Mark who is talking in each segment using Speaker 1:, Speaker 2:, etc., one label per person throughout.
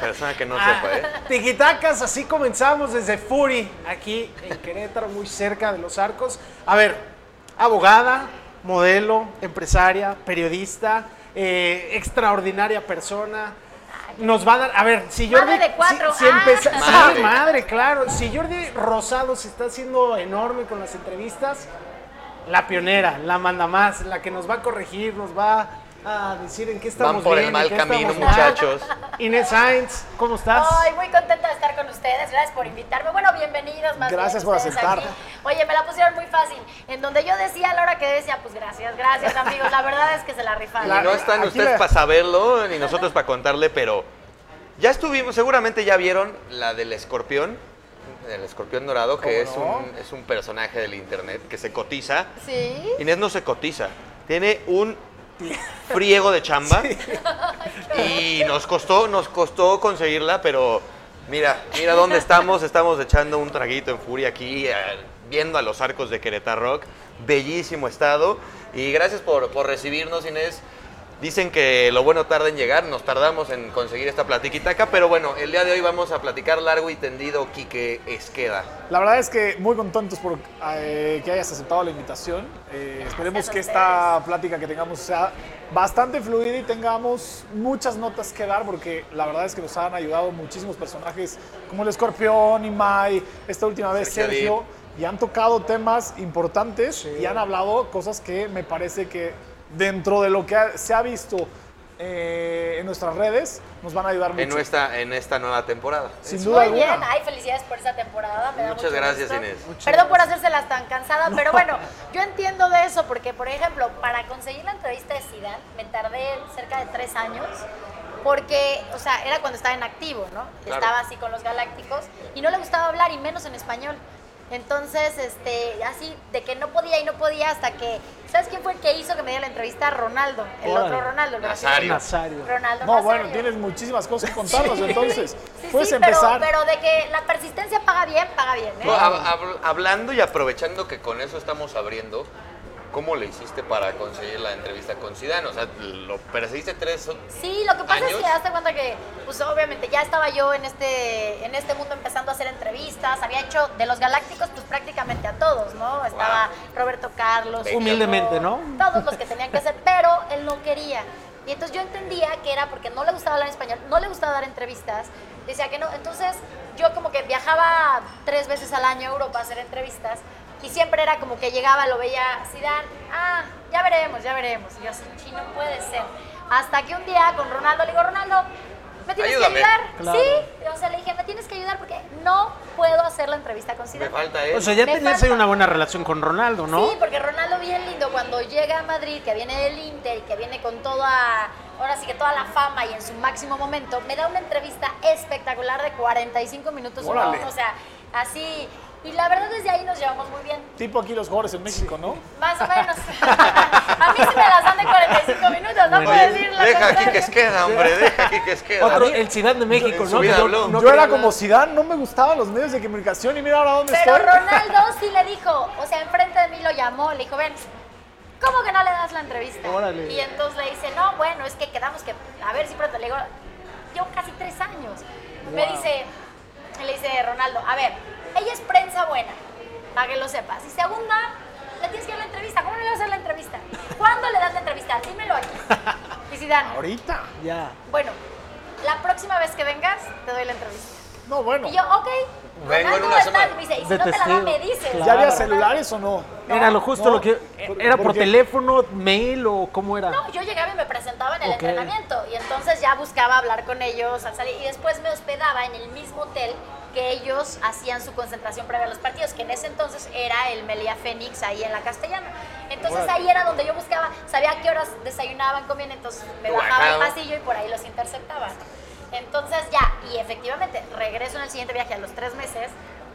Speaker 1: persona que no sepa, ¿eh?
Speaker 2: Tiquitacas, así comenzamos desde Fury, aquí en Querétaro, muy cerca de los arcos. A ver, abogada, modelo, empresaria, periodista, eh, extraordinaria persona. Nos va a dar, a ver, si Jordi.
Speaker 3: Madre de cuatro,
Speaker 2: Si, si
Speaker 3: ah.
Speaker 2: empeza- sí,
Speaker 1: Madre.
Speaker 2: madre, claro. Si Jordi Rosado se está haciendo enorme con las entrevistas, la pionera, la manda más, la que nos va a corregir, nos va a decir en qué estamos
Speaker 1: Van por
Speaker 2: bien,
Speaker 1: el
Speaker 2: en
Speaker 1: mal
Speaker 2: qué
Speaker 1: camino,
Speaker 2: estamos mal.
Speaker 1: muchachos.
Speaker 2: Inés Sainz, ¿cómo estás?
Speaker 3: Ay, muy contenta de estar con ustedes. Gracias por invitarme. Bueno, bienvenidos más
Speaker 2: Gracias
Speaker 3: bien
Speaker 2: por
Speaker 3: ustedes
Speaker 2: aceptar.
Speaker 3: aquí. Oye, me la pusieron muy fácil. En donde yo decía a la hora que decía, pues gracias, gracias, amigos. La verdad es que se la rifan.
Speaker 2: La-
Speaker 1: Y no están
Speaker 2: aquí
Speaker 1: ustedes
Speaker 2: la-
Speaker 1: para saberlo, ni nosotros para contarle, pero ya estuvimos, seguramente ya vieron la del escorpión, el escorpión dorado, que es,
Speaker 2: ¿Cómo no?
Speaker 1: un, es un personaje del internet que se cotiza.
Speaker 3: Sí.
Speaker 1: Inés no se cotiza, tiene un friego de chamba y nos costó, nos costó conseguirla, pero mira, mira dónde estamos, estamos echando un traguito en furia aquí, eh, viendo a los arcos de Querétaro Rock, bellísimo estado y gracias por, por recibirnos Inés. Dicen que lo bueno tarda en llegar, nos tardamos en conseguir esta platiquitaca, pero bueno, el día de hoy vamos a platicar largo y tendido, Quique Esqueda.
Speaker 4: La verdad es que muy contentos por eh, que hayas aceptado la invitación. Eh, esperemos
Speaker 3: a
Speaker 4: que
Speaker 3: ustedes.
Speaker 4: esta plática que tengamos sea bastante fluida y tengamos muchas notas que dar porque la verdad es que nos han ayudado muchísimos personajes como el escorpión, Imai, esta última vez
Speaker 1: Sergio
Speaker 4: Sergio, y han tocado temas importantes y han hablado cosas que me parece que dentro de lo que ha- se ha visto eh, en nuestras redes nos van a ayudar mucho.
Speaker 1: En, nuestra, en esta nueva temporada.
Speaker 4: Sin duda
Speaker 3: Muy
Speaker 4: alguna.
Speaker 3: bien, ay, felicidades por esta temporada. me da
Speaker 1: Muchas
Speaker 3: mucho
Speaker 1: gracias,
Speaker 3: gusto.
Speaker 1: Inés.
Speaker 2: Muchas
Speaker 3: Perdón por
Speaker 2: gracias.
Speaker 3: hacérselas tan cansada, pero bueno, yo entiendo de eso porque, por ejemplo, para conseguir la entrevista de Zidane me tardé cerca de tres años porque, o sea, era cuando estaba en activo, ¿no?
Speaker 1: Claro.
Speaker 3: Estaba así con los galácticos y no le gustaba hablar y menos en español. Entonces, este, así de que no podía y no podía hasta que, ¿sabes quién fue el que hizo que me diera la entrevista? Ronaldo, el
Speaker 2: Órale.
Speaker 3: otro Ronaldo, el
Speaker 1: Nazario.
Speaker 3: brasileño.
Speaker 2: Nazario.
Speaker 3: Ronaldo.
Speaker 4: No,
Speaker 3: Nazario.
Speaker 4: bueno, tienes muchísimas cosas que contarnos, Pues, entonces
Speaker 3: Sí,
Speaker 4: puedes
Speaker 3: sí, pero-
Speaker 4: empezar.
Speaker 3: Pero, de que la persistencia paga bien, paga bien. ¿eh?
Speaker 1: No, hab- hab- hablando y aprovechando que con eso estamos abriendo, ¿cómo le hiciste para conseguir la entrevista con Zidane? O sea, lo persiste tres... o-
Speaker 3: Sí, lo que pasa es
Speaker 1: ¿Años?
Speaker 3: que hasta cuenta que, pues obviamente ya estaba yo en este, en este mundo empezando a hacer entrevistas, había hecho de los galácticos pues prácticamente a todos, ¿no? Estaba Roberto Carlos,
Speaker 1: Beto.
Speaker 2: Humildemente, ¿no?
Speaker 3: Todos los que tenían que hacer, pero él no quería. Y entonces yo entendía que era porque no le gustaba hablar español, no le gustaba dar entrevistas, decía que no. Entonces yo como que viajaba tres veces al año a Europa a hacer entrevistas y siempre era como que llegaba, lo veía Zidane, ah, ya veremos, ya veremos. Y yo así, "Sí, no puede ser. Hasta que un día con Ronaldo le digo, Ronaldo, ¿me tienes
Speaker 1: Ayúdame.
Speaker 3: que ayudar?
Speaker 2: Claro.
Speaker 3: Sí, o sea, le dije, me tienes que ayudar porque no puedo hacer la entrevista con
Speaker 1: Me
Speaker 3: Zidane.
Speaker 1: falta él.
Speaker 2: O sea, ya
Speaker 3: Me
Speaker 2: tenías ahí
Speaker 3: falta.
Speaker 2: una buena relación con Ronaldo, ¿no?
Speaker 3: Sí, porque Ronaldo bien lindo cuando llega a Madrid, que viene del Inter y que viene con toda, ahora sí que toda la fama y en su máximo momento, me da una entrevista espectacular de 45 minutos, uno a
Speaker 4: Órale.
Speaker 3: uno, o sea, así. Y la verdad desde ahí nos llevamos muy bien.
Speaker 4: Tipo aquí los jugadores en México, ¿no?
Speaker 3: Más o menos. a mí sí me las dan de 45 minutos, no
Speaker 2: Bueno,
Speaker 3: puedo decir la
Speaker 1: deja aquí que Esqueda, hombre, deja aquí que Esqueda.
Speaker 2: eh, Otro, eh, el Ciudad de México,
Speaker 1: en su
Speaker 2: ¿no? Que
Speaker 1: vida
Speaker 2: no-
Speaker 1: habló.
Speaker 2: no
Speaker 4: Yo
Speaker 2: quería
Speaker 4: era
Speaker 2: hablar.
Speaker 4: como Zidane, no me gustaban los medios de comunicación y mira ahora dónde
Speaker 3: Pero
Speaker 4: estoy.
Speaker 3: Ronaldo sí le dijo, o sea, enfrente de mí lo llamó, le dijo, ven, ¿cómo que no le das la entrevista?
Speaker 2: Órale.
Speaker 3: Y entonces le dice, no, bueno, es que quedamos que, a ver si pronto, le digo, yo casi tres años. Me dice, le dice Ronaldo, a ver, ella es prensa buena, para que lo sepas. Y segunda, le tienes que dar la entrevista, ¿cómo no le vas a dar la entrevista? ¿Cuándo le das la entrevista? Dímelo aquí. Y Zidane,
Speaker 4: Ahorita.
Speaker 2: Ya.
Speaker 3: bueno, la próxima vez que vengas, te doy la entrevista.
Speaker 4: No, bueno.
Speaker 3: Y yo, ok.
Speaker 1: Vengo en
Speaker 3: Ronaldo
Speaker 1: una
Speaker 3: está",
Speaker 1: semana.
Speaker 3: Me dice, y si
Speaker 2: De
Speaker 3: no te la da,
Speaker 2: testigo.
Speaker 3: me dices.
Speaker 2: Claro.
Speaker 4: ¿Ya había
Speaker 3: Ronaldo.
Speaker 4: celulares o no?
Speaker 2: Era lo justo
Speaker 4: no.
Speaker 2: lo que.
Speaker 4: Por-
Speaker 2: ¿Era por
Speaker 4: porque-
Speaker 2: teléfono, mail o cómo era?
Speaker 3: No, yo llegaba y me presentaba en el
Speaker 2: Ok.
Speaker 3: entrenamiento y entonces ya buscaba hablar con ellos al salir y después me hospedaba en el mismo hotel que ellos hacían su concentración previa a los partidos, que en ese entonces era el Melia Fénix ahí en la Castellana. Entonces ahí era donde yo buscaba, sabía a qué horas desayunaban, comían, entonces me
Speaker 1: Tú
Speaker 3: bajaba al
Speaker 1: bajabas.
Speaker 3: pasillo y por ahí los interceptaba. Entonces ya, y efectivamente regreso en el siguiente viaje a los tres meses,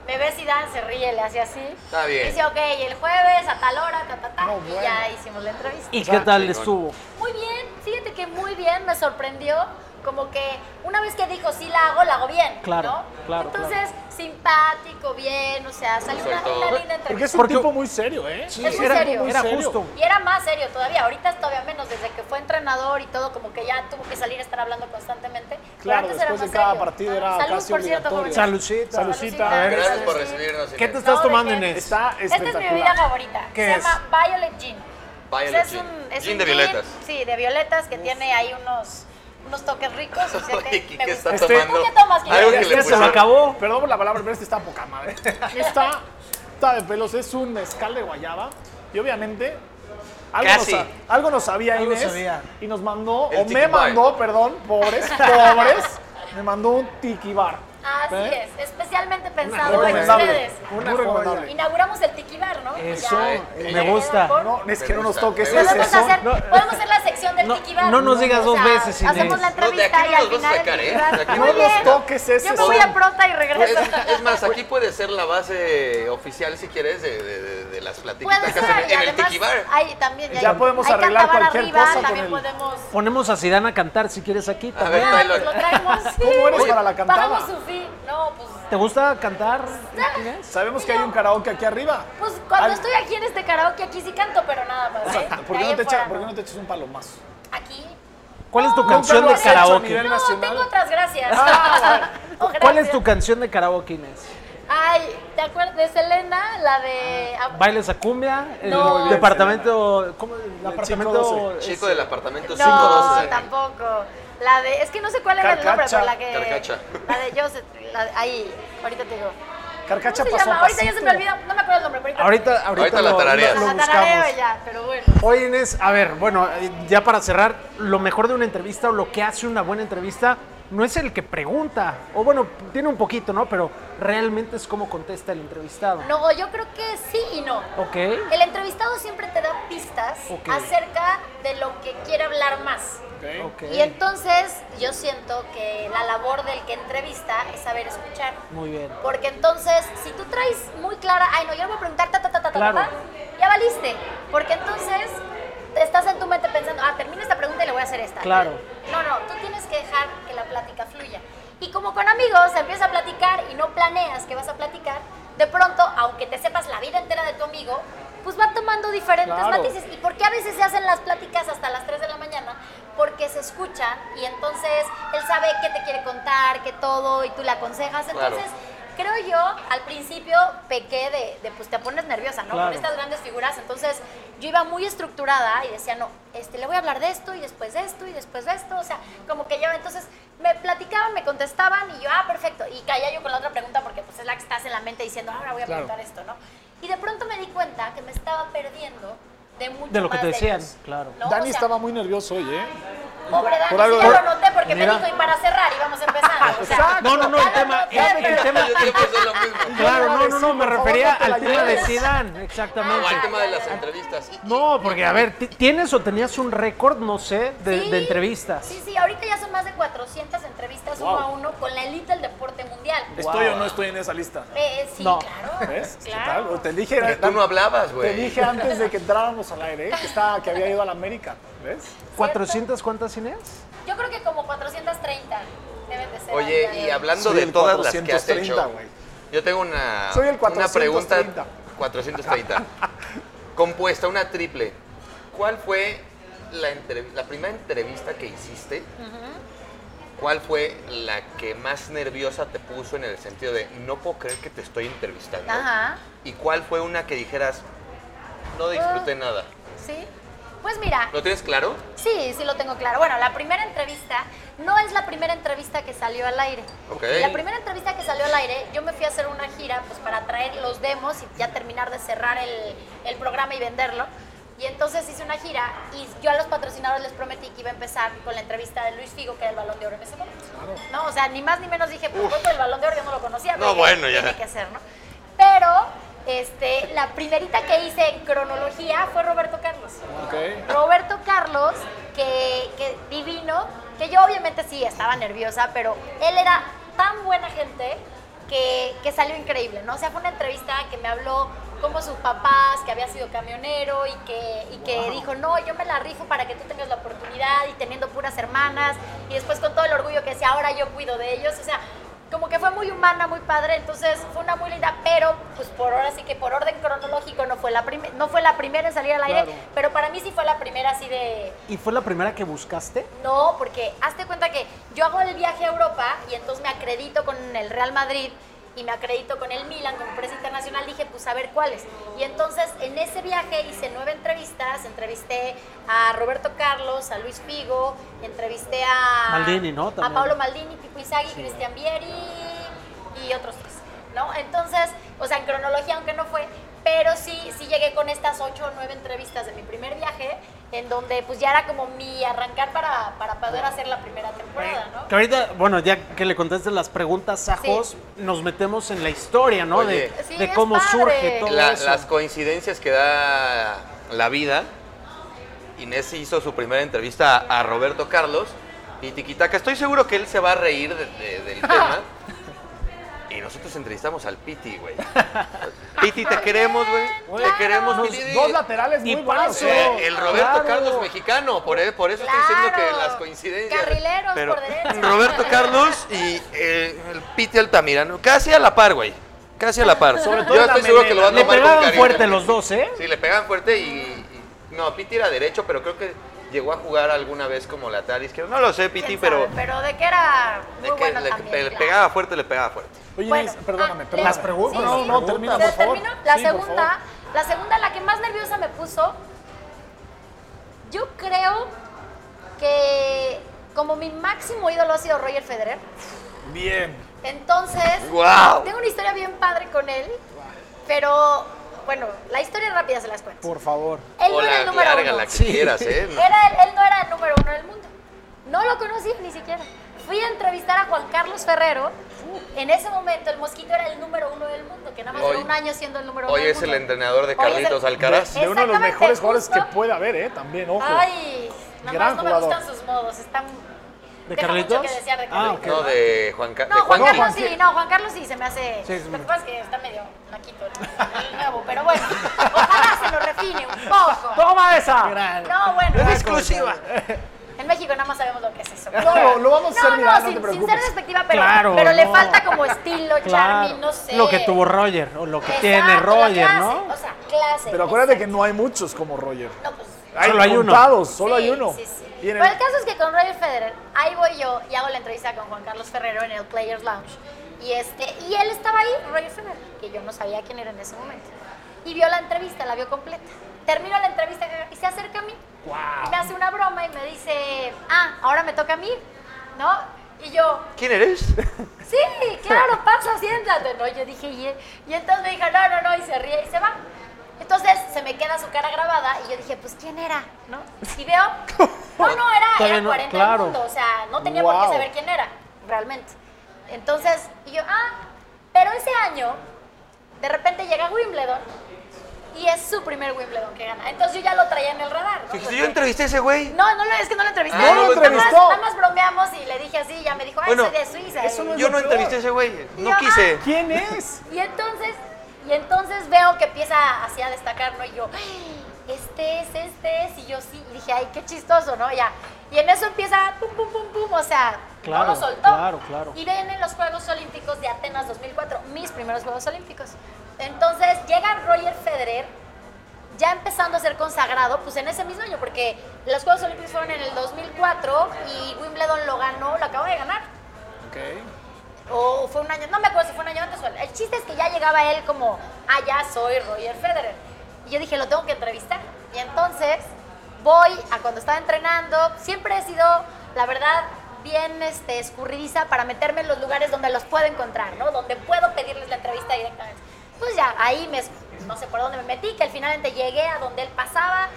Speaker 3: me ve Zidane, se ríe, le hace así.
Speaker 1: Está bien.
Speaker 3: Dice, ok, el jueves a tal hora, ta, ta, ta,
Speaker 4: No,
Speaker 3: y
Speaker 4: bueno.
Speaker 3: ya hicimos la entrevista.
Speaker 2: ¿Y qué tal
Speaker 1: chingón.
Speaker 2: estuvo?
Speaker 3: Muy bien, fíjate que muy bien, me sorprendió. Como que una vez que dijo sí la hago, la hago bien.
Speaker 2: Claro,
Speaker 3: ¿no?
Speaker 2: claro,
Speaker 3: Entonces, simpático, bien, o sea, salió una,
Speaker 1: Soltó.
Speaker 3: una linda entrevista.
Speaker 4: Porque es un
Speaker 2: Porque-
Speaker 4: tipo muy serio, ¿eh?
Speaker 3: Es muy serio.
Speaker 2: era
Speaker 4: Muy serio.
Speaker 2: justo.
Speaker 3: Y era más serio todavía, ahorita es todavía menos, desde que fue entrenador y todo, como que ya tuvo que salir a estar hablando constantemente.
Speaker 4: Claro,
Speaker 3: antes era
Speaker 4: después de
Speaker 3: más
Speaker 4: cada
Speaker 3: serio.
Speaker 4: partido
Speaker 3: Ah,
Speaker 4: era
Speaker 3: salud,
Speaker 4: casi
Speaker 3: por cierto,
Speaker 4: obligatorio.
Speaker 3: jóvenes.
Speaker 2: Salucita.
Speaker 4: Salucita.
Speaker 2: A ver,
Speaker 1: Gracias por
Speaker 3: Sí.
Speaker 1: recibirnos.
Speaker 2: eh, ¿Qué te
Speaker 1: señor.
Speaker 2: estás
Speaker 3: No,
Speaker 2: tomando,
Speaker 3: ¿de qué?
Speaker 2: Inés?
Speaker 4: Está
Speaker 3: Esta es mi
Speaker 4: espectacular.
Speaker 3: bebida favorita.
Speaker 2: ¿Qué
Speaker 3: se
Speaker 2: es?
Speaker 3: llama Violet Gin.
Speaker 1: Violet
Speaker 3: O sea, Pues es
Speaker 1: gin.
Speaker 3: un- es
Speaker 1: Gin
Speaker 3: un
Speaker 1: de violetas.
Speaker 3: Sí, de violetas que tiene ahí unos, unos toques ricos. O sea, que
Speaker 1: Oye,
Speaker 3: me
Speaker 1: ¿Qué
Speaker 3: gusta.
Speaker 1: está
Speaker 2: Este-
Speaker 1: tomando?
Speaker 3: ¿Tú qué tomas, Guillermo?
Speaker 1: Algo que
Speaker 2: Este
Speaker 1: le
Speaker 2: se
Speaker 1: pusieron-
Speaker 2: me acabó.
Speaker 4: Perdón por la palabra, pero este está poca madre. Esta, esta de pelos es un mezcal de guayaba y obviamente algo,
Speaker 1: Casi.
Speaker 4: Nos, sa- algo nos sabía
Speaker 2: Algo
Speaker 4: Inés
Speaker 2: sabía.
Speaker 4: y nos mandó,
Speaker 1: El
Speaker 4: o
Speaker 1: tiki
Speaker 4: me
Speaker 1: bar.
Speaker 4: mandó, perdón, pobres, pobres, me mandó un tiki bar.
Speaker 3: Así
Speaker 4: ¿Eh?
Speaker 3: es, especialmente
Speaker 2: joya.
Speaker 3: pensado en
Speaker 4: Recomendable,
Speaker 3: ustedes.
Speaker 2: Una
Speaker 4: muy
Speaker 2: joya.
Speaker 4: recomendable.
Speaker 3: Inauguramos el Tiki Bar, ¿no?
Speaker 2: Eso,
Speaker 1: me
Speaker 3: queda
Speaker 2: gusta.
Speaker 3: por-
Speaker 4: No, es
Speaker 1: Me
Speaker 4: que no nos
Speaker 1: gusta,
Speaker 4: toques
Speaker 1: me
Speaker 4: ese
Speaker 1: gusta.
Speaker 3: Podemos
Speaker 4: son.
Speaker 3: hacer,
Speaker 2: No, eh,
Speaker 3: podemos hacer la sección del
Speaker 2: no,
Speaker 3: Tiki Bar.
Speaker 2: no nos digas dos veces, Inés.
Speaker 3: Hacemos la
Speaker 1: No, de aquí
Speaker 3: entrevista
Speaker 1: no
Speaker 3: y al
Speaker 1: nos vas a
Speaker 3: final.
Speaker 1: sacar,
Speaker 3: el
Speaker 1: ¿eh?
Speaker 3: Tiki Bar.
Speaker 1: De aquí
Speaker 4: no
Speaker 3: Muy
Speaker 4: nos
Speaker 3: bien.
Speaker 4: toques ese
Speaker 3: Yo me voy
Speaker 4: son.
Speaker 3: a pronta y regreso.
Speaker 1: Es, es
Speaker 3: pues,
Speaker 1: más, aquí puede ser la base oficial, si quieres, de, de- de- de las platiquitas
Speaker 3: Puede
Speaker 1: que hacen
Speaker 3: ser, y
Speaker 1: en el
Speaker 3: además
Speaker 1: Tiki Bar.
Speaker 3: hay también.
Speaker 4: Ya podemos
Speaker 3: hay
Speaker 4: arreglar
Speaker 3: cantabar
Speaker 4: cualquier
Speaker 3: arriba,
Speaker 4: cosa con
Speaker 3: También
Speaker 4: el-
Speaker 3: podemos.
Speaker 2: Ponemos a Zidane a cantar si quieres aquí
Speaker 1: A
Speaker 2: también.
Speaker 1: ver,
Speaker 3: Ah, pues
Speaker 1: tráelo.
Speaker 3: lo traemos. sí.
Speaker 4: ¿Cómo eres para la cantada?
Speaker 3: Pagamos su fee. No, pues.
Speaker 2: ¿Te gusta cantar, Inés?
Speaker 4: Sabemos que hay un karaoke aquí arriba.
Speaker 3: Pues cuando
Speaker 4: Al-
Speaker 3: estoy aquí en este karaoke, aquí sí canto, pero nada más.
Speaker 4: O
Speaker 3: ¿eh?
Speaker 4: sea, ¿por
Speaker 3: De
Speaker 4: qué,
Speaker 3: ahí
Speaker 4: no te
Speaker 3: en
Speaker 4: echa-
Speaker 3: fuera,
Speaker 4: por qué
Speaker 3: no.
Speaker 4: no te echas un palomazo?
Speaker 3: Aquí.
Speaker 2: ¿Cuál es tu
Speaker 3: No,
Speaker 2: canción
Speaker 4: nunca
Speaker 2: de
Speaker 4: lo has hecho a
Speaker 2: karaoke?
Speaker 4: nivel-
Speaker 3: No,
Speaker 4: nacional. Ah,
Speaker 3: tengo otras gracias. O
Speaker 2: ¿Cuál es
Speaker 3: Oh, gracias.
Speaker 2: tu canción de karaoke, Inés?
Speaker 3: Ay, ¿te acuerdas de Selena? La de.
Speaker 4: Ah.
Speaker 2: ¿Bailes a cumbia? ¿El
Speaker 3: No.
Speaker 2: departamento? ¿Cómo? ¿El
Speaker 4: Chico
Speaker 2: apartamento?
Speaker 4: doce.
Speaker 2: es-
Speaker 1: Chico del apartamento
Speaker 3: No,
Speaker 1: 512.
Speaker 3: tampoco. La de. Es que no sé cuál era el nombre,
Speaker 4: Carcacha.
Speaker 3: pero la que.
Speaker 1: Carcacha.
Speaker 3: La de Joseph. la de- ahí, ahorita te digo.
Speaker 4: Carcacha
Speaker 3: ¿Cómo se
Speaker 4: pasó
Speaker 3: llama?
Speaker 4: a
Speaker 3: Ahorita ya se
Speaker 4: pasito.
Speaker 3: me olvidó. No me acuerdo el nombre. pero
Speaker 2: Ahorita, ahorita,
Speaker 1: Ahorita la
Speaker 2: lo,
Speaker 1: tarareas.
Speaker 2: lo- lo
Speaker 3: La
Speaker 2: buscamos.
Speaker 3: tarareo ya, pero bueno.
Speaker 2: Oye, Inés, a ver, bueno, eh, ya para cerrar, lo mejor de una entrevista o lo que hace una buena entrevista no es el que pregunta, o bueno, tiene un poquito, ¿no? Pero realmente es cómo contesta el entrevistado.
Speaker 3: No, yo creo que sí y no.
Speaker 2: ¿Ok?
Speaker 3: El entrevistado siempre te da pistas
Speaker 2: Ok.
Speaker 3: acerca de lo que quiere hablar más.
Speaker 4: Ok.
Speaker 2: Ok.
Speaker 3: Y entonces yo siento que la labor del que entrevista es saber escuchar.
Speaker 2: Muy bien.
Speaker 3: Porque entonces, si tú traes muy clara, ay no, yo no voy a preguntar ta ta ta ta ta,
Speaker 2: Claro.
Speaker 3: ta", ya valiste. Porque entonces te estás en tu mente pensando, ah, termina esta pregunta y le voy a hacer esta.
Speaker 2: Claro.
Speaker 3: No, no, tú tienes que dejar que la plática fluya. Y como con amigos empiezas a platicar y no planeas que vas a platicar, de pronto, aunque te sepas la vida entera de tu amigo, pues va tomando diferentes
Speaker 4: Claro.
Speaker 3: matices. ¿Y por qué a veces se hacen las pláticas hasta las 3 de la mañana? Porque se escuchan y entonces él sabe qué te quiere contar, qué todo, y tú le aconsejas.
Speaker 1: Claro.
Speaker 3: Entonces, creo yo, al principio pequé de, de, pues te pones nerviosa, ¿no?
Speaker 2: Claro.
Speaker 3: Con estas grandes figuras. Entonces, yo iba muy estructurada y decía, no, este, le voy a hablar de esto y después de esto y después de esto. O sea, como que yo, entonces me platicaban, me contestaban y yo, ah, perfecto. Y caía yo con la otra pregunta porque pues es la que estás en la mente diciendo, ahora voy a
Speaker 4: Claro.
Speaker 3: preguntar esto, ¿no? Y de pronto me di cuenta que me estaba perdiendo de mucho
Speaker 2: De lo que
Speaker 3: más
Speaker 2: te decían,
Speaker 3: ellos,
Speaker 2: claro.
Speaker 3: ¿no?
Speaker 4: Dani
Speaker 3: O sea,
Speaker 4: estaba muy nervioso hoy, ¿eh?
Speaker 3: Pobre Dani,
Speaker 4: por algo-
Speaker 3: sí, ya
Speaker 4: por-
Speaker 3: lo noté porque
Speaker 2: Mira.
Speaker 3: me dijo, y para cerrar, íbamos empezando. O sea,
Speaker 2: No, no, no, el
Speaker 3: ya lo
Speaker 2: tema,
Speaker 3: noté,
Speaker 2: el, el
Speaker 3: pero-
Speaker 2: tema,
Speaker 1: Yo yo pienso lo mismo.
Speaker 2: claro, no, no, no, me
Speaker 4: Por favor,
Speaker 2: refería
Speaker 4: no te la
Speaker 2: al tema de
Speaker 4: lleves.
Speaker 2: Zidane, exactamente.
Speaker 1: O al tema de las entrevistas.
Speaker 2: No, porque a ver, ti- ¿tienes o tenías un récord, no sé, de,
Speaker 3: Sí.
Speaker 2: de entrevistas?
Speaker 3: Sí, sí, ahorita ya son más de 400 entrevistas uno
Speaker 4: Wow.
Speaker 3: a uno con la elite del deporte mundial.
Speaker 4: ¿Estoy o no estoy en esa lista?
Speaker 3: Eh, sí,
Speaker 2: No.
Speaker 3: claro.
Speaker 4: ¿Ves? ¿Qué
Speaker 3: claro.
Speaker 4: tal? O Te dije,
Speaker 1: Que tú no hablabas,
Speaker 4: te
Speaker 1: güey.
Speaker 4: dije antes de que entráramos al aire ¿eh? que, estaba, que había ido a la América. ¿Ves?
Speaker 2: ¿400 cuántas, Inés?
Speaker 3: Yo creo que como 430 deben de ser. ahorita,
Speaker 1: Oye, y
Speaker 3: ¿eh?
Speaker 1: hablando
Speaker 4: Soy
Speaker 1: de
Speaker 4: el
Speaker 1: todas las que has
Speaker 4: 430,
Speaker 1: hecho,
Speaker 4: güey.
Speaker 1: yo tengo una,
Speaker 4: Soy el
Speaker 1: una
Speaker 4: 430.
Speaker 1: pregunta 430 compuesta, una triple. ¿Cuál fue la, entrev- la primera entrevista que hiciste? ¿Cuál fue la que más nerviosa te puso en el sentido de no puedo creer que te estoy entrevistando?
Speaker 3: Ajá.
Speaker 1: ¿Y cuál fue una que dijeras no disfruté
Speaker 3: Ah.
Speaker 1: nada?
Speaker 3: Sí. Pues mira,
Speaker 1: ¿Lo tienes claro?
Speaker 3: sí, sí lo tengo claro. Bueno, la primera entrevista no es la primera entrevista que salió al aire.
Speaker 1: Ok.
Speaker 3: La primera entrevista que salió al aire, yo me fui a hacer una gira pues para traer los demos y ya terminar de cerrar el, el programa y venderlo. Y entonces hice una gira y yo a los patrocinadores les prometí que iba a empezar con la entrevista de Luis Figo, que era el balón de oro en ese momento. No, o sea, ni más ni menos dije, pues fue por el balón de oro, yo no lo conocía. pero
Speaker 1: No,
Speaker 3: dije,
Speaker 1: bueno, ya.
Speaker 3: Tiene que ser, ¿no? Pero este, la primerita que hice en cronología fue Roberto Carlos.
Speaker 4: Ok.
Speaker 3: Roberto Carlos, que, que divino, que yo obviamente sí estaba nerviosa, pero él era tan buena gente que, que salió increíble, ¿no? O sea, fue una entrevista que me habló como sus papás, que había sido camionero y que, y que dijo, no, yo me la rifo para que tú tengas la oportunidad y teniendo puras hermanas y después con todo el orgullo que decía, ahora yo cuido de ellos, o sea, como que fue muy humana, muy padre, entonces fue una muy linda, pero pues por ahora sí que por orden cronológico no fue la, prime- no fue la primera en salir al aire,
Speaker 2: Claro.
Speaker 3: pero para mí sí fue la primera así de...
Speaker 2: ¿Y fue la primera que buscaste?
Speaker 3: No, porque hazte cuenta que yo hago el viaje a Europa y entonces me acredito con el Real Madrid y me acredito con el Milan como empresa internacional. Dije, pues a ver cuáles. Y entonces en ese viaje hice nueve entrevistas. Entrevisté a Roberto Carlos, a Luis Figo, entrevisté a.
Speaker 2: Maldini, ¿no?
Speaker 3: A
Speaker 2: También.
Speaker 3: Paolo Maldini, Pipo Inzaghi, Cristian Vieri y otros tres, ¿no? Entonces, o sea, en cronología, aunque no fue, pero sí, sí llegué con estas ocho o nueve entrevistas de mi primer viaje, en donde pues ya era como mi arrancar para, para poder hacer la primera temporada,
Speaker 2: Que
Speaker 3: ¿no?
Speaker 2: ahorita, bueno, ya que le contestes las preguntas a
Speaker 3: Sí.
Speaker 2: Jos, nos metemos en la historia, ¿no?
Speaker 1: Oye.
Speaker 2: de
Speaker 3: Sí,
Speaker 2: de
Speaker 3: es
Speaker 2: cómo
Speaker 3: padre.
Speaker 2: surge todo
Speaker 1: La-
Speaker 2: eso.
Speaker 1: las coincidencias que da la vida. Inés hizo su primera entrevista a, a Roberto Carlos y Tiquitaca. Estoy seguro que él se va a reír de- de- del tema. Y nosotros entrevistamos al Piti, güey. Piti, te queremos, güey. Te queremos,
Speaker 4: Dos-
Speaker 1: Piti.
Speaker 4: Pues, dos laterales
Speaker 2: Y
Speaker 4: muy buenos.
Speaker 2: paso.
Speaker 1: Eh, el Roberto
Speaker 2: Claro.
Speaker 1: Carlos mexicano, por, e- por eso estoy diciendo que las coincidencias.
Speaker 3: Carrileros
Speaker 1: Pero
Speaker 3: por derecha.
Speaker 1: Roberto Carlos y eh, el Piti Altamirano, casi a la par, güey. Casi a la par.
Speaker 4: Sobre todo
Speaker 1: Yo
Speaker 4: en la
Speaker 1: estoy seguro que lo
Speaker 4: melena.
Speaker 1: van a
Speaker 2: le
Speaker 1: tomar con
Speaker 2: pegaban
Speaker 1: cariño.
Speaker 2: fuerte los dos, ¿eh?
Speaker 1: Sí, le pegaban fuerte y, y- No, Piti era derecho, pero creo que llegó a jugar alguna vez como lateral izquierdo. No lo sé,
Speaker 3: ¿Quién
Speaker 1: Piti,
Speaker 3: sabe?
Speaker 1: pero.
Speaker 3: Pero de que era muy
Speaker 1: de que
Speaker 3: bueno
Speaker 1: le,
Speaker 3: también,
Speaker 1: pe- le
Speaker 3: claro.
Speaker 1: pegaba fuerte, le pegaba fuerte.
Speaker 4: Oye,
Speaker 3: Bueno,
Speaker 4: Inés, perdóname,
Speaker 3: ah,
Speaker 4: perdóname.
Speaker 2: las preguntas.
Speaker 4: No, no,
Speaker 2: sí.
Speaker 4: termina,
Speaker 3: ¿Se
Speaker 4: por favor.
Speaker 3: terminó? La
Speaker 4: Sí, por
Speaker 3: segunda, la segunda, la que más nerviosa me puso, yo creo que como mi máximo ídolo ha sido Roger Federer,
Speaker 4: favor. Bien.
Speaker 3: entonces
Speaker 1: ¡Guau!
Speaker 3: tengo una historia bien padre con él, pero bueno, la historia rápida se las cuento.
Speaker 4: Por favor.
Speaker 3: Él no
Speaker 1: o
Speaker 3: era
Speaker 1: la
Speaker 3: el número
Speaker 1: larga,
Speaker 3: uno.
Speaker 1: la que quieras, ¿eh?
Speaker 3: Era el- él no era el número uno del mundo. No lo conocí ni siquiera. Fui a entrevistar a Juan Carlos Ferrero. Uh. En ese momento el mosquito era el número uno del mundo, que nada más
Speaker 1: Hoy-
Speaker 3: era un año siendo el número uno.
Speaker 1: Hoy
Speaker 3: del
Speaker 1: es el
Speaker 3: mundo.
Speaker 1: entrenador de
Speaker 3: Hoy es el-
Speaker 1: Carlitos Alcaraz.
Speaker 4: De uno de los
Speaker 3: Exactamente,
Speaker 4: mejores jugadores que
Speaker 3: justo.
Speaker 4: puede haber, ¿eh? También, ojo.
Speaker 3: Ay, nada
Speaker 4: Gran
Speaker 3: más no
Speaker 4: jugador.
Speaker 3: me gustan sus modos. Están.
Speaker 2: ¿De
Speaker 3: deja
Speaker 2: Carlitos?
Speaker 3: Mucho que desear de
Speaker 2: Ah,
Speaker 3: Carlitos.
Speaker 1: No, de Juan, Ca-
Speaker 3: No,
Speaker 1: de
Speaker 3: Juan
Speaker 1: Juanqui.
Speaker 3: Carlos sí, no, Juan Carlos sí se me hace.
Speaker 2: Sí, es
Speaker 3: Lo que
Speaker 2: muy-
Speaker 3: pasa es que está medio naquito, ¿no? El nuevo, pero bueno, ojalá se lo refine un poco.
Speaker 2: ¡Toma esa!
Speaker 3: No, bueno.
Speaker 1: Es exclusiva.
Speaker 3: En México nada más sabemos lo que es eso.
Speaker 4: No, lo vamos a hacer
Speaker 3: No,
Speaker 4: viral, no
Speaker 3: sin, sin
Speaker 4: te
Speaker 3: ser
Speaker 4: preocupes.
Speaker 3: despectiva, pero,
Speaker 2: Claro,
Speaker 3: pero le
Speaker 2: no.
Speaker 3: falta como estilo, charming, no sé.
Speaker 2: Lo que tuvo Roger, o lo que
Speaker 3: Exacto,
Speaker 2: tiene
Speaker 3: la
Speaker 2: Roger,
Speaker 3: clase,
Speaker 2: ¿no?
Speaker 3: O sea, clase.
Speaker 4: Pero acuérdate que
Speaker 3: exacto.
Speaker 4: no hay muchos como Roger.
Speaker 3: No, pues,
Speaker 2: Solo hay uno.
Speaker 4: contados, solo
Speaker 3: sí,
Speaker 4: hay uno.
Speaker 3: sí, sí.
Speaker 4: Y en
Speaker 3: Pero
Speaker 4: el-
Speaker 3: el caso es que con Roger Federer, ahí voy yo y hago la entrevista con Juan Carlos Ferrero en el Players Lounge. Y, este, y él estaba ahí, Roger Federer, que yo no sabía quién era en ese momento. Y vio la entrevista, la vio completa. Termino la entrevista y se acerca a mí. Y me hace una broma y me dice, ah, ahora me toca a mí, ¿no? Y yo,
Speaker 1: ¿Quién eres?
Speaker 3: Sí, claro, pasa, siéntate. No, yo dije, y, él- y entonces me dijo, no, no, no, y se ríe y se va. Entonces se me queda su cara grabada y yo dije, pues ¿quién era? ¿No? Y veo, no, no, era,
Speaker 2: Todavía
Speaker 3: era
Speaker 2: no,
Speaker 3: 40 del
Speaker 2: claro.
Speaker 3: mundo, o sea, no tenía por
Speaker 4: Wow.
Speaker 3: qué saber quién era, realmente. Entonces, y yo, ah, pero ese año, de repente llega Wimbledon y es su primer Wimbledon que gana. Entonces yo ya lo traía en el radar. ¿no?
Speaker 1: Dijiste,
Speaker 3: Porque-
Speaker 1: yo entrevisté a ese güey.
Speaker 3: no, no, lo- es que no lo entrevisté.
Speaker 1: Ah, no lo
Speaker 3: Nada más-
Speaker 4: entrevistó.
Speaker 3: Nada más bromeamos y le dije así, y ya me dijo, ay,
Speaker 1: Bueno,
Speaker 3: soy de Suiza.
Speaker 4: eso no
Speaker 3: y-
Speaker 4: es
Speaker 1: Yo
Speaker 4: lo
Speaker 1: no
Speaker 4: peor.
Speaker 1: entrevisté a ese güey. No
Speaker 3: Yo,
Speaker 1: quise.
Speaker 4: ¿Quién es?
Speaker 3: Y entonces, y entonces veo que empieza así a destacar, ¿no? Y yo, "Ay, este es, este es, y yo sí, y dije, ay, qué chistoso, ¿no? Ya. Y en eso empieza, pum, pum, pum, pum, o sea,
Speaker 2: Claro,
Speaker 3: no lo soltó.
Speaker 2: claro, claro.
Speaker 3: Y vienen los Juegos Olímpicos de Atenas 2004, mis primeros Juegos Olímpicos. Entonces llega Roger Federer, ya empezando a ser consagrado, pues en ese mismo año, porque los Juegos Olímpicos fueron en el 2004 y Wimbledon lo ganó, lo acabo de ganar o fue un año, no me acuerdo si fue un año antes o el chiste es que ya llegaba él como, ah, ya soy Roger Federer. Y yo dije, lo tengo que entrevistar. Y entonces voy a cuando estaba entrenando, siempre he sido, la verdad, bien este, escurridiza para meterme en los lugares donde los puedo encontrar, ¿no? Donde puedo pedirles la entrevista directamente. Pues ya, ahí me, no sé por dónde me metí, que al finalmente llegué a donde él pasaba,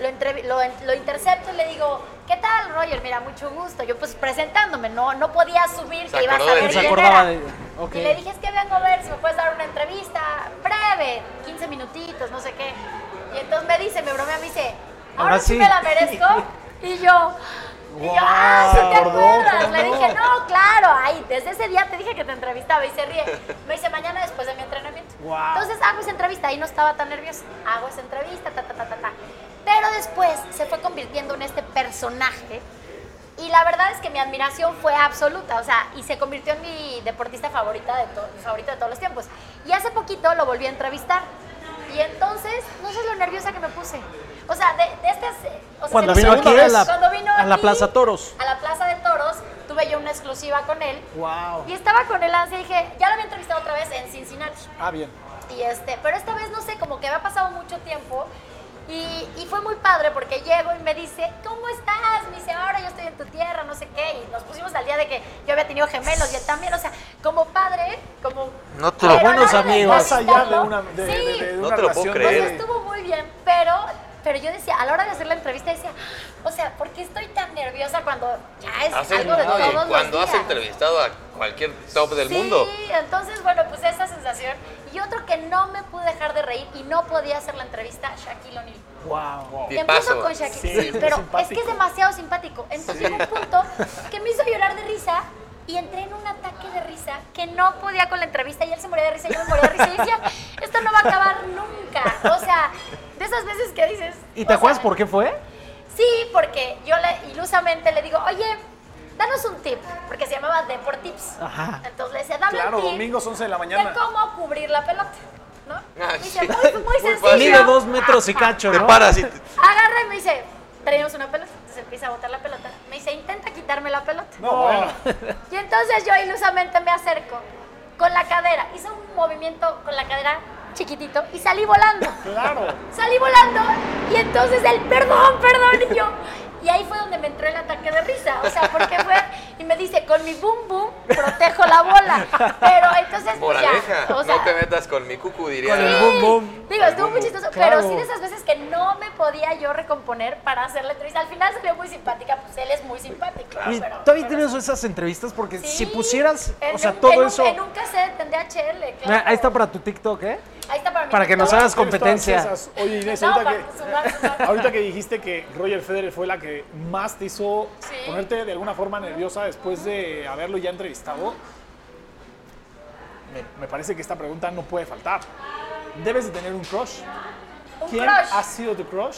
Speaker 3: lo, entrevi- lo, en- lo intercepto y le digo, ¿qué tal, Roger? Mira, mucho gusto. Yo pues presentándome, no, no podía subir
Speaker 1: Se
Speaker 3: que iba a
Speaker 1: acordó de
Speaker 3: saber
Speaker 1: ti.
Speaker 2: Se
Speaker 3: quién
Speaker 2: acordaba
Speaker 3: era.
Speaker 2: de ella. Ok.
Speaker 3: Y le dije, es que vengo a ver si me puedes dar una entrevista breve, 15 minutitos, no sé qué. Y entonces me dice, me bromea, me dice, ahora
Speaker 2: Ahora
Speaker 3: sí
Speaker 2: sí.
Speaker 3: me la merezco. Y yo, y yo,
Speaker 2: Guau,
Speaker 3: ah, ¿sí te
Speaker 4: acordó,
Speaker 3: acuerdas? Le
Speaker 4: acordó.
Speaker 3: dije, no, claro, ay, desde ese día te dije que te entrevistaba y se ríe. Me dice, mañana después de mi entrenamiento.
Speaker 2: Guau.
Speaker 3: Entonces hago esa entrevista y no estaba tan nerviosa. Hago esa entrevista, ta, ta, ta, ta, ta. Pero después se fue convirtiendo en este personaje Y la verdad es que mi admiración fue absoluta, o sea, y se convirtió en mi deportista favorita de to- favorito de todos los tiempos. Y hace poquito lo volví a entrevistar. Y entonces, no sé lo nerviosa que me puse. O sea, de, de estas... eh, o sea,
Speaker 5: Cuando
Speaker 3: se me
Speaker 5: vino
Speaker 3: hizo
Speaker 5: aquí
Speaker 3: una
Speaker 5: a
Speaker 3: vez.
Speaker 5: la-
Speaker 3: Cuando vino
Speaker 5: a la
Speaker 3: aquí,
Speaker 5: Plaza Toros.
Speaker 3: A la Plaza de Toros, tuve yo una exclusiva con él.
Speaker 2: Wow.
Speaker 3: Y estaba con el ansia y dije, ya lo había entrevistado otra vez en Cincinnati.
Speaker 4: Ah, bien.
Speaker 3: Y este, pero esta vez no sé, como que había pasado mucho tiempo. Y, y fue muy padre porque llego y me dice, ¿cómo estás? Me dice, ahora yo estoy en tu tierra, no sé qué. Y nos pusimos al día de que yo había tenido gemelos y él también. O sea, como padre, como...
Speaker 1: No te lo-
Speaker 3: pero a la
Speaker 5: Buenos
Speaker 3: hora de
Speaker 5: amigos.
Speaker 4: Más allá de
Speaker 3: entrevistarlo,
Speaker 4: una, de,
Speaker 3: sí,
Speaker 4: de- de
Speaker 1: No
Speaker 4: una
Speaker 1: te lo puedo
Speaker 4: relación.
Speaker 1: creer.
Speaker 3: o sea, estuvo muy bien, pero, pero yo decía, a la hora de hacer la entrevista decía, o sea, ¿por qué estoy tan nerviosa cuando ya es
Speaker 1: Haces-
Speaker 3: algo de
Speaker 1: oye,
Speaker 3: todos los
Speaker 1: cuando has
Speaker 3: días?
Speaker 1: entrevistado a cualquier top del
Speaker 3: sí,
Speaker 1: mundo.
Speaker 3: entonces, bueno, pues esa sensación. Y otro que no me pude dejar de reír y no podía hacer la entrevista, Shaquille O'Neal.
Speaker 4: Wow.
Speaker 3: Y empiezo
Speaker 1: Tipazo.
Speaker 3: con Shaquille,
Speaker 4: Sí,
Speaker 3: sí,
Speaker 4: es muy
Speaker 3: pero es que
Speaker 4: simpático.
Speaker 3: es demasiado simpático. Entonces llegó un punto que me hizo llorar de risa y entré en un ataque de risa que no podía con la entrevista y él se moría de risa y yo me moría de risa y decía, esto no va a acabar nunca. O sea, de esas veces que dices...
Speaker 5: ¿Y
Speaker 3: o
Speaker 5: te
Speaker 3: sea,
Speaker 5: acuerdas por qué fue?
Speaker 3: Sí, porque yo le, ilusamente le digo, oye, danos un tip, porque se llamaba Deportips.
Speaker 5: Ajá.
Speaker 3: Entonces le decía, dame
Speaker 4: Claro,
Speaker 3: un tip
Speaker 4: domingos 11 de la mañana.
Speaker 3: de cómo cubrir la pelota. ¿No?
Speaker 1: Ah,
Speaker 3: Me dice,
Speaker 1: sí.
Speaker 3: muy, muy
Speaker 1: Muy
Speaker 3: sencillo.
Speaker 1: fácil.
Speaker 5: Mide dos metros y cacho,
Speaker 1: Te
Speaker 5: ¿no?
Speaker 1: paras y te-
Speaker 3: Agarra y me dice, traíamos una pelota. Entonces empieza a botar la pelota. Me dice, intenta quitarme la pelota.
Speaker 4: No, bueno.
Speaker 3: Y entonces yo ilusamente me acerco con la cadera. Hice un movimiento con la cadera chiquitito y salí volando.
Speaker 4: Claro.
Speaker 3: Salí volando y entonces el perdón, perdón. Y yo, y ahí fue donde me entró el ataque de risa. O sea, porque fue, y me dice, con mi boom boom protejo la bola. Pero entonces, pues
Speaker 1: Moraleja,
Speaker 3: ya. O sea,
Speaker 1: no te metas con mi cucu, diría.
Speaker 5: Con el
Speaker 3: Sí.
Speaker 5: boom, boom.
Speaker 3: Digo,
Speaker 1: Al
Speaker 3: estuvo
Speaker 1: boom,
Speaker 3: muy
Speaker 1: boom.
Speaker 3: chistoso,
Speaker 5: Claro.
Speaker 3: pero sí de esas veces que no me podía yo recomponer para hacer la entrevista. Al final salió muy simpática, pues él es muy simpático.
Speaker 5: Y
Speaker 3: pero-
Speaker 5: todavía
Speaker 3: pero-
Speaker 5: tienes esas entrevistas porque
Speaker 3: Sí.
Speaker 5: si pusieras,
Speaker 3: En
Speaker 5: o sea,
Speaker 3: un-
Speaker 5: todo
Speaker 3: en un-
Speaker 5: eso.
Speaker 3: En un cassette, en DHL, claro.
Speaker 5: Mira, Ah, ahí está para tu TikTok, ¿eh?
Speaker 3: Ahí está para mí.
Speaker 5: para que nos hagas con- Competencia.
Speaker 4: Tienes todas esas. Oye, Inés,
Speaker 3: No,
Speaker 4: ahorita,
Speaker 3: para
Speaker 4: que,
Speaker 3: sumar, sumar.
Speaker 4: ahorita que dijiste que Roger Federer fue la que más te hizo
Speaker 3: Sí.
Speaker 4: ponerte de alguna forma nerviosa después de haberlo ya entrevistado, me, me parece que esta pregunta no puede faltar. Debes de tener un crush.
Speaker 3: Un
Speaker 4: ¿Quién
Speaker 3: crush.
Speaker 4: ha sido tu crush?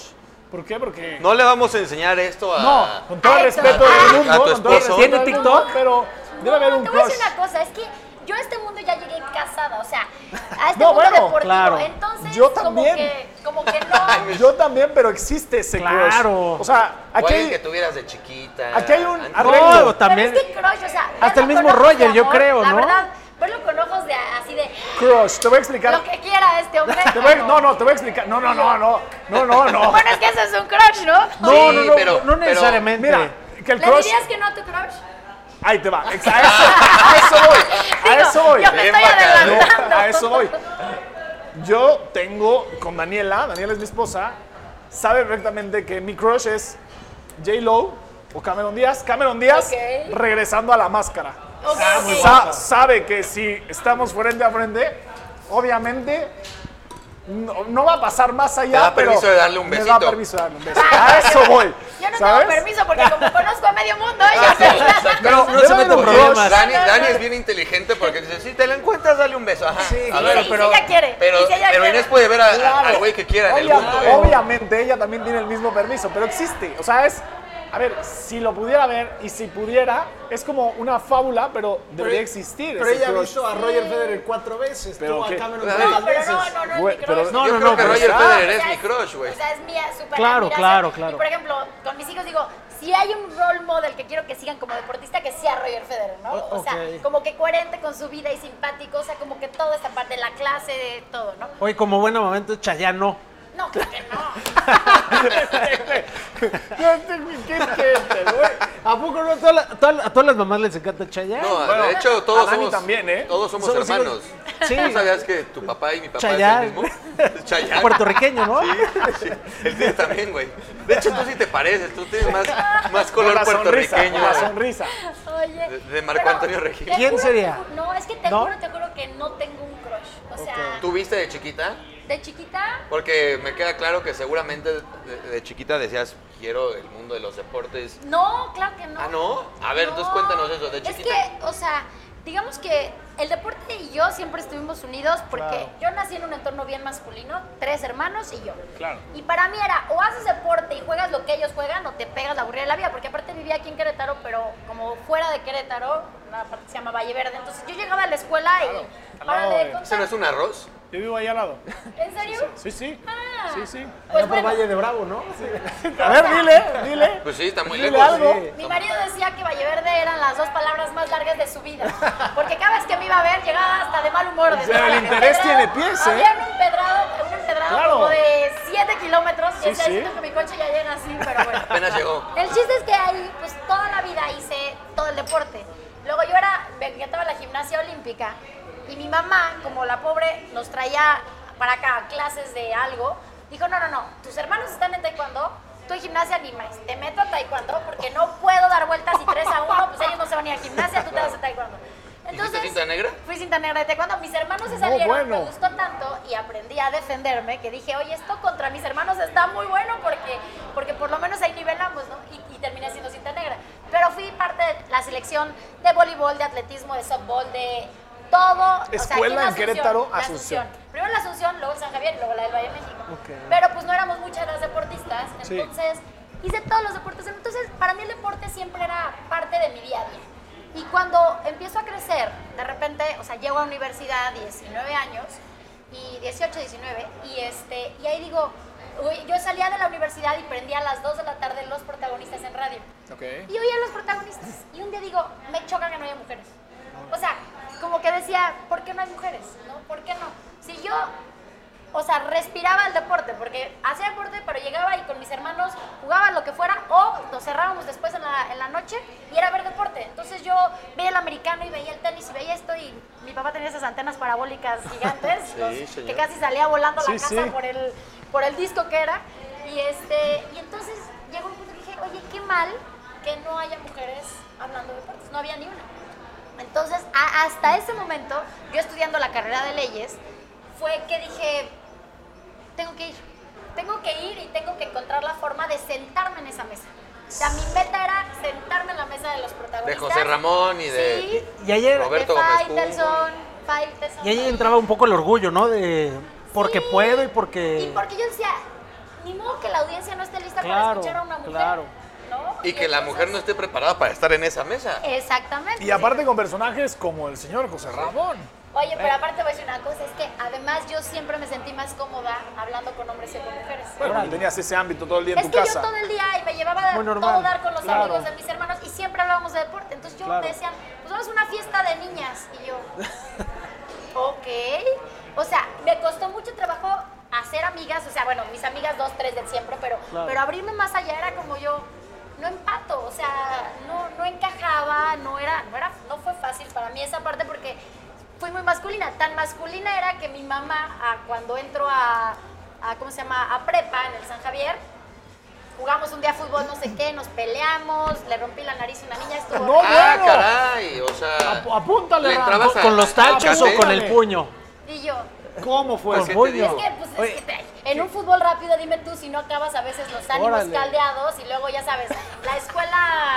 Speaker 4: ¿Por qué? Porque...
Speaker 1: No le vamos a enseñar esto a.
Speaker 4: No, con todo el
Speaker 3: Ah,
Speaker 4: respeto
Speaker 3: ah,
Speaker 4: del mundo.
Speaker 1: a tu
Speaker 4: con todo el
Speaker 1: esposo.
Speaker 4: respeto
Speaker 5: ¿Tiene
Speaker 4: del mundo,
Speaker 5: TikTok?
Speaker 4: Pero debe haber un
Speaker 3: te voy a
Speaker 4: crush.
Speaker 3: decir una cosa, es que yo a este mundo ya llegué casada, o sea, a este
Speaker 4: No,
Speaker 3: mundo
Speaker 4: bueno,
Speaker 3: deportivo.
Speaker 5: claro.
Speaker 3: Entonces,
Speaker 4: Yo también.
Speaker 3: Como que, como que no.
Speaker 4: Yo también, pero existe ese crush.
Speaker 5: Claro.
Speaker 4: O sea,
Speaker 1: O
Speaker 4: aquí...
Speaker 1: alguien que tuvieras de chiquita.
Speaker 4: aquí hay un
Speaker 1: antes.
Speaker 4: arreglo.
Speaker 5: No, también.
Speaker 3: Pero es que crush, o sea,
Speaker 5: Hasta el
Speaker 3: verlo con
Speaker 5: mismo
Speaker 3: ojos de
Speaker 5: Roger, yo
Speaker 3: amor,
Speaker 5: creo, ¿no?
Speaker 3: La verdad, verlo con ojos de así de
Speaker 4: Crush, te voy a explicar.
Speaker 3: lo que quiera este hombre.
Speaker 4: Te voy a-
Speaker 3: pero-
Speaker 4: no, no, te voy a explicar. No, no, no, no. No, no, no.
Speaker 3: Bueno, es que eso es un crush, ¿no?
Speaker 5: No,
Speaker 1: Sí,
Speaker 5: no, no,
Speaker 1: pero-
Speaker 5: no
Speaker 1: pero-
Speaker 5: necesariamente.
Speaker 4: Mira, que el
Speaker 3: ¿Le
Speaker 4: crush.
Speaker 3: dirías que no a tu crush?
Speaker 4: Ahí te va. ex- A eso, a eso voy. A
Speaker 3: Digo,
Speaker 4: eso voy.
Speaker 3: Yo me
Speaker 1: Bien
Speaker 3: estoy
Speaker 1: bacano.
Speaker 3: adelantando.
Speaker 4: No, a eso voy. Yo tengo con Daniela, Daniela es mi esposa, sabe perfectamente que mi crush es J. Lo o Cameron Díaz. Cameron Díaz
Speaker 3: Ok.
Speaker 4: regresando a la máscara.
Speaker 3: Ok, ok.
Speaker 4: Sa- sabe que si estamos frente a frente, obviamente no, no va a pasar más allá.
Speaker 1: da
Speaker 4: pero
Speaker 1: permiso de darle un
Speaker 4: Me da
Speaker 1: besito.
Speaker 4: permiso de darle un beso. A eso voy.
Speaker 3: Yo no
Speaker 4: ¿sabes? Ah,
Speaker 3: tengo permiso porque como conozco a medio mundo, ya sé.
Speaker 5: No, no se
Speaker 4: Debe
Speaker 5: meten
Speaker 4: haber un
Speaker 5: problemas.
Speaker 1: Dani,
Speaker 3: No, no,
Speaker 1: Dani
Speaker 3: no.
Speaker 1: es bien inteligente porque dice, si te la encuentras, dale un beso. Ajá.
Speaker 4: Sí,
Speaker 1: a
Speaker 4: sí,
Speaker 1: ver,
Speaker 3: sí,
Speaker 1: pero,
Speaker 3: ella quiere,
Speaker 1: Pero,
Speaker 3: sí, ella
Speaker 1: pero
Speaker 3: quiere.
Speaker 1: Inés puede ver a- a-
Speaker 4: Claro.
Speaker 1: al güey que quiera en
Speaker 4: Obvia-
Speaker 1: el mundo. ¿eh?
Speaker 4: Obviamente ella también tiene el mismo permiso, pero existe. O sea, es. A ver, si lo pudiera ver y si pudiera, es como una fábula, pero debería existir.
Speaker 2: Pero
Speaker 4: ese
Speaker 2: ella ha
Speaker 4: crush.
Speaker 2: visto a Roger Federer cuatro veces,
Speaker 4: Pero
Speaker 2: tú
Speaker 4: qué-
Speaker 2: a Cameron
Speaker 1: No,
Speaker 2: tantas
Speaker 3: pero
Speaker 2: veces.
Speaker 3: no, no, no,
Speaker 4: Güey,
Speaker 3: es mi
Speaker 4: pero-
Speaker 1: Yo
Speaker 3: crush.
Speaker 5: No, no,
Speaker 1: creo
Speaker 5: no,
Speaker 1: que
Speaker 5: pero
Speaker 1: Roger
Speaker 4: está.
Speaker 1: Federer
Speaker 3: O
Speaker 1: es
Speaker 3: sea,
Speaker 1: mi crush, güey.
Speaker 3: O sea, es mía, súper
Speaker 5: Claro,
Speaker 3: admiración.
Speaker 5: claro, claro.
Speaker 3: Y por ejemplo, con mis hijos digo, si hay un role model que quiero que sigan como deportista, que sea Roger Federer, ¿no?
Speaker 5: O-
Speaker 3: O sea,
Speaker 5: ok.
Speaker 3: como que coherente con su vida y simpático, o sea, como que toda esta parte de la clase, de todo, ¿no?
Speaker 5: Oye, como buen momento, Chayano.
Speaker 3: No, creo que no.
Speaker 4: ¿Qué es que este, güey?
Speaker 5: ¿A poco no? Toda la- toda la- a todas las mamás les encanta Chayanne.
Speaker 1: No,
Speaker 4: Bueno,
Speaker 1: de hecho, todos
Speaker 4: a Dani
Speaker 1: somos,
Speaker 4: también, ¿eh?
Speaker 1: todos somos
Speaker 5: Somos
Speaker 1: hermanos.
Speaker 5: Sí.
Speaker 1: ¿Tú sabías que tu papá y mi papá
Speaker 5: Chayanne.
Speaker 1: es el mismo? Chayanne.
Speaker 5: Puertorriqueño, ¿no?
Speaker 1: Sí, el tío también, güey. De hecho, tú sí te pareces, tú tienes más, más color
Speaker 4: Con la sonrisa,
Speaker 1: puertorriqueño.
Speaker 4: con la sonrisa.
Speaker 3: Oye.
Speaker 1: De- de Marco Antonio Regil.
Speaker 3: te
Speaker 5: ¿Quién
Speaker 3: juro,
Speaker 5: sería?
Speaker 3: No, es que te
Speaker 5: ¿No?
Speaker 3: juro, te juro que no tengo un crush. O sea,
Speaker 1: ¿Tú viste de chiquita?
Speaker 3: de chiquita,
Speaker 1: Porque me queda claro que seguramente de, de chiquita decías, quiero el mundo de los deportes.
Speaker 3: no, claro que no.
Speaker 1: Ah, ¿no? A ver, entonces cuéntanos eso, de
Speaker 3: Es
Speaker 1: chiquita.
Speaker 3: que, o sea, digamos que el deporte y yo siempre estuvimos unidos porque
Speaker 4: Claro.
Speaker 3: yo nací en un entorno bien masculino, tres hermanos y yo.
Speaker 4: Claro.
Speaker 3: Y para mí era o haces deporte y juegas lo que ellos juegan o te pegas la aburrida de la vida, porque aparte vivía aquí en Querétaro, pero como fuera de Querétaro, una parte se llama Valle Verde. Entonces yo llegaba a la escuela y
Speaker 4: al
Speaker 3: para
Speaker 4: lado
Speaker 3: de
Speaker 4: de-
Speaker 3: contar.
Speaker 1: ¿Eso no es un arroz?
Speaker 4: Yo vivo ahí al lado.
Speaker 3: ¿En serio?
Speaker 4: Sí, sí.
Speaker 3: Ah.
Speaker 4: Sí, sí.
Speaker 3: Pues
Speaker 5: Allá por
Speaker 3: bueno,
Speaker 5: Valle de Bravo, ¿no?
Speaker 4: A ver, dile, dile.
Speaker 1: Pues sí, está muy
Speaker 4: Dile
Speaker 1: lejos.
Speaker 4: algo.
Speaker 1: Sí.
Speaker 3: Mi marido decía que Valle Verde eran las dos palabras más largas de su vida, porque cada vez que me iba a ver llegaba hasta de mal humor.
Speaker 4: sea,
Speaker 3: Después
Speaker 4: el
Speaker 3: había
Speaker 4: interés
Speaker 3: empedrado-
Speaker 4: tiene pies, ¿eh?
Speaker 3: Había un empedrado, un empedrado
Speaker 4: Claro.
Speaker 3: como de 7 kilómetros, y
Speaker 4: Sí,
Speaker 3: decía,
Speaker 4: sí.
Speaker 3: siento que mi coche ya llega así, pero bueno.
Speaker 1: Apenas llegó.
Speaker 3: El chiste es que ahí, pues toda la vida hice todo el deporte. Luego yo era, me encantaba la gimnasia olímpica y mi mamá, como la pobre, nos traía para acá clases de algo. Dijo, no, no, no, tus hermanos están en taekwondo, tú en gimnasia ni más. Te meto a taekwondo porque no puedo dar vueltas y 3 a 1, pues ellos no se van ni a gimnasia, tú te vas a taekwondo. Entonces,
Speaker 1: cinta negra?
Speaker 3: Fui cinta negra de taekwondo. Mis hermanos se salieron,
Speaker 4: bueno.
Speaker 3: me gustó tanto y aprendí a defenderme que dije, oye, esto contra mis hermanos está muy bueno porque, porque por lo menos ahí nivelamos, ¿no? Y, y terminé siendo cinta negra. Pero fui parte de la selección de voleibol, de atletismo, de softball, de todo.
Speaker 4: Escuela en Querétaro,
Speaker 3: la
Speaker 4: Asunción.
Speaker 3: Primero la Asunción, luego el San Javier y luego la del Valle de México. Pero pues no éramos muchas las deportistas,
Speaker 4: Sí.
Speaker 3: entonces hice todos los deportes. Entonces para mí el deporte siempre era parte de mi día a día. Y cuando empiezo a crecer, de repente, o sea, llego a universidad 19 años y 18, 19 y este y ahí digo, uy, yo salía de la universidad y prendía a las 2 de la tarde los protagonistas en radio.
Speaker 4: Ok.
Speaker 3: Y oía a los protagonistas. Y un día digo, me choca que no haya mujeres. O sea, como que decía, ¿por qué no hay mujeres? ¿No? ¿Por qué no? Si yo, o sea, respiraba el deporte, porque hacía deporte, pero llegaba y con mis hermanos jugaba lo que fuera, o nos cerrábamos después en la, en la noche y era ver deporte. Entonces yo veía el americano y veía el tenis y veía esto, y mi papá tenía esas antenas parabólicas gigantes,
Speaker 1: Sí,
Speaker 3: los- que
Speaker 1: señor.
Speaker 3: casi salía volando a la
Speaker 4: Sí,
Speaker 3: casa
Speaker 4: sí.
Speaker 3: por el, por el disco que era. Y, este, y entonces llegó un punto que dije, oye, qué mal que no haya mujeres hablando de deportes. No había ni una. Entonces, a- hasta ese momento, yo estudiando la carrera de leyes, fue que dije, tengo que ir. Tengo que ir y tengo que encontrar la forma de sentarme en esa mesa. O sea, mi meta era sentarme en la mesa de los protagonistas.
Speaker 1: De José Ramón y de-
Speaker 3: Sí,
Speaker 5: Y ahí, era-
Speaker 1: Robert- Roberto
Speaker 3: de
Speaker 1: Gómez
Speaker 3: Faitelson, Faitelson.
Speaker 5: y ahí entraba un poco el orgullo, ¿no? De porque
Speaker 3: Sí.
Speaker 5: puedo y
Speaker 3: Y
Speaker 5: porque...
Speaker 3: porque yo decía, ni modo que la audiencia no esté lista para
Speaker 5: Claro,
Speaker 3: escuchar a una mujer.
Speaker 5: claro.
Speaker 3: ¿no?
Speaker 1: Y que la mujer no esté preparada para estar en esa mesa.
Speaker 3: Exactamente.
Speaker 4: Y aparte con personajes como el señor José Ramón.
Speaker 3: Oye, pero aparte te voy a decir una cosa, es que además yo siempre me sentí más cómoda hablando con hombres que con mujeres.
Speaker 4: Bueno, porque tenías ese ámbito todo el día en
Speaker 3: es
Speaker 4: tu
Speaker 3: que yo
Speaker 4: casa.
Speaker 3: todo el día y me llevaba a
Speaker 5: Muy
Speaker 3: todo
Speaker 5: normal,
Speaker 3: dar con los
Speaker 5: claro.
Speaker 3: amigos de mis hermanos y siempre hablábamos de deporte. Entonces yo
Speaker 5: Claro.
Speaker 3: me decían, pues vamos a una fiesta de niñas. Y yo, ok. O sea, me costó mucho trabajo hacer amigas. O sea, bueno, mis amigas dos, tres de siempre, pero,
Speaker 5: Claro.
Speaker 3: pero abrirme más allá era como yo, no empato. O sea, no, no encajaba, no era, no era, no fue fácil para mí esa parte porque fui muy masculina. Tan masculina era que mi mamá, ah, cuando entro a, a, ¿cómo se llama? A prepa en el San Javier, jugamos un día fútbol, no sé qué, nos peleamos, le rompí la nariz a una niña, estuvo...
Speaker 4: No,
Speaker 1: Ah,
Speaker 4: bueno.
Speaker 1: caray, o sea.
Speaker 4: Ap- apúntale,
Speaker 1: ¿le
Speaker 4: Ram.
Speaker 1: entrabas a-
Speaker 5: ¿Con los tachos o
Speaker 1: Aguacate?
Speaker 5: con el puño?
Speaker 3: Y yo,
Speaker 4: ¿Cómo fue?
Speaker 1: Pues, ¿qué te
Speaker 5: Orgullo.
Speaker 1: digo?
Speaker 3: es que, pues, es que te- en un fútbol rápido, dime tú, si no acabas a veces los ánimos
Speaker 5: Órale.
Speaker 3: caldeados y luego, ya sabes, la escuela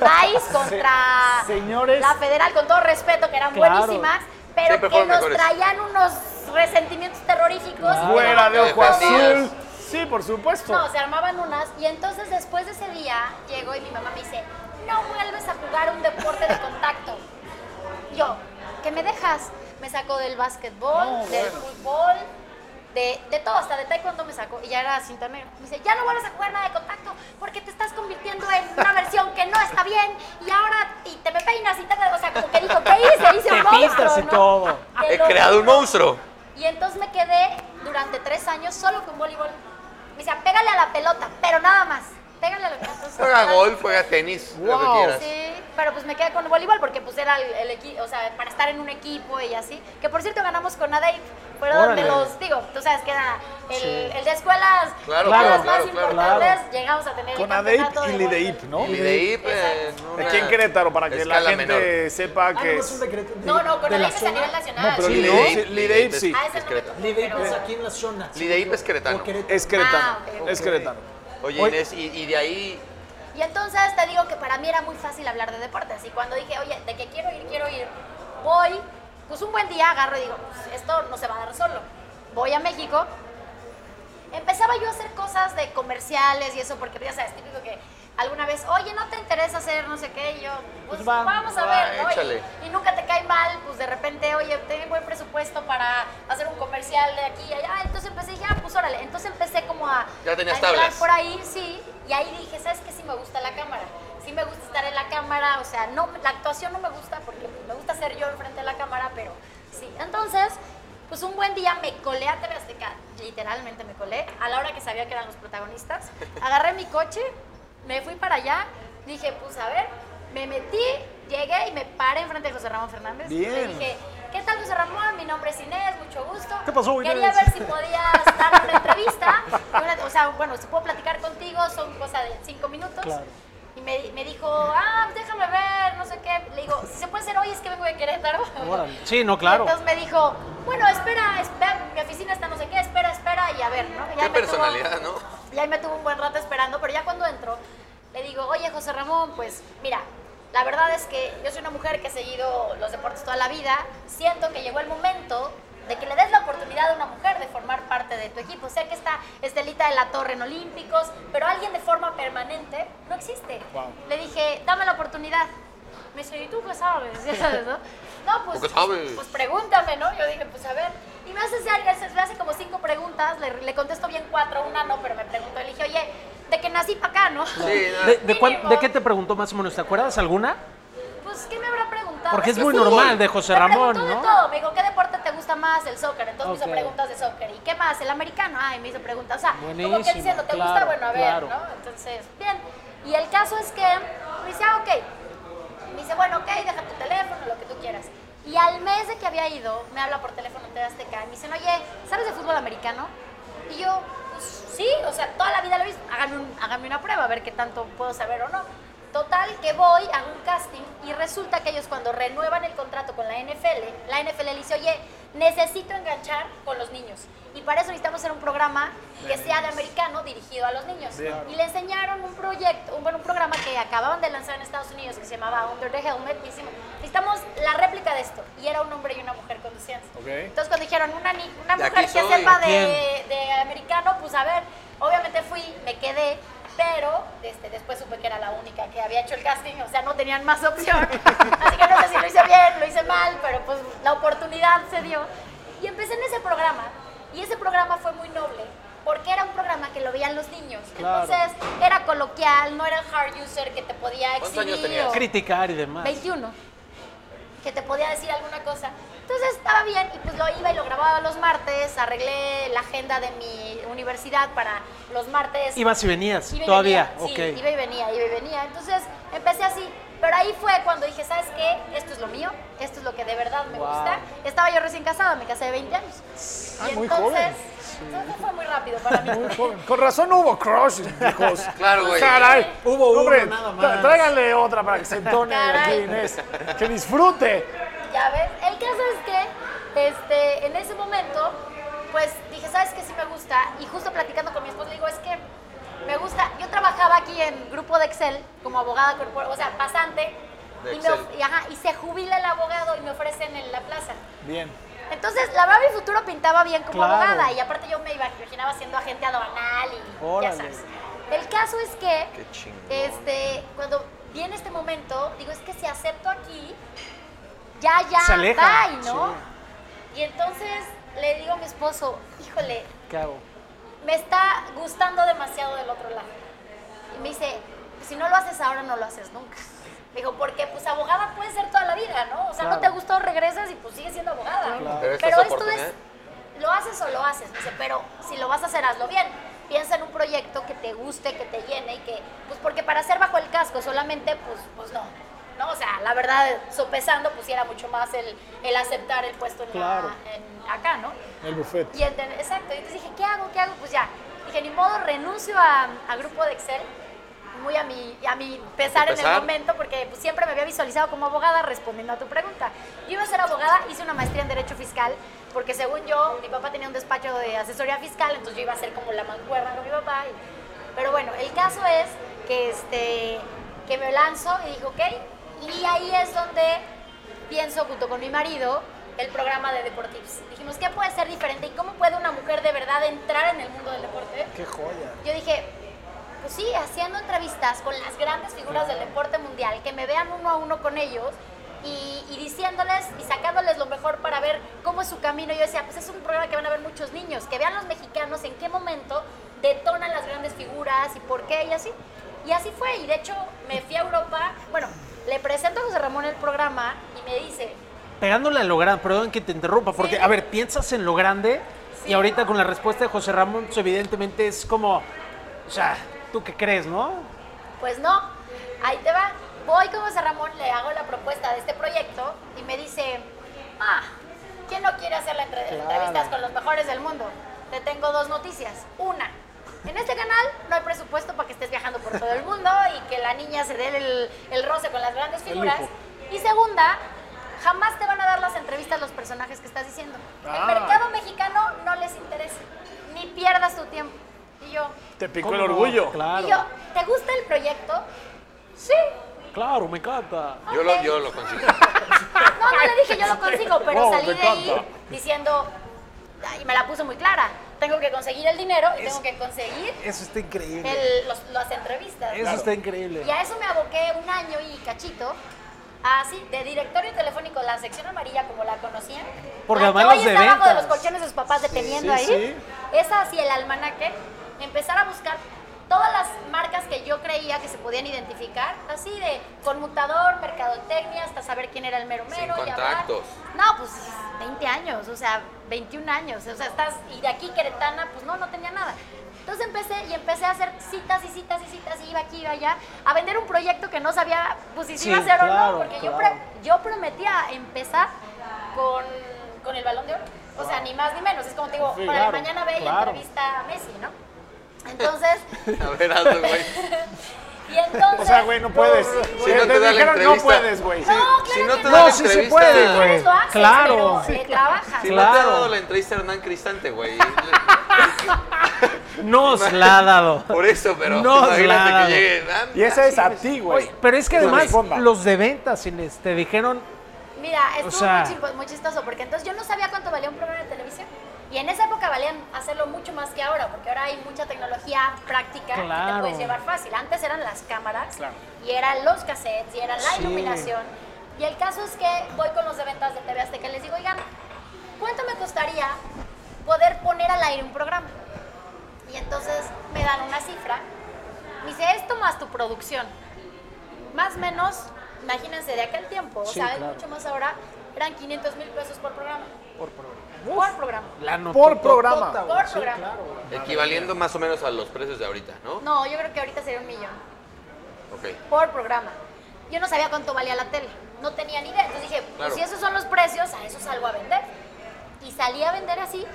Speaker 3: Nice contra
Speaker 4: Se- señores.
Speaker 3: la Federal, con todo respeto, que eran
Speaker 5: Claro.
Speaker 3: buenísimas, pero
Speaker 1: Siempre
Speaker 3: que
Speaker 1: fueron
Speaker 3: nos
Speaker 1: mejores.
Speaker 3: traían unos resentimientos terroríficos. y
Speaker 4: Fuera
Speaker 3: eran
Speaker 4: de ojo
Speaker 3: todos-
Speaker 4: azul. Sí, por supuesto.
Speaker 3: No, se armaban unas y entonces después de ese día llego y mi mamá me dice, no vuelves a jugar un deporte de contacto. Yo, ¿qué me dejas? Me sacó del básquetbol,
Speaker 4: No,
Speaker 3: del
Speaker 4: bueno.
Speaker 3: fútbol, de, de todo, hasta de taekwondo me sacó y ya era cinta negra. Me dice, ya no vuelves a jugar nada de contacto porque te estás convirtiendo en una versión que no está bien y ahora y te me peinas y te... O sea, como que dijo, ¿qué hice? Hice
Speaker 5: Te
Speaker 3: un monstruo,
Speaker 5: pistas y
Speaker 3: ¿no?
Speaker 5: todo.
Speaker 3: Te
Speaker 1: He
Speaker 3: lo
Speaker 1: creado un
Speaker 3: juro.
Speaker 1: monstruo.
Speaker 3: Y entonces me quedé durante tres años solo con voleibol. Me decía, pégale a la pelota, pero nada más. Pégale a la pelota. Entonces,
Speaker 1: Juega
Speaker 3: nada-
Speaker 1: golf, juega tenis, lo que
Speaker 4: Wow.
Speaker 1: quieras.
Speaker 3: Sí, pero pues me quedé con voleibol porque pues era el, equipo, o sea, para estar en un equipo y así. Que por cierto ganamos con Adai, pero donde
Speaker 5: Órale.
Speaker 3: los, digo, tú sabes que era el, el de escuelas,
Speaker 5: claro,
Speaker 1: Claro,
Speaker 3: de los más
Speaker 1: claro, claro.
Speaker 3: importantes, llegamos a tener el
Speaker 4: Con
Speaker 3: campeonato
Speaker 4: Adeip
Speaker 3: de
Speaker 4: y Lideip,
Speaker 3: voleibol.
Speaker 4: ¿no?
Speaker 1: Y de ahí, pues,
Speaker 3: Exacto.
Speaker 1: una
Speaker 4: Aquí en Querétaro, para que la
Speaker 1: escala
Speaker 4: gente
Speaker 1: menor.
Speaker 4: sepa que
Speaker 5: es
Speaker 4: es.
Speaker 3: Ah, No, no, con Adeip es a nivel nacional.
Speaker 4: No, pero
Speaker 1: Sí, Lideip,
Speaker 4: Lideip, sí, Lideip,
Speaker 1: Lideip,
Speaker 4: sí.
Speaker 3: Ah, ese no
Speaker 1: Discreta.
Speaker 3: me tocó,
Speaker 5: Lideip
Speaker 3: pero-
Speaker 5: es aquí en la zona.
Speaker 1: Lideip es queretano.
Speaker 5: O Querétaro.
Speaker 4: Es Querétaro.
Speaker 3: Ah, ok, ok.
Speaker 4: Es Querétaro.
Speaker 1: Oye, Inés, y, y de ahí.
Speaker 3: Y entonces te digo que para mí era muy fácil hablar de deportes. Y cuando dije, oye, de que quiero ir, quiero ir, voy, pues un buen día agarro y digo, "Pues, esto no se va a dar solo. Voy a México. Empezaba yo a hacer cosas de comerciales y eso, porque pues, ya sabes, típico que alguna vez, oye, no te interesa hacer no sé qué, y yo,
Speaker 2: Pues
Speaker 3: pues,
Speaker 2: va,
Speaker 3: vamos a
Speaker 1: va,
Speaker 3: ver, ¿no? Y-
Speaker 1: échale.
Speaker 3: y nunca te cae mal, pues de repente, oye, tengo buen presupuesto para hacer un comercial de aquí y allá. Entonces empecé, ya, pues órale. Entonces empecé como a.
Speaker 1: Ya tenías
Speaker 3: a entrar
Speaker 1: tablas.
Speaker 3: por ahí, sí. Y ahí dije, ¿sabes qué? Sí me gusta la cámara. Sí me gusta estar en la cámara. O sea, no, la actuación no me gusta porque me gusta ser yo enfrente de la cámara, pero sí. Entonces, pues un buen día me colé a TV Azteca. Literalmente me colé. A la hora que sabía que eran los protagonistas. Agarré mi coche, me fui para allá. Dije, pues a ver, me metí, llegué y me paré enfrente de José Ramón Fernández. Le
Speaker 4: Bien.
Speaker 3: dije, ¿qué tal José Ramón? Mi nombre es Inés, mucho gusto.
Speaker 2: ¿Qué pasó, Inés?
Speaker 3: Quería ver si podía estar en una entrevista. Una- o sea, bueno, si puedo platicar contigo, son cosa de cinco minutos. Y me, di- me dijo, ah, déjame ver, no sé qué. Le digo, si se puede hacer hoy, es que vengo de Querétaro.
Speaker 5: Órale. Sí, no, claro.
Speaker 3: Y Entonces me dijo, bueno, espera, espera, mi oficina está no sé qué, espera, espera y a ver, ¿no? Y
Speaker 1: Qué
Speaker 3: ahí me tuvo-
Speaker 1: personalidad, ¿no?
Speaker 3: y ahí me tuvo un buen rato esperando, pero ya cuando entró, le digo, oye, José Ramón, pues mira, la verdad es que yo soy una mujer que he seguido los deportes toda la vida, siento que llegó el momento de que le des la oportunidad a una mujer de formar parte de tu equipo. Sé que está Estelita de la Torre en Olímpicos, pero alguien de forma permanente no existe.
Speaker 4: Wow.
Speaker 3: Le dije, dame la oportunidad. Me dice, ¿y tú qué sabes? Ya sabes, ¿no? No, pues,
Speaker 1: ¿Tú qué sabes?
Speaker 3: pues pregúntame, ¿no? Yo dije, pues a ver. Y me hace, hacer- me hace como cinco preguntas, le, le contesto bien cuatro, una no, pero me preguntó. Le dije, oye, de que nací para acá, ¿no?
Speaker 1: Sí, no.
Speaker 5: ¿De, de cuán-
Speaker 3: Mínimo.
Speaker 5: de qué te preguntó más o menos? ¿Te acuerdas alguna?
Speaker 3: Pues, ¿qué me habrá preguntado?
Speaker 5: Porque es
Speaker 3: que
Speaker 5: muy
Speaker 3: sí.
Speaker 5: normal de José
Speaker 3: Me
Speaker 5: Ramón,
Speaker 3: preguntó
Speaker 5: ¿no?
Speaker 3: de todo. Me dijo, ¿qué deporte te gusta más? El soccer. Entonces me
Speaker 5: Ok.
Speaker 3: hizo preguntas de soccer. ¿Y qué más? El americano. Ay, me hizo preguntas. O sea, como que
Speaker 5: Buenísimo,
Speaker 3: diciendo, ¿te gusta?
Speaker 5: claro,
Speaker 3: Bueno, a ver,
Speaker 5: claro.
Speaker 3: ¿no? Entonces, bien. Y el caso es que me dice, ah, ok. Me dice, bueno, ok, deja tu teléfono, lo que tú quieras. Y al mes de que había ido, me habla por teléfono en TV Azteca y me dicen, oye, ¿sabes de fútbol americano? Y yo, pues sí, o sea, toda la vida lo he visto. Háganme, un- háganme una prueba, a ver qué tanto puedo saber o no. Total, que voy, hago un casting y resulta que ellos cuando renuevan el contrato con la NFL, la NFL le dice, oye, necesito enganchar con los niños. Y para eso necesitamos hacer un programa que sea de americano dirigido a los niños. Y le enseñaron un proyecto, un, bueno, un programa que acababan de lanzar en Estados Unidos que se llamaba Under the Helmet. Y hicimos, necesitamos la réplica de esto. Y era un hombre y una mujer conduciendo.
Speaker 4: Ok.
Speaker 3: Entonces cuando dijeron una, ni- una
Speaker 1: De aquí
Speaker 3: mujer que
Speaker 1: soy.
Speaker 3: sepa de,
Speaker 5: Bien.
Speaker 3: de americano, pues a ver, obviamente fui, me quedé, pero este, después supe que era la única que había hecho el casting, o sea, no tenían más opción. Así que no sé si lo hice bien, lo hice mal, pero pues la oportunidad se dio. Y empecé en ese programa, y ese programa fue muy noble, porque era un programa que lo veían los niños. Entonces era coloquial, no era el hard user que te podía
Speaker 1: ¿Cuántos años
Speaker 3: exhibir.
Speaker 1: tenías?
Speaker 3: o-
Speaker 5: Criticar y demás.
Speaker 3: 21, que te podía decir alguna cosa. Entonces estaba bien y pues lo iba y lo grababa los martes, arreglé la agenda de mi universidad para los martes.
Speaker 5: Ibas y venías,
Speaker 3: Iba y venía,
Speaker 5: todavía.
Speaker 3: sí,
Speaker 5: ok.
Speaker 3: iba y venía, iba y venía. Entonces empecé así, pero ahí fue cuando dije, ¿sabes qué? Esto es lo mío, esto es lo que de verdad me gusta. Estaba yo recién casada, me casé de 20 años.
Speaker 4: Ah,
Speaker 3: y
Speaker 4: muy
Speaker 3: entonces,
Speaker 4: joven.
Speaker 3: entonces fue muy rápido para mí.
Speaker 4: Muy joven. Con razón no hubo crush, hijos.
Speaker 1: Claro, güey.
Speaker 4: Caray.
Speaker 5: Hubo uno,
Speaker 4: Hombre,
Speaker 5: nada
Speaker 4: tra-
Speaker 5: más.
Speaker 4: Tráiganle otra para que se entone aquí,
Speaker 3: Caray.
Speaker 4: Inés. Que disfrute.
Speaker 3: Ya ves, el caso es que este, en ese momento, pues dije, ¿sabes qué? Sí me gusta. Y justo platicando con mi esposo, le digo, es que me gusta. Yo trabajaba aquí en grupo de Excel como abogada corporativa, o sea, pasante.
Speaker 1: De
Speaker 3: y, me
Speaker 1: Excel.
Speaker 3: of- y, ajá, y se jubila el abogado y me ofrecen en la plaza.
Speaker 4: Bien.
Speaker 3: Entonces, la verdad, mi futuro pintaba bien como
Speaker 5: Claro.
Speaker 3: abogada. Y aparte, yo me iba- imaginaba siendo agente aduanal y
Speaker 5: Órale.
Speaker 3: ya sabes. El caso es que,
Speaker 1: Qué chingón.
Speaker 3: este, cuando viene este momento, digo, es que si acepto aquí, ya, ya,
Speaker 5: Se aleja,
Speaker 3: bye, ¿no? Y entonces le digo a mi esposo, híjole,
Speaker 5: ¿Qué hago?
Speaker 3: me está gustando demasiado del otro lado. Y me dice, si no lo haces ahora, no lo haces nunca. Me dijo, porque pues abogada puede ser toda la vida, ¿no? O sea, no te gustó, regresas y pues sigues siendo abogada.
Speaker 1: Pero
Speaker 3: Pero,
Speaker 1: esta es
Speaker 3: esto
Speaker 1: oportunidad.
Speaker 3: es, lo haces o lo haces. Me dice, pero si lo vas a hacer, hazlo bien. Piensa en un proyecto que te guste, que te llene y que, pues porque para ser bajo el casco solamente, pues, pues no. ¿No? O sea, la verdad, sopesando, pues sí era mucho más el, el aceptar el puesto en la-
Speaker 5: Claro.
Speaker 3: en- acá, ¿no?
Speaker 4: El buffet.
Speaker 3: Y enten- exacto, y entonces dije, ¿qué hago? ¿Qué hago? Pues ya, dije, ni modo, renuncio a, a grupo de Excel, muy a mi, a mi pesar en el
Speaker 1: pesar.
Speaker 3: momento, porque pues, siempre me había visualizado como abogada respondiendo a tu pregunta. Yo iba a ser abogada, hice una maestría en Derecho Fiscal, porque según yo, mi papá tenía un despacho de asesoría fiscal, entonces yo iba a ser como la mancuerna con mi papá. y- pero bueno, el caso es que, este, que me lanzo y dije, ok, y ahí es donde pienso junto con mi marido el programa de Deportips. Dijimos, ¿qué puede ser diferente y cómo puede una mujer de verdad entrar en el mundo del deporte?
Speaker 4: Qué joya.
Speaker 3: Yo dije, pues sí, haciendo entrevistas con las grandes figuras del deporte mundial, que me vean uno a uno con ellos y, y diciéndoles y sacándoles lo mejor para ver cómo es su camino. Yo decía, pues es un programa que van a ver muchos niños, que vean los mexicanos en qué momento detonan las grandes figuras y por qué y así. Y así fue, y de hecho me fui a Europa, bueno, le presento a José Ramón el programa y me dice,
Speaker 5: Pegándole a lo grande, perdón que te interrumpa, porque,
Speaker 3: Sí.
Speaker 5: a ver, piensas en lo grande
Speaker 3: Sí,
Speaker 5: y ahorita
Speaker 3: no.
Speaker 5: con la respuesta de José Ramón, pues, evidentemente es como, o sea, ¿tú qué crees, no?
Speaker 3: Pues no, ahí te va. Voy con José Ramón, le hago la propuesta de este proyecto y me dice, ah, ¿quién no quiere hacer las entre- entrevistas con los mejores del mundo? Te tengo dos noticias. Una, en este canal no hay presupuesto para que estés viajando por todo el mundo y que la niña se dé el, el roce con las grandes figuras. Y segunda, jamás te van a dar las entrevistas los personajes que estás diciendo.
Speaker 4: Ah.
Speaker 3: El mercado mexicano no les interesa, ni pierdas tu tiempo. Y yo,
Speaker 4: Te picó
Speaker 5: ¿Cómo
Speaker 4: el
Speaker 5: no?
Speaker 4: orgullo.
Speaker 5: Claro,
Speaker 3: y yo, ¿te gusta el proyecto? Sí.
Speaker 5: claro, me encanta.
Speaker 1: Yo lo,
Speaker 3: ok.
Speaker 1: yo lo consigo.
Speaker 3: No, no le dije yo lo consigo, pero
Speaker 4: Wow,
Speaker 3: salí
Speaker 4: me
Speaker 3: de ahí
Speaker 4: encanta.
Speaker 3: diciendo, y me la puso muy clara, tengo que conseguir el dinero y tengo que conseguir
Speaker 5: Eso está increíble.
Speaker 3: el- los- las entrevistas.
Speaker 5: Eso está increíble.
Speaker 3: Y a eso me aboqué un año y cachito, así, de directorio telefónico, la sección amarilla como la conocían.
Speaker 5: Porque
Speaker 3: la que
Speaker 5: además
Speaker 3: hoy
Speaker 5: los de
Speaker 3: está abajo de los
Speaker 5: ventas.
Speaker 3: colchones de sus papás deteniendo
Speaker 4: sí,
Speaker 3: ahí. Esa así el almanaque, empezar a buscar todas las marcas que yo creía que se podían identificar, así de conmutador, mercadotecnia, hasta saber quién era el mero
Speaker 1: Sin
Speaker 3: mero. y hablar.
Speaker 1: contactos.
Speaker 3: No, pues 20 años, o sea, 21 años, o sea, estás, y de aquí Queretana, pues no, no tenía nada. Entonces empecé y empecé a hacer citas y citas y citas y iba aquí, iba allá, a vender un proyecto que no sabía pues si se
Speaker 5: Sí,
Speaker 3: iba a hacer o
Speaker 5: claro,
Speaker 3: no, porque yo,
Speaker 5: claro.
Speaker 3: pre- yo prometía empezar con, con el balón de oro. O sea, ni más ni menos, es como te digo,
Speaker 5: Sí,
Speaker 3: para
Speaker 5: claro,
Speaker 3: mañana ve y
Speaker 5: claro.
Speaker 3: entrevista a Messi, ¿no? Entonces,
Speaker 1: A ver, hazlo, güey.
Speaker 3: y entonces...
Speaker 4: O sea, güey, no puedes. Eh,
Speaker 1: Si no te
Speaker 4: te
Speaker 1: da la
Speaker 4: dijeron no
Speaker 1: entrevista.
Speaker 4: puedes, güey.
Speaker 3: No, claro
Speaker 1: Si no
Speaker 3: que
Speaker 1: te
Speaker 3: no.
Speaker 1: da la
Speaker 5: No, sí se
Speaker 1: entrevista-
Speaker 5: puede,
Speaker 3: Si
Speaker 5: güey.
Speaker 3: quieres lo haces,
Speaker 5: Claro.
Speaker 3: pero
Speaker 5: Sí,
Speaker 3: le trabajas.
Speaker 1: Si no te ha
Speaker 5: Claro.
Speaker 1: dado la entrevista a Hernán Cristante, güey.
Speaker 5: Nos la ha dado.
Speaker 1: Por eso, pero
Speaker 5: Nos la ha
Speaker 1: imagínate
Speaker 5: dado.
Speaker 1: que llegue Hernán.
Speaker 4: Y esa es a ti, güey.
Speaker 5: Oye, pero es que
Speaker 4: Tú
Speaker 5: además
Speaker 4: responda.
Speaker 5: los de ventas Inés, te dijeron,
Speaker 3: Mira, estuvo
Speaker 5: sea-
Speaker 3: muy, chimpo- muy chistoso, porque entonces yo no sabía cuánto valía un programa de televisión. Y en esa época valían hacerlo mucho más que ahora, porque ahora hay mucha tecnología práctica que te
Speaker 5: Claro.
Speaker 3: puedes llevar fácil. Antes eran las cámaras,
Speaker 4: Claro.
Speaker 3: y eran los cassettes, y era la
Speaker 5: Sí.
Speaker 3: iluminación. Y el caso es que voy con los de ventas de TV Azteca y les digo, oigan, ¿cuánto me costaría poder poner al aire un programa? Y entonces me dan una cifra. Me dice, esto más tu producción. Más o menos, imagínense, de aquel tiempo, o
Speaker 5: Sí,
Speaker 3: sea, es
Speaker 5: claro.
Speaker 3: mucho más ahora, eran 500 mil pesos por programa.
Speaker 5: por programa.
Speaker 3: Por programa.
Speaker 5: La notó
Speaker 4: Por
Speaker 5: totota,
Speaker 4: programa.
Speaker 5: güey.
Speaker 3: Por
Speaker 5: Sí,
Speaker 3: programa.
Speaker 5: claro.
Speaker 1: Equivaliendo más o menos a los precios de ahorita, ¿no?
Speaker 3: No, yo creo que ahorita sería un millón.
Speaker 1: Ok.
Speaker 3: por programa. Yo no sabía cuánto valía la tele, no tenía ni idea. Entonces dije, pues
Speaker 1: Claro.
Speaker 3: si esos son los precios, a eso salgo a vender. Y salí a vender así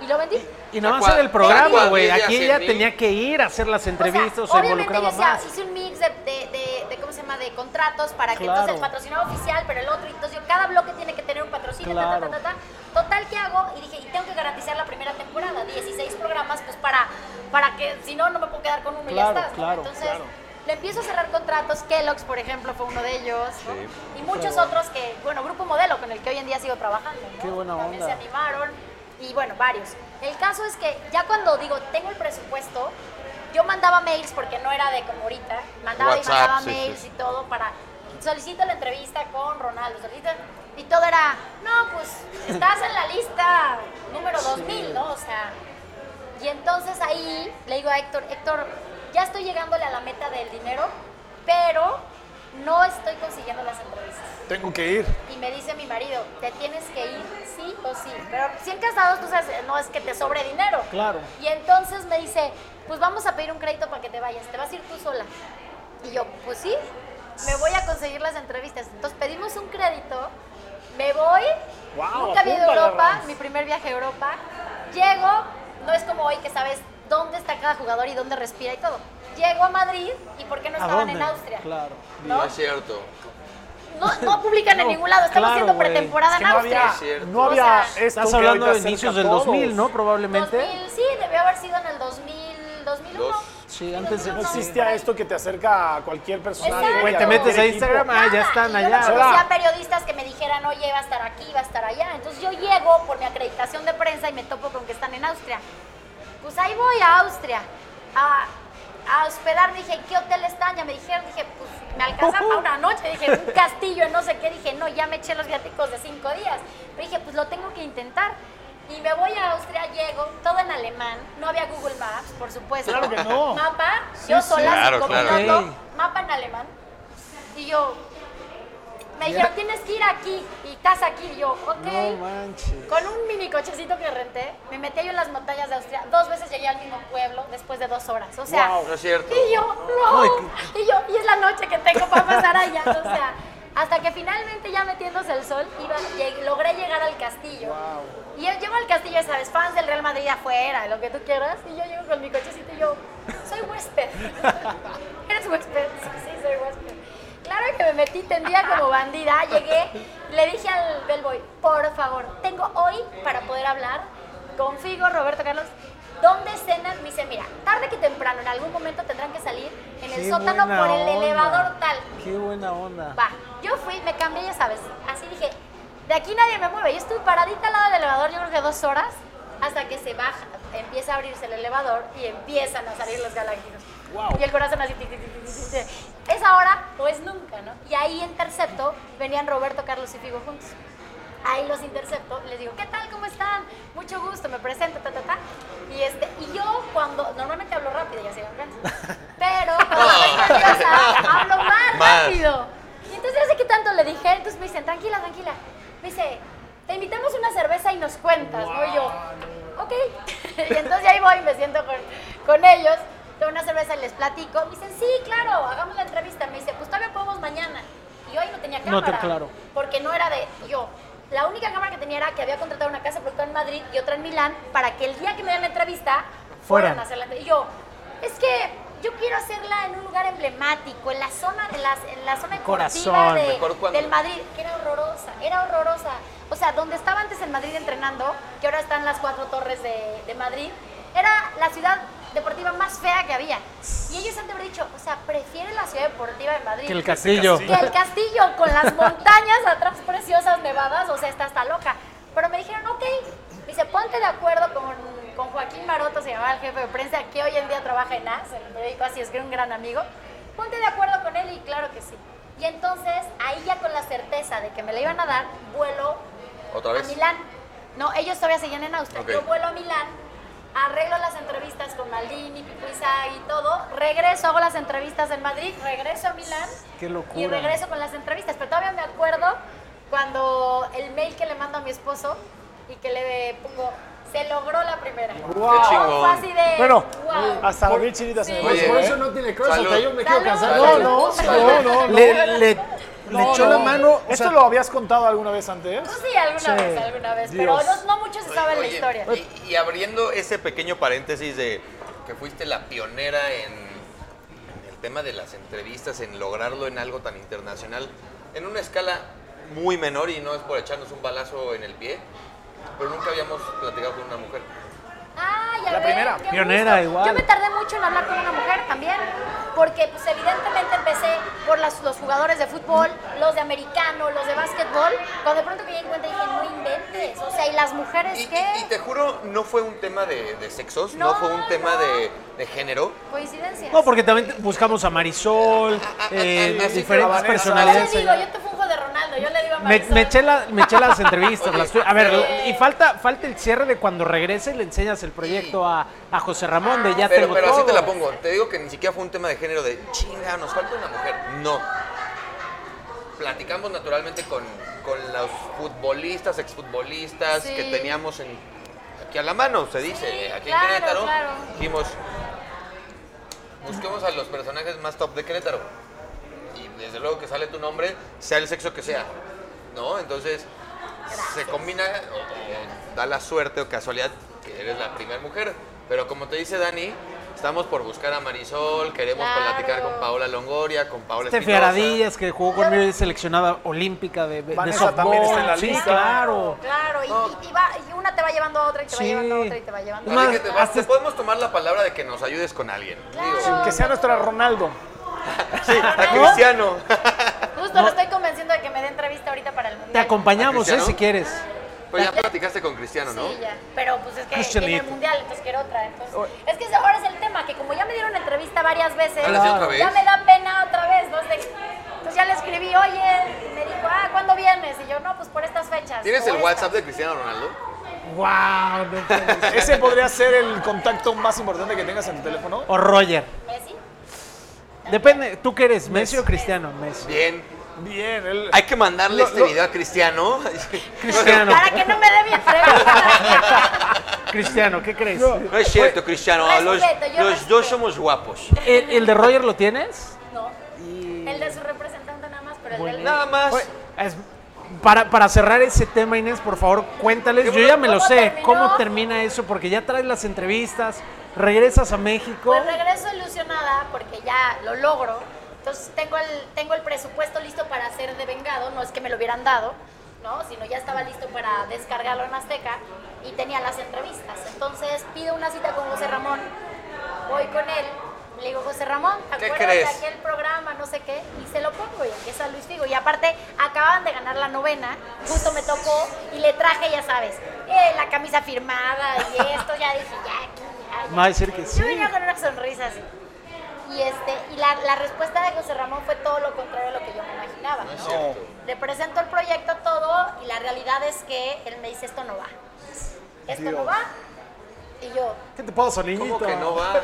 Speaker 3: y lo vendí.
Speaker 5: Y nada
Speaker 1: O
Speaker 5: más
Speaker 1: sea,
Speaker 5: era el
Speaker 1: cua- cuadrilla
Speaker 5: programa, güey. Aquí
Speaker 1: hacia
Speaker 5: ella
Speaker 1: mí.
Speaker 5: tenía que ir a hacer las entrevistas,
Speaker 3: o
Speaker 5: se
Speaker 3: sea, obviamente yo
Speaker 5: involucraba
Speaker 3: decía,
Speaker 5: más.
Speaker 3: hice un mix de, de- de- de, ¿cómo se llama? De contratos para que
Speaker 5: Claro.
Speaker 3: entonces el patrocinado oficial, pero el otro, y entonces yo, cada bloque tiene que tener un patrocinio, ta, ta,
Speaker 5: Claro.
Speaker 3: ta, ta, ta. Total, ¿qué hago? Y dije, y tengo que garantizar la primera temporada, 16 programas, pues para, para que, si no, no me puedo quedar con uno y ya
Speaker 5: Claro,
Speaker 3: estás. ¿no?
Speaker 5: claro,
Speaker 3: entonces,
Speaker 5: claro.
Speaker 3: le empiezo a cerrar contratos, Kellogg's, por ejemplo, fue uno de ellos, ¿no? y muchos otros que, bueno, Grupo Modelo, con el que hoy en día sigo trabajando, ¿no?
Speaker 5: Qué buena
Speaker 3: También se
Speaker 5: onda.
Speaker 3: animaron y bueno, varios. El caso es que ya cuando digo, tengo el presupuesto, yo mandaba mails porque no era de como ahorita, mandaba y
Speaker 1: WhatsApp,
Speaker 3: mandaba
Speaker 1: sí,
Speaker 3: mails
Speaker 1: sí.
Speaker 3: y todo para solicito la entrevista con Ronaldo, solicito y todo era, no, pues estás en la lista número 2000, ¿no? O sea, y entonces ahí le digo a Héctor, Héctor, ya estoy llegándole a la meta del dinero, pero no estoy consiguiendo las entrevistas.
Speaker 4: Tengo que ir.
Speaker 3: Y me dice mi marido, te tienes que ir sí o sí. Pero 100 casados, tú sabes, no es que te sobre dinero.
Speaker 5: Claro.
Speaker 3: Y entonces me dice, pues vamos a pedir un crédito para que te vayas, te vas a ir tú sola. Y yo, pues sí, me voy a conseguir las entrevistas. Entonces pedimos un crédito, me voy,
Speaker 4: Guau,
Speaker 3: nunca había ido a
Speaker 4: apúntala,
Speaker 3: Europa,
Speaker 4: Rams.
Speaker 3: mi primer viaje a Europa, llego, no es como hoy que sabes dónde está cada jugador y dónde respira y todo. Llego a Madrid y por qué no
Speaker 5: ¿A
Speaker 3: estaban
Speaker 5: dónde?
Speaker 3: en Austria.
Speaker 5: Claro.
Speaker 1: No,
Speaker 3: ¿no?
Speaker 1: es cierto.
Speaker 3: No, no publican en
Speaker 5: No,
Speaker 3: ningún lado, estamos
Speaker 5: claro,
Speaker 3: haciendo
Speaker 5: güey.
Speaker 3: pretemporada
Speaker 4: Es que
Speaker 3: en
Speaker 4: no
Speaker 3: Austria.
Speaker 4: había,
Speaker 1: Es cierto.
Speaker 4: no había
Speaker 3: O sea,
Speaker 4: esto
Speaker 5: Estás
Speaker 4: que
Speaker 5: hablando
Speaker 4: ahorita
Speaker 5: de
Speaker 4: acerca
Speaker 5: inicios
Speaker 4: a
Speaker 5: del
Speaker 4: todos.
Speaker 5: 2000, ¿no? Probablemente.
Speaker 3: 2000, sí, debió haber sido en el 2000, 2001.
Speaker 1: Dos.
Speaker 5: Sí, antes de...
Speaker 4: No existía esto que te acerca a cualquier personaje.
Speaker 3: Exacto.
Speaker 4: güey,
Speaker 5: Te metes a
Speaker 4: cualquier
Speaker 5: Instagram,
Speaker 4: equipo.
Speaker 5: ah, ya están
Speaker 3: Y yo no
Speaker 5: allá.
Speaker 3: conocía periodistas que me dijeran, oye, va a estar aquí, va a estar allá. Entonces yo llego por mi acreditación de prensa y me topo con que están en Austria. Pues ahí voy a Austria a, a hospedarme. Dije, ¿en qué hotel están? Ya me dijeron, dije, pues me alcanza para una noche. Dije, un castillo en no sé qué. Dije, no, ya me eché los viáticos de cinco días. Pero dije, pues lo tengo que intentar. Y me voy a Austria, llego, todo en alemán. No había Google Maps, por supuesto.
Speaker 4: Claro que no.
Speaker 3: Mapa, yo sola,
Speaker 1: Claro,
Speaker 3: sin
Speaker 1: claro.
Speaker 3: copiloto,
Speaker 5: Sí.
Speaker 3: mapa en alemán. Y yo, me dijeron, tienes que ir aquí y estás aquí. Y yo, ok.
Speaker 5: No manches.
Speaker 3: Con un mini cochecito que renté, me metí yo en las montañas de Austria. Dos veces llegué al mismo pueblo después de dos horas. O sea,
Speaker 1: No es cierto.
Speaker 3: y yo, no. Y yo, y es la noche que tengo para pasar allá. O sea, hasta que finalmente ya metiéndose el sol, iba, lleg- logré llegar al castillo. Y yo llego al castillo, ya ¿sabes? Fans del Real Madrid afuera, lo que tú quieras. Y yo llego con mi cochecito y yo, soy huésped. ¿Eres huésped? Sí, sí, soy huésped. Claro que me metí tendida como bandida. Llegué, le dije al bellboy, por favor, tengo hoy para poder hablar con Figo, Roberto Carlos. ¿Dónde cenan? Me dice, mira, tarde que temprano, en algún momento tendrán que salir en el
Speaker 5: Qué
Speaker 3: sótano
Speaker 5: buena
Speaker 3: por el
Speaker 5: onda.
Speaker 3: elevador tal.
Speaker 5: Qué buena onda.
Speaker 3: Va, yo fui, me cambié, ya sabes. Así dije, de aquí nadie me mueve. Yo estuve paradita al lado del elevador, yo creo que dos horas, hasta que se baja, empieza a abrirse el elevador y empiezan a salir los galácticos. Y el corazón así. ti, ti, ti, ti, ti, ti. Es ahora o es nunca, ¿no? Y ahí intercepto, venían Roberto, Carlos y Figo juntos. Ahí los intercepto, les digo, ¿qué tal? ¿Cómo están? Mucho gusto, me presento, ta, ta, ta. Y, este, y yo cuando, normalmente hablo rápido, ya se dan cuenta, pero cuando estoy nerviosa, hablo más
Speaker 1: Más.
Speaker 3: rápido. Y entonces no sé qué tanto le dije, entonces me dicen, tranquila, tranquila. Me dice, te invitamos una cerveza y nos cuentas, ¿no? Y yo, ok. y entonces ahí voy, me siento con, con ellos, tomo una cerveza y les platico. Me dicen, sí, claro, hagamos la entrevista. Me dice, pues todavía podemos mañana. Y yo ahí no tenía
Speaker 5: No
Speaker 3: cámara.
Speaker 5: te- claro.
Speaker 3: Porque no era de yo. La única cámara que tenía era que había contratado una casa de productora en Madrid y otra en Milán para que el día que me den la entrevista fueran a hacerla. Y yo, es que yo quiero hacerla en un lugar emblemático, en la zona de las, en la zona deportiva
Speaker 5: Corazón.
Speaker 3: de-
Speaker 1: Me acuerdo cuando-
Speaker 3: del Madrid, que era horrorosa, era horrorosa. O sea, donde estaba antes en Madrid entrenando, que ahora están las cuatro torres de, de Madrid, era la ciudad deportiva más fea que había. Y ellos han de haber dicho, o sea, prefieren la ciudad deportiva de Madrid
Speaker 5: Que el castillo.
Speaker 3: que el castillo con las montañas atrás preciosas nevadas, o sea, está hasta loca. Pero me dijeron, ok, dice, ponte de acuerdo con, con Joaquín Maroto, se llamaba el jefe de prensa, que hoy en día trabaja en AS, en el periódico así, es que era un gran amigo. Ponte de acuerdo con él y claro que sí. Y entonces, ahí ya con la certeza de que me la iban a dar, vuelo
Speaker 1: ¿Otra
Speaker 3: a
Speaker 1: vez?
Speaker 3: Milán. No, ellos todavía seguían en Austria.
Speaker 1: Ok.
Speaker 3: Yo vuelo a Milán, arreglo las entrevistas con Maldini, Pipuiza y todo, regreso, hago las entrevistas en Madrid, regreso a Milán.
Speaker 5: Qué locura.
Speaker 3: Y regreso con las entrevistas. Pero todavía me acuerdo cuando el mail que le mando a mi esposo y que le pongo, se logró la primera.
Speaker 4: Guau.
Speaker 1: Qué chingón.
Speaker 3: Fue así de,
Speaker 4: Bueno,
Speaker 3: guau.
Speaker 4: hasta la mil chinitas se me
Speaker 3: Sí.
Speaker 4: ponen.
Speaker 1: Oye,
Speaker 6: Por
Speaker 1: ¿eh?
Speaker 6: eso no tiene cruz, hasta
Speaker 1: Salud.
Speaker 6: yo me quiero
Speaker 3: Salud.
Speaker 6: casar.
Speaker 4: No,
Speaker 3: Salud.
Speaker 4: no, no, no, no.
Speaker 5: Le, le, le
Speaker 4: No,
Speaker 5: echó
Speaker 4: no.
Speaker 5: la mano. o
Speaker 4: ¿Esto
Speaker 5: sea,
Speaker 4: lo habías contado alguna vez antes?
Speaker 3: Pues sí, alguna vez, alguna vez. Pero no, no mucho se sabe la
Speaker 1: Oye,
Speaker 3: historia.
Speaker 1: Y, y abriendo ese pequeño paréntesis de que fuiste la pionera en, en el tema de las entrevistas, en lograrlo en algo tan internacional, en una escala muy menor y no es por echarnos un balazo en el pie, pero nunca habíamos platicado con una mujer.
Speaker 3: Ah, ya
Speaker 4: La
Speaker 3: ven,
Speaker 4: primera.
Speaker 3: qué
Speaker 5: Pionera,
Speaker 3: gusto.
Speaker 5: igual.
Speaker 3: Yo me tardé mucho en hablar con una mujer también, porque pues evidentemente empecé por las- los jugadores de fútbol, los de americano, los de básquetbol, cuando de pronto que ya encuentro dije, no inventes, o sea, ¿y las mujeres
Speaker 1: Y,
Speaker 3: qué?
Speaker 1: y- y te juro, no fue un tema de, de sexos, no,
Speaker 3: No,
Speaker 1: fue un tema
Speaker 3: no.
Speaker 1: de, de género.
Speaker 3: Coincidencias.
Speaker 5: No, porque también buscamos a Marisol, eh,
Speaker 1: así que
Speaker 5: diferentes
Speaker 4: Vanessa.
Speaker 5: personalidades.
Speaker 3: yo digo, yo te funjo de Ronaldo, yo le digo a
Speaker 5: Me,
Speaker 3: Marisol.
Speaker 5: me eché la- me eché las entrevistas.
Speaker 1: Oye,
Speaker 5: las tu- a ver,
Speaker 1: pero-
Speaker 5: y falta, falta el cierre de cuando regrese le enseñas el proyecto a, a José Ramón de ya
Speaker 1: Pero,
Speaker 5: tengo
Speaker 1: pero así
Speaker 5: todo.
Speaker 1: te la pongo. Te digo que ni siquiera fue un tema de género de chinga, nos falta una mujer. No. Platicamos naturalmente con, con los futbolistas, exfutbolistas
Speaker 3: Sí.
Speaker 1: que teníamos en, aquí a la mano, se dice,
Speaker 3: Sí,
Speaker 1: aquí
Speaker 3: claro,
Speaker 1: en Querétaro.
Speaker 3: claro.
Speaker 1: Dijimos, busquemos a los personajes más top de Querétaro. Y desde luego que sale tu nombre, sea el sexo que sea. ¿No? Entonces, se combina, eh, o- o da la suerte o casualidad que eres la primera mujer. Pero como te dice Dani, Estamos por buscar a Marisol, queremos
Speaker 3: Claro.
Speaker 1: platicar con Paola Longoria, con Paola
Speaker 5: Steffi
Speaker 1: Espinosa.
Speaker 5: Aradillas, Este que jugó conmigo, es seleccionada olímpica de, de
Speaker 4: Vanessa
Speaker 5: softball.
Speaker 4: también está en la
Speaker 5: Sí,
Speaker 4: lista.
Speaker 5: claro.
Speaker 3: Claro, y, y- y va- y una te va llevando a otra, y te va
Speaker 5: Sí.
Speaker 3: llevando a otra, y te va llevando a
Speaker 5: Es
Speaker 3: otra.
Speaker 5: más,
Speaker 1: Así que te, vas-
Speaker 5: hasta-
Speaker 1: te podemos tomar la palabra de que nos ayudes con alguien. Digo,
Speaker 4: Que sea nuestra Ronaldo.
Speaker 1: sí, a Cristiano.
Speaker 3: Justo lo estoy convenciendo de que me dé entrevista ahorita para el mundial.
Speaker 5: Te acompañamos,
Speaker 1: ¿A
Speaker 5: eh,
Speaker 1: Cristiano?
Speaker 5: si quieres.
Speaker 1: Pues ya platicaste con Cristiano, ¿no? Ah,
Speaker 3: Sí, ya. Pero pues es que
Speaker 5: Cristian
Speaker 3: tiene el
Speaker 5: Nieto.
Speaker 3: mundial, entonces quiero otra. Entonces,
Speaker 1: Oh.
Speaker 3: es que ese ahora es el tema, que como ya me dieron entrevista varias veces,
Speaker 1: Ah, ¿la hacía otra vez?
Speaker 3: ya me da pena otra vez, no sé. Entonces pues, ya le escribí, oye, y me dijo, ah, ¿cuándo vienes? Y yo, no, pues por estas fechas.
Speaker 1: ¿Tienes
Speaker 3: por
Speaker 1: el
Speaker 3: estas".
Speaker 1: WhatsApp de Cristiano Ronaldo?
Speaker 4: ¡Wow! Ese podría ser el contacto más importante que tengas en tu teléfono.
Speaker 5: O Roger.
Speaker 3: Messi.
Speaker 5: Depende, ¿tú qué eres? ¿Messi o Cristiano? Messi.
Speaker 1: Bien.
Speaker 4: Bien, él.
Speaker 1: Hay que mandarle
Speaker 4: Lo-
Speaker 1: este
Speaker 4: lo-
Speaker 1: video a Cristiano.
Speaker 5: Cristiano.
Speaker 3: Para que no me dé mi entrevista.
Speaker 5: Cristiano, ¿qué crees?
Speaker 1: No es cierto, Cristiano. Los,
Speaker 3: Respeto, yo
Speaker 1: los
Speaker 3: respeto.
Speaker 1: dos somos guapos.
Speaker 5: ¿El, el de Roger lo tienes?
Speaker 3: no. El de su representante nada más, pero el del
Speaker 1: Nada más.
Speaker 5: Oye, es- para, para cerrar ese tema, Inés, por favor, cuéntales. Yo ya me lo
Speaker 3: ¿Cómo
Speaker 5: sé.
Speaker 3: terminó?
Speaker 5: ¿Cómo termina eso? Porque ya traes las entrevistas, regresas a México.
Speaker 3: Pues regreso ilusionada porque ya lo logro. Entonces tengo el, tengo el presupuesto listo para ser devengado, no es que me lo hubieran dado, ¿no? sino ya estaba listo para descargarlo en Azteca y tenía las entrevistas. Entonces pido una cita con José Ramón, voy con él, le digo, José Ramón, ¿te
Speaker 1: ¿Qué
Speaker 3: acuerdas
Speaker 1: crees?
Speaker 3: de aquel programa, no sé qué? Y se lo pongo y empieza Luis Figo. Y aparte acaban de ganar la novena, justo me tocó y le traje, ya sabes, eh, la camisa firmada y esto, ya dije, ya, aquí, ya, ya.
Speaker 5: Va a decir que sí.
Speaker 3: Yo venía con una sonrisa así. Y, este, y la, la respuesta de José Ramón fue todo lo contrario a lo que yo me imaginaba. ¿no? Le presento el proyecto todo y la realidad es que él me dice esto no va. Esto no va. Y yo,
Speaker 2: ¿Qué te puedo solito?
Speaker 1: ¿Cómo que no va?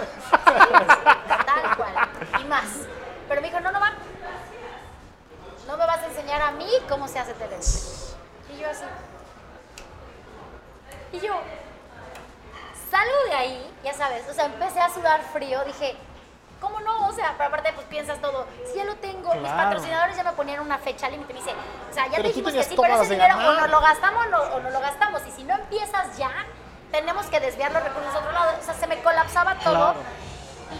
Speaker 3: tal cual. Y más. Pero me dijo, no, no va. No me vas a enseñar a mí cómo se hace televisión. Y yo así. Y yo salgo de ahí, ya sabes, o sea, empecé a sudar frío, dije, ¿cómo no? O sea, pero aparte pues piensas todo, si ya lo tengo, mis
Speaker 5: Claro.
Speaker 3: patrocinadores ya me ponían una fecha límite, me dice, o sea, ya te
Speaker 4: Pero tú
Speaker 3: dijimos que
Speaker 4: tenías
Speaker 3: sí, pero
Speaker 4: todas
Speaker 3: ese
Speaker 4: las de
Speaker 3: dinero o
Speaker 4: ganar.
Speaker 3: no lo gastamos o no, o no lo gastamos, y si no empiezas ya, tenemos que desviar los recursos a otro lado, o sea, se me colapsaba todo.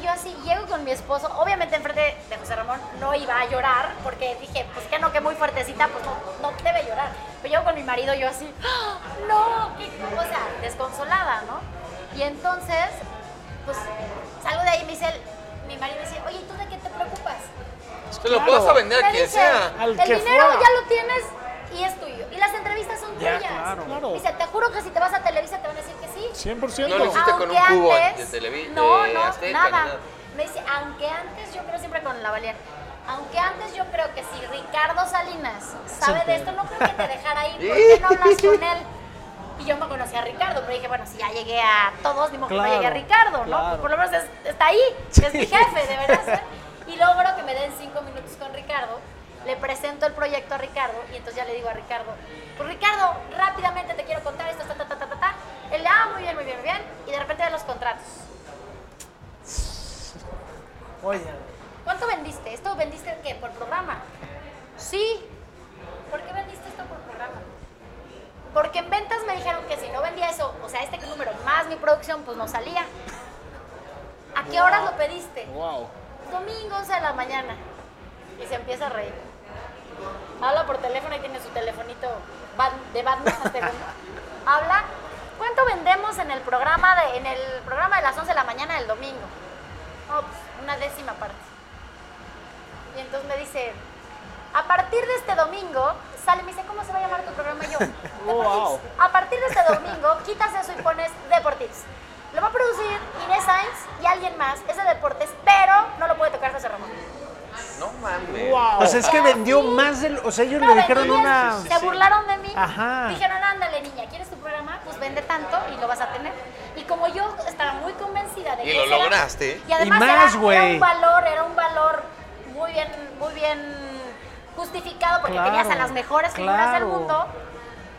Speaker 3: Y yo así llego con mi esposo, obviamente enfrente de José Ramón no iba a llorar porque dije, pues que no, que muy fuertecita, pues no, no debe llorar. Pero llego con mi marido yo así, ¡Ah! no, qué co-! o sea, desconsolada, ¿no? Y entonces, pues salgo de ahí y me dice, el- mi marido me dice, oye, ¿y ¿tú de qué te preocupas?
Speaker 1: Te lo puedes vender a
Speaker 3: Me
Speaker 1: quien
Speaker 3: dice,
Speaker 1: sea.
Speaker 4: Al
Speaker 3: el
Speaker 4: que
Speaker 3: dinero
Speaker 4: fuera.
Speaker 3: ya lo tienes y es tuyo. Y las entrevistas son
Speaker 5: Ya,
Speaker 3: tuyas.
Speaker 5: claro.
Speaker 4: Claro.
Speaker 3: Dice, te juro que si te vas a Televisa te van a decir que sí.
Speaker 4: 100%.
Speaker 1: No lo hiciste con un cubo de Televi-
Speaker 3: No,
Speaker 1: de
Speaker 3: no,
Speaker 1: Azteca, ni
Speaker 3: nada.
Speaker 1: nada.
Speaker 3: Me dice, aunque antes, yo creo siempre con la Valier, aunque antes yo creo que si Ricardo Salinas sabe de esto, no creo que te dejara ir, ¿por qué no hablas con él? Y yo no conocía a Ricardo, pero dije, bueno, si ya llegué a todos, ni modo que
Speaker 5: Claro,
Speaker 3: no llegué a Ricardo, ¿no?
Speaker 5: claro.
Speaker 3: Pues por lo menos es- está ahí, es mi jefe, de verdad. Y logro que me den cinco minutos con Ricardo, le presento el proyecto a Ricardo, y entonces ya le digo a Ricardo, pues Ricardo, rápidamente te quiero contar esto, ta, ta, ta, ta, ta, ta. Él, ah, muy bien, muy bien, muy bien, y de repente de los contratos.
Speaker 5: Oye,
Speaker 3: ¿Cuánto vendiste? ¿Esto vendiste qué? ¿Por programa? Sí. ¿Por qué vendiste esto por programa? Porque en ventas me dijeron que si no vendía eso, o sea, este número más mi producción, pues no salía. ¿A qué horas lo pediste?
Speaker 4: Wow.
Speaker 3: Domingo 11 de la mañana. Y se empieza a reír. Habla por teléfono y tiene su telefonito Bat- de Batman. hasta el- Habla. ¿Cuánto vendemos en el programa de en el programa de las 11 de la mañana del domingo? No, pues, una décima parte. Y entonces me dice, a partir de este domingo, sale, me dice, ¿cómo se va a llamar tu programa? Y yo,
Speaker 4: Wow.
Speaker 3: Deportips. A partir de este domingo, quitas eso y pones Deportips. Lo va a producir Inés Sainz y alguien más. Es de deportes, pero no lo puede tocar José Ramón.
Speaker 1: No mames.
Speaker 4: Wow.
Speaker 5: O sea, es que
Speaker 3: Ah,
Speaker 5: vendió
Speaker 3: sí.
Speaker 5: más del. O sea, ellos
Speaker 3: No,
Speaker 5: le dijeron
Speaker 3: vendí
Speaker 5: una.
Speaker 3: bien. Se burlaron de mí.
Speaker 5: Ajá.
Speaker 3: Dijeron, ándale, niña, ¿quieres tu programa? Pues vende tanto y lo vas a tener. Y como yo estaba muy convencida de
Speaker 1: Y
Speaker 3: que
Speaker 1: lo
Speaker 3: ese era-
Speaker 1: lograste.
Speaker 3: Y además
Speaker 5: Y
Speaker 3: era-
Speaker 5: más,
Speaker 3: era,
Speaker 5: güey.
Speaker 3: un valor, era un valor muy bien, muy bien justificado porque
Speaker 5: Claro,
Speaker 3: tenías a las mejores figuras del
Speaker 5: claro.
Speaker 3: mundo.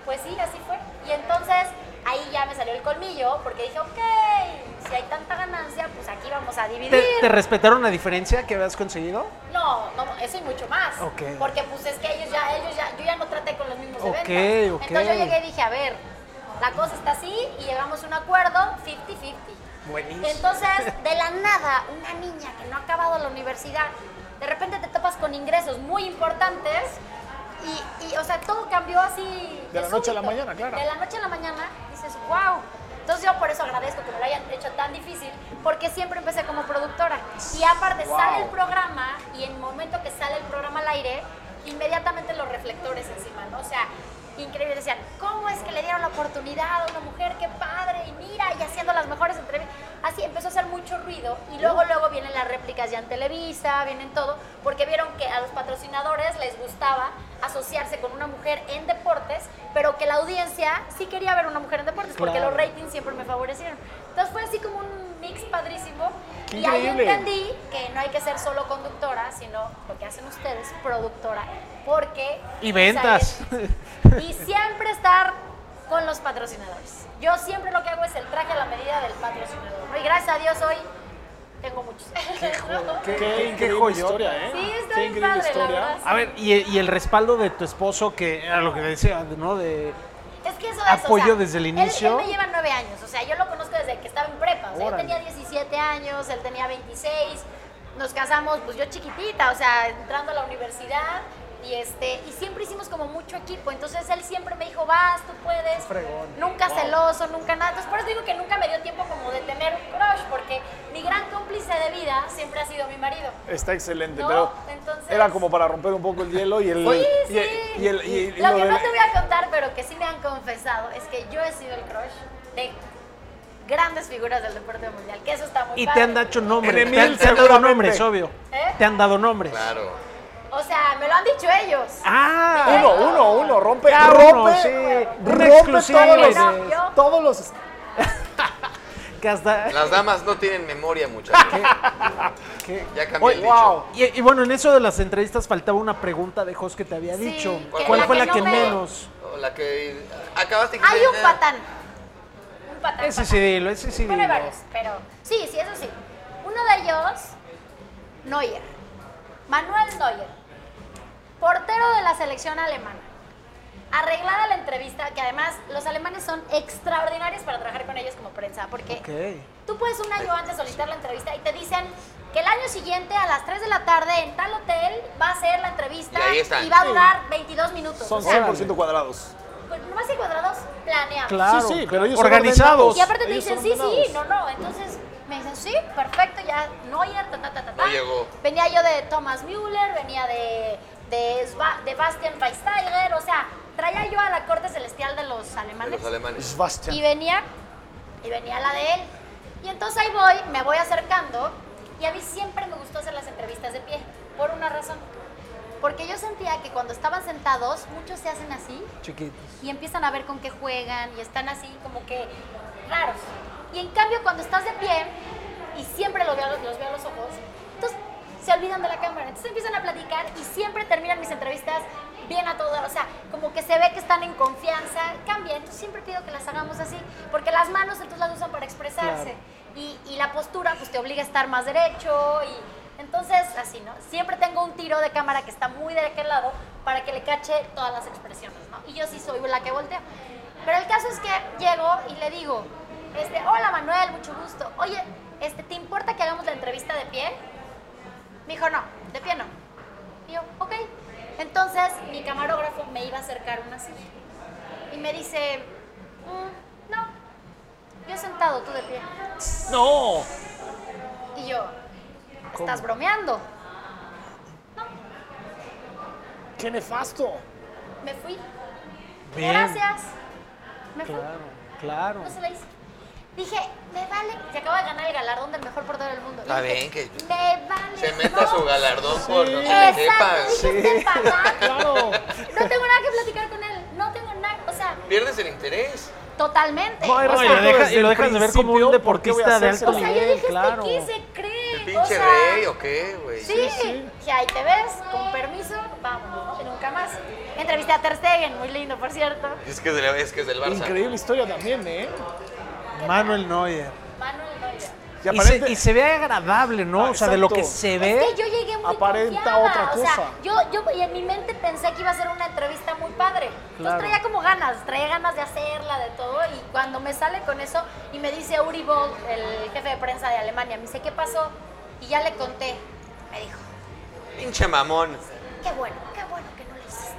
Speaker 3: Pues sí, así fue. Y entonces ahí ya me salió el colmillo porque dije, ok, si hay tanta ganancia, pues aquí vamos a dividir.
Speaker 5: ¿Te, te respetaron la diferencia que habías conseguido?
Speaker 3: No, no, eso y mucho más.
Speaker 5: Ok.
Speaker 3: Porque pues es que ellos ya, ellos ya, yo ya no traté con los mismos
Speaker 5: Ok,
Speaker 3: eventos.
Speaker 5: ok.
Speaker 3: Entonces yo llegué y dije, a ver, la cosa está así y llegamos a un acuerdo 50-50.
Speaker 2: Buenísimo.
Speaker 3: Entonces, de la nada, una niña que no ha acabado la universidad, de repente te topas con ingresos muy importantes y, y, o sea, todo cambió así.
Speaker 4: De la noche a la mañana, claro.
Speaker 3: De la noche a la mañana dices, wow. Entonces yo por eso agradezco que me lo hayan hecho tan difícil, porque siempre empecé como productora. Y aparte sale el programa y en el momento que sale el programa al aire, inmediatamente los reflectores encima, ¿no? O sea, increíble. Decían, ¿cómo es que le dieron la oportunidad a una mujer? ¡Qué padre! Y mira, y haciendo las mejores entrevistas. Así empezó a hacer mucho ruido. Y luego, luego vienen las réplicas ya en Televisa, vienen todo, porque vieron que a los patrocinadores les gustaba asociarse con una mujer en deportes, pero que la audiencia sí quería ver una mujer en deportes, porque los ratings siempre me favorecieron. Entonces fue así como un mix padrísimo. Y ahí
Speaker 4: Increíble.
Speaker 3: entendí que no hay que ser solo conductora, sino lo que hacen ustedes, productora. Porque...
Speaker 5: Y
Speaker 3: o sea,
Speaker 5: ventas.
Speaker 3: y siempre estar con los patrocinadores. Yo siempre lo que hago es el traje a la medida del patrocinador. ¿no? Y gracias a Dios hoy tengo muchos.
Speaker 4: Qué,
Speaker 2: qué
Speaker 4: increíble
Speaker 2: joyota.
Speaker 4: historia, ¿eh?
Speaker 3: Sí, está
Speaker 4: Qué
Speaker 3: bien
Speaker 4: increíble
Speaker 3: padre, la
Speaker 4: historia.
Speaker 3: verdad.
Speaker 5: A ver, y, y el respaldo de tu esposo, que era lo que decía, ¿no? De,
Speaker 3: Es que eso es,
Speaker 5: Apoyo
Speaker 3: o sea,
Speaker 5: desde el
Speaker 3: él-
Speaker 5: inicio.
Speaker 3: Él, me lleva nueve años, o sea, yo lo conozco desde que estaba en prepa. O sea, él tenía 17 años, él tenía 26. Nos casamos, pues yo chiquitita, o sea, entrando a la universidad. Y, este, y siempre hicimos como mucho equipo, entonces él siempre me dijo, vas, tú puedes, nunca celoso, nunca nada. Entonces, por eso digo que nunca me dio tiempo como de tener un crush, porque mi gran cómplice de vida siempre ha sido mi marido.
Speaker 4: Está excelente,
Speaker 3: No,
Speaker 4: pero
Speaker 3: entonces-
Speaker 4: era como para romper un poco el hielo y el...
Speaker 3: Sí,
Speaker 4: y,
Speaker 3: sí.
Speaker 4: y el- y- y
Speaker 3: lo que
Speaker 4: del-
Speaker 3: no te voy a contar, pero que sí me han confesado, es que yo he sido el crush de grandes figuras del deporte mundial, que eso está muy
Speaker 5: y te
Speaker 3: padre.
Speaker 5: han dicho nombres.
Speaker 4: En
Speaker 5: Te, han-
Speaker 4: Emil,
Speaker 5: te han dado
Speaker 4: seguramente.
Speaker 5: nombres, obvio.
Speaker 3: ¿Eh?
Speaker 5: Te han dado nombres.
Speaker 1: Claro.
Speaker 3: O sea, me lo han dicho ellos.
Speaker 5: Ah,
Speaker 4: Uno, uno, uno, rompe,
Speaker 5: Ya,
Speaker 4: rompe,
Speaker 5: uno, sí. Una
Speaker 4: rompe
Speaker 5: exclusiva
Speaker 4: todos
Speaker 3: de-
Speaker 4: los,
Speaker 3: No, yo-
Speaker 4: todos los...
Speaker 5: que hasta-
Speaker 1: Las damas no tienen memoria, muchachos. Ya cambié el dicho.
Speaker 4: wow.
Speaker 5: Y, y bueno, en eso de las entrevistas faltaba una pregunta de Jos que te había
Speaker 3: Sí,
Speaker 5: dicho.
Speaker 3: que
Speaker 5: ¿Cuál
Speaker 3: la
Speaker 5: fue
Speaker 3: que
Speaker 5: la
Speaker 3: no
Speaker 5: que
Speaker 3: me-
Speaker 5: menos?
Speaker 1: O La que acabaste
Speaker 3: Hay un patán. Un patán.
Speaker 5: Ese
Speaker 3: patán.
Speaker 5: sí dilo, ese sí
Speaker 3: Bueno,
Speaker 5: dilo.
Speaker 3: hay varios, pero sí, sí, eso sí. Uno de ellos, Neuer. Manuel Neuer. Portero de la selección alemana. Arreglada la entrevista, que además los alemanes son extraordinarios para trabajar con ellos como prensa, porque
Speaker 5: Ok.
Speaker 3: Tú puedes un año antes solicitar la entrevista y te dicen que el año siguiente a las 3 de la tarde en tal hotel va a ser la entrevista
Speaker 1: Y ahí están.
Speaker 3: va a durar 22 minutos.
Speaker 4: Son
Speaker 3: o sea,
Speaker 4: 100% cuadrados.
Speaker 3: con más y cuadrados planeados.
Speaker 5: Claro,
Speaker 4: sí, pero ellos son
Speaker 5: organizados.
Speaker 3: Y aparte te
Speaker 4: Ellos
Speaker 3: dicen,
Speaker 4: son
Speaker 3: sí, sí,
Speaker 4: ordenados.
Speaker 3: no, no. Entonces me dicen, sí, perfecto, ya Neuer, ta, ta, ta, ta, ta.
Speaker 1: No llegó.
Speaker 3: Venía yo de Thomas Müller, venía de, de, Sva- de Bastian Schweinsteiger, o sea, traía yo a la corte celestial de los
Speaker 1: De
Speaker 3: alemanes.
Speaker 1: los alemanes.
Speaker 3: Y
Speaker 4: Sebastián.
Speaker 3: venía, y venía la de él. Y entonces ahí voy, me voy acercando, y a mí siempre me gustó hacer las entrevistas de pie, por una razón. Porque yo sentía que cuando estaban sentados, muchos se hacen así,
Speaker 5: Chiquitos.
Speaker 3: y empiezan a ver con qué juegan, y están así como que raros. Y en cambio, cuando estás de pie, y siempre los veo, a los- los veo a los ojos, entonces se olvidan de la cámara, entonces empiezan a platicar, y siempre terminan mis entrevistas bien a todo, o sea, como que se ve que están en confianza, cambia, entonces siempre pido que las hagamos así, porque las manos entonces las usan para expresarse, y, y la postura pues te obliga a estar más derecho, y entonces así, ¿no? Siempre tengo un tiro de cámara que está muy de aquel lado para que le cache todas las expresiones, ¿no? Y yo sí soy la que voltea. Pero el caso es que llego y le digo, este, hola Manuel, mucho gusto, oye, este, ¿te importa que hagamos la entrevista de pie? Me dijo, no, de pie no. Y yo, ok. Entonces mi camarógrafo me iba a acercar una silla y me dice, "Mm, no, yo sentado, tú de pie.
Speaker 4: No.
Speaker 3: Y yo, estás bromeando.
Speaker 4: Qué nefasto.
Speaker 3: Me fui.
Speaker 5: Bien.
Speaker 3: Gracias. Me
Speaker 5: Claro, claro.
Speaker 3: fui. No se la hice. Dije, me vale. Se acaba de ganar el galardón del mejor portero del mundo.
Speaker 1: Está
Speaker 3: Y dije,
Speaker 1: bien que
Speaker 3: Me vale.
Speaker 1: se meta
Speaker 3: no".
Speaker 1: su galardón por donde le quepa.
Speaker 3: Exacto. Dije, este patán,
Speaker 4: Claro.
Speaker 3: No tengo nada que platicar con él. No tengo nada. O sea,
Speaker 1: Pierdes el interés.
Speaker 3: totalmente.
Speaker 5: No, y
Speaker 3: o
Speaker 5: lo
Speaker 3: sea,
Speaker 4: respeto
Speaker 5: dejas-
Speaker 4: desde
Speaker 5: y lo
Speaker 4: el
Speaker 5: dejas de ver como un
Speaker 4: principio, ¿por qué voy a
Speaker 5: deportista de
Speaker 4: hacerse
Speaker 5: alto
Speaker 3: O sea, yo
Speaker 5: nivel,
Speaker 3: dije,
Speaker 5: claro.
Speaker 3: ¿este qué se cree?
Speaker 1: ¿El pinche
Speaker 3: o sea,
Speaker 1: rey o qué, güey?
Speaker 3: Sí, que ahí te ves, con permiso, vamos, nunca más. Entrevisté a Ter Stegen, muy lindo, por cierto.
Speaker 1: Es que es del, es que es del Barça.
Speaker 4: Increíble historia también, ¿eh?
Speaker 5: Manuel Neuer.
Speaker 3: Manuel Neuer.
Speaker 4: Yo Que
Speaker 5: Y se,
Speaker 4: aparente-
Speaker 5: y se ve agradable, ¿no?
Speaker 4: Ah,
Speaker 5: o sea, de lo que
Speaker 4: exacto.
Speaker 5: se ve.
Speaker 3: Es que yo llegué muy
Speaker 4: Aparenta
Speaker 3: confiada,
Speaker 4: otra
Speaker 3: O sea,
Speaker 4: cosa.
Speaker 3: yo, yo y en mi mente pensé que iba a ser una entrevista muy padre. Entonces
Speaker 5: Claro.
Speaker 3: traía como ganas, traía ganas de hacerla, de todo. Y cuando me sale con eso y me dice Uri Boll, el jefe de prensa de Alemania, me dice, ¿qué pasó? Y ya le conté. Me dijo,
Speaker 1: Pinche mamón.
Speaker 3: qué bueno, qué bueno que no lo hiciste.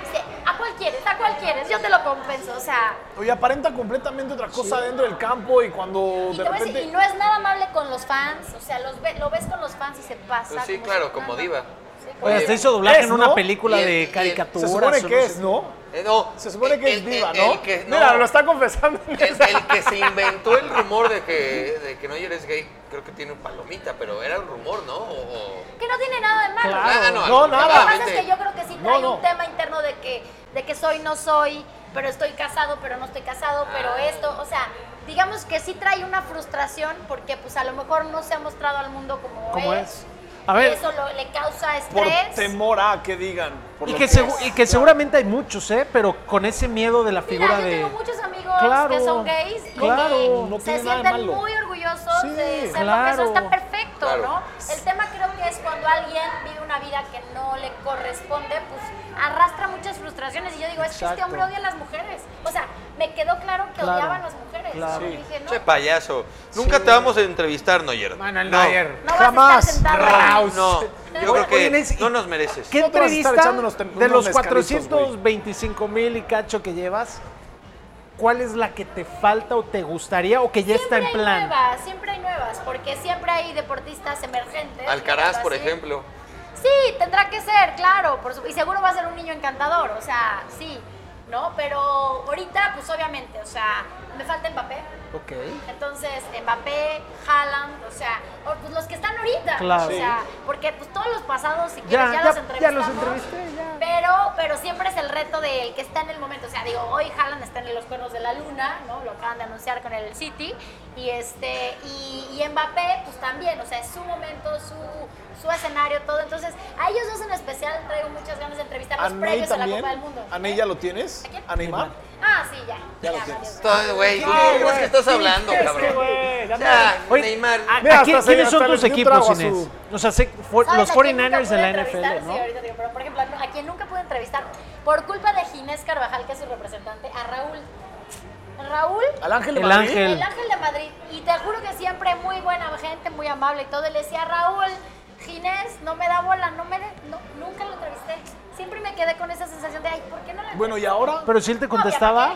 Speaker 3: Dice, ¿a cuál quieres? ¿A cuál quieres? Yo te lo compenso. O sea,
Speaker 4: Oye, aparenta completamente otra cosa dentro del campo y cuando
Speaker 3: y,
Speaker 4: de
Speaker 3: te voy a decir,
Speaker 4: repente...
Speaker 3: y no es nada amable con los fans. O sea, los ve- lo ves con los fans y se pasa.
Speaker 1: Pues sí,
Speaker 3: como
Speaker 1: claro,
Speaker 3: si-
Speaker 1: como
Speaker 3: no,
Speaker 1: diva.
Speaker 3: no. Sí, como-
Speaker 5: Oye,
Speaker 1: Oye,
Speaker 5: se hizo doblaje
Speaker 4: es,
Speaker 5: en una
Speaker 4: ¿no?
Speaker 5: película
Speaker 1: Y el- y
Speaker 5: de
Speaker 1: el-
Speaker 5: caricaturas.
Speaker 4: se supone
Speaker 5: o
Speaker 4: que
Speaker 5: no
Speaker 4: es,
Speaker 5: sé.
Speaker 4: ¿no?
Speaker 1: Eh, no,
Speaker 4: Se supone que
Speaker 1: el-
Speaker 4: es diva,
Speaker 1: el-
Speaker 4: ¿no?
Speaker 1: el que-
Speaker 4: Mira,
Speaker 1: no.
Speaker 4: lo está confesando.
Speaker 1: El, el que se inventó el rumor de que, de que no eres gay, creo que tiene un palomita, pero era un rumor, ¿no? O- o-
Speaker 3: Que no tiene nada de malo.
Speaker 1: Ah, no,
Speaker 4: No,
Speaker 1: al-
Speaker 4: nada.
Speaker 3: Lo que pasa es
Speaker 1: claramente.
Speaker 3: que yo creo que sí
Speaker 4: No,
Speaker 3: trae
Speaker 4: no.
Speaker 3: un tema interno de que, de que soy, no soy, pero estoy casado, pero no estoy casado, pero
Speaker 4: Ah.
Speaker 3: esto, o sea, digamos que sí trae una frustración porque pues a lo mejor no se ha mostrado al mundo como
Speaker 5: ¿Cómo
Speaker 3: es.
Speaker 5: es? A ver.
Speaker 3: Y eso lo- le causa
Speaker 4: Por
Speaker 3: estrés.
Speaker 4: temor a que digan. por
Speaker 5: Y
Speaker 4: lo
Speaker 5: que,
Speaker 4: es.
Speaker 5: segu- y que seguramente hay muchos, ¿eh? Pero con ese miedo de la
Speaker 3: Mira,
Speaker 5: figura
Speaker 3: yo
Speaker 5: de.
Speaker 3: tengo muchos amigos
Speaker 5: Claro,
Speaker 3: que son gays y
Speaker 5: claro,
Speaker 3: que
Speaker 4: no
Speaker 3: se
Speaker 4: tiene nada de
Speaker 3: sienten
Speaker 4: malo.
Speaker 3: muy orgullosos
Speaker 4: Sí,
Speaker 3: de ser
Speaker 5: claro.
Speaker 3: lo que son, está perfecto,
Speaker 1: Claro.
Speaker 3: ¿no? El tema creo que es cuando alguien vive una vida que no le corresponde, pues arrastra muchas frustraciones y yo digo, es que este
Speaker 5: Exacto.
Speaker 3: hombre odia a las mujeres. O sea, me quedó claro que
Speaker 5: Claro,
Speaker 3: odiaba a las mujeres.
Speaker 5: claro.
Speaker 3: Y dije, no,
Speaker 1: Che, payaso. Nunca te vamos a entrevistar, Noyer.
Speaker 2: Manuel
Speaker 1: no.
Speaker 2: Neuer.
Speaker 3: no vas a
Speaker 4: jamás.
Speaker 3: estar sentado. ahí.
Speaker 2: Raus.
Speaker 1: No, yo creo
Speaker 5: Oye,
Speaker 1: que
Speaker 5: Nancy,
Speaker 1: no nos mereces.
Speaker 5: ¿Qué
Speaker 4: No te vas a estar
Speaker 5: entrevista
Speaker 4: echando unos tem-
Speaker 5: de
Speaker 4: unos
Speaker 5: los
Speaker 4: mezcalitos,
Speaker 5: 425 mil y cacho que llevas? ¿Cuál es la que te falta o te gustaría o que ya
Speaker 3: Siempre
Speaker 5: está en
Speaker 3: hay
Speaker 5: plan?
Speaker 3: nuevas, siempre hay nuevas, porque siempre hay deportistas emergentes.
Speaker 1: Alcaraz,
Speaker 3: digámoslo
Speaker 1: por
Speaker 3: así.
Speaker 1: ejemplo.
Speaker 3: Sí, tendrá que ser, claro, por su- y seguro va a ser un niño encantador, o sea, sí, ¿no? Pero ahorita, pues obviamente, o sea, me falta Mbappé,
Speaker 5: Ok.
Speaker 3: entonces Mbappé, Haaland, o sea, o- pues, los que están ahorita,
Speaker 5: Claro.
Speaker 3: o sea, porque pues todos los pasados, si quieres,
Speaker 5: Ya,
Speaker 3: ya,
Speaker 5: ya-
Speaker 3: los
Speaker 5: ya
Speaker 3: entrevistamos.
Speaker 5: los entrevisté, ya.
Speaker 3: Pero, pero siempre es el reto del que está en el momento. O sea, digo, hoy Haaland está en los cuernos de la luna, ¿no? Lo acaban de anunciar con el City. Y este, y, y Mbappé, pues también, o sea, es su momento, su, su escenario, todo. Entonces, a ellos dos en especial traigo muchas ganas de
Speaker 4: ¿A
Speaker 3: entrevistarlos
Speaker 4: Ney
Speaker 3: previos a la
Speaker 4: también?
Speaker 3: Copa del Mundo.
Speaker 4: ¿A Ney ya lo tienes?
Speaker 3: ¿A quién?
Speaker 4: ¿A Neymar?
Speaker 3: Ah, sí, ya.
Speaker 4: Ya lo
Speaker 3: valió.
Speaker 4: tienes.
Speaker 1: Todo, güey, ¿qué
Speaker 4: Ay,
Speaker 1: crees
Speaker 4: güey.
Speaker 1: que estás hablando,
Speaker 4: Es que,
Speaker 1: cabrón?
Speaker 4: güey, ya
Speaker 1: Ya,
Speaker 5: Oye,
Speaker 1: Neymar.
Speaker 5: ¿a-
Speaker 4: Mira,
Speaker 5: a quién-
Speaker 4: hasta se-
Speaker 5: ¿Quiénes son
Speaker 4: hasta le
Speaker 5: tus
Speaker 4: dio un trago
Speaker 5: equipos,
Speaker 4: a su-
Speaker 5: Inés? O sea, sé- fue-
Speaker 3: ¿Sabes
Speaker 5: los
Speaker 3: a quién nunca
Speaker 5: 49ers de
Speaker 3: pude
Speaker 5: la
Speaker 3: entrevistar?
Speaker 5: NFL, ¿no?
Speaker 3: Sí, ahorita digo, pero por ejemplo, a quien nunca pude entrevistar, por culpa de Ginés Carvajal, que es su representante, a Raúl. Raúl
Speaker 4: ¿Al Ángel de
Speaker 5: El
Speaker 4: Madrid?
Speaker 5: Ángel.
Speaker 3: El Ángel de Madrid. Y te juro que siempre muy buena gente, muy amable y todo. Y le decía, Raúl, Ginés, no me da bola, no me de- no, nunca lo entrevisté. Siempre me quedé con esa sensación de, ay, ¿por qué no lo
Speaker 4: Bueno, ¿y
Speaker 3: entrevisté?".
Speaker 4: ahora?
Speaker 5: Pero si él te
Speaker 3: No, obviamente.
Speaker 5: contestaba,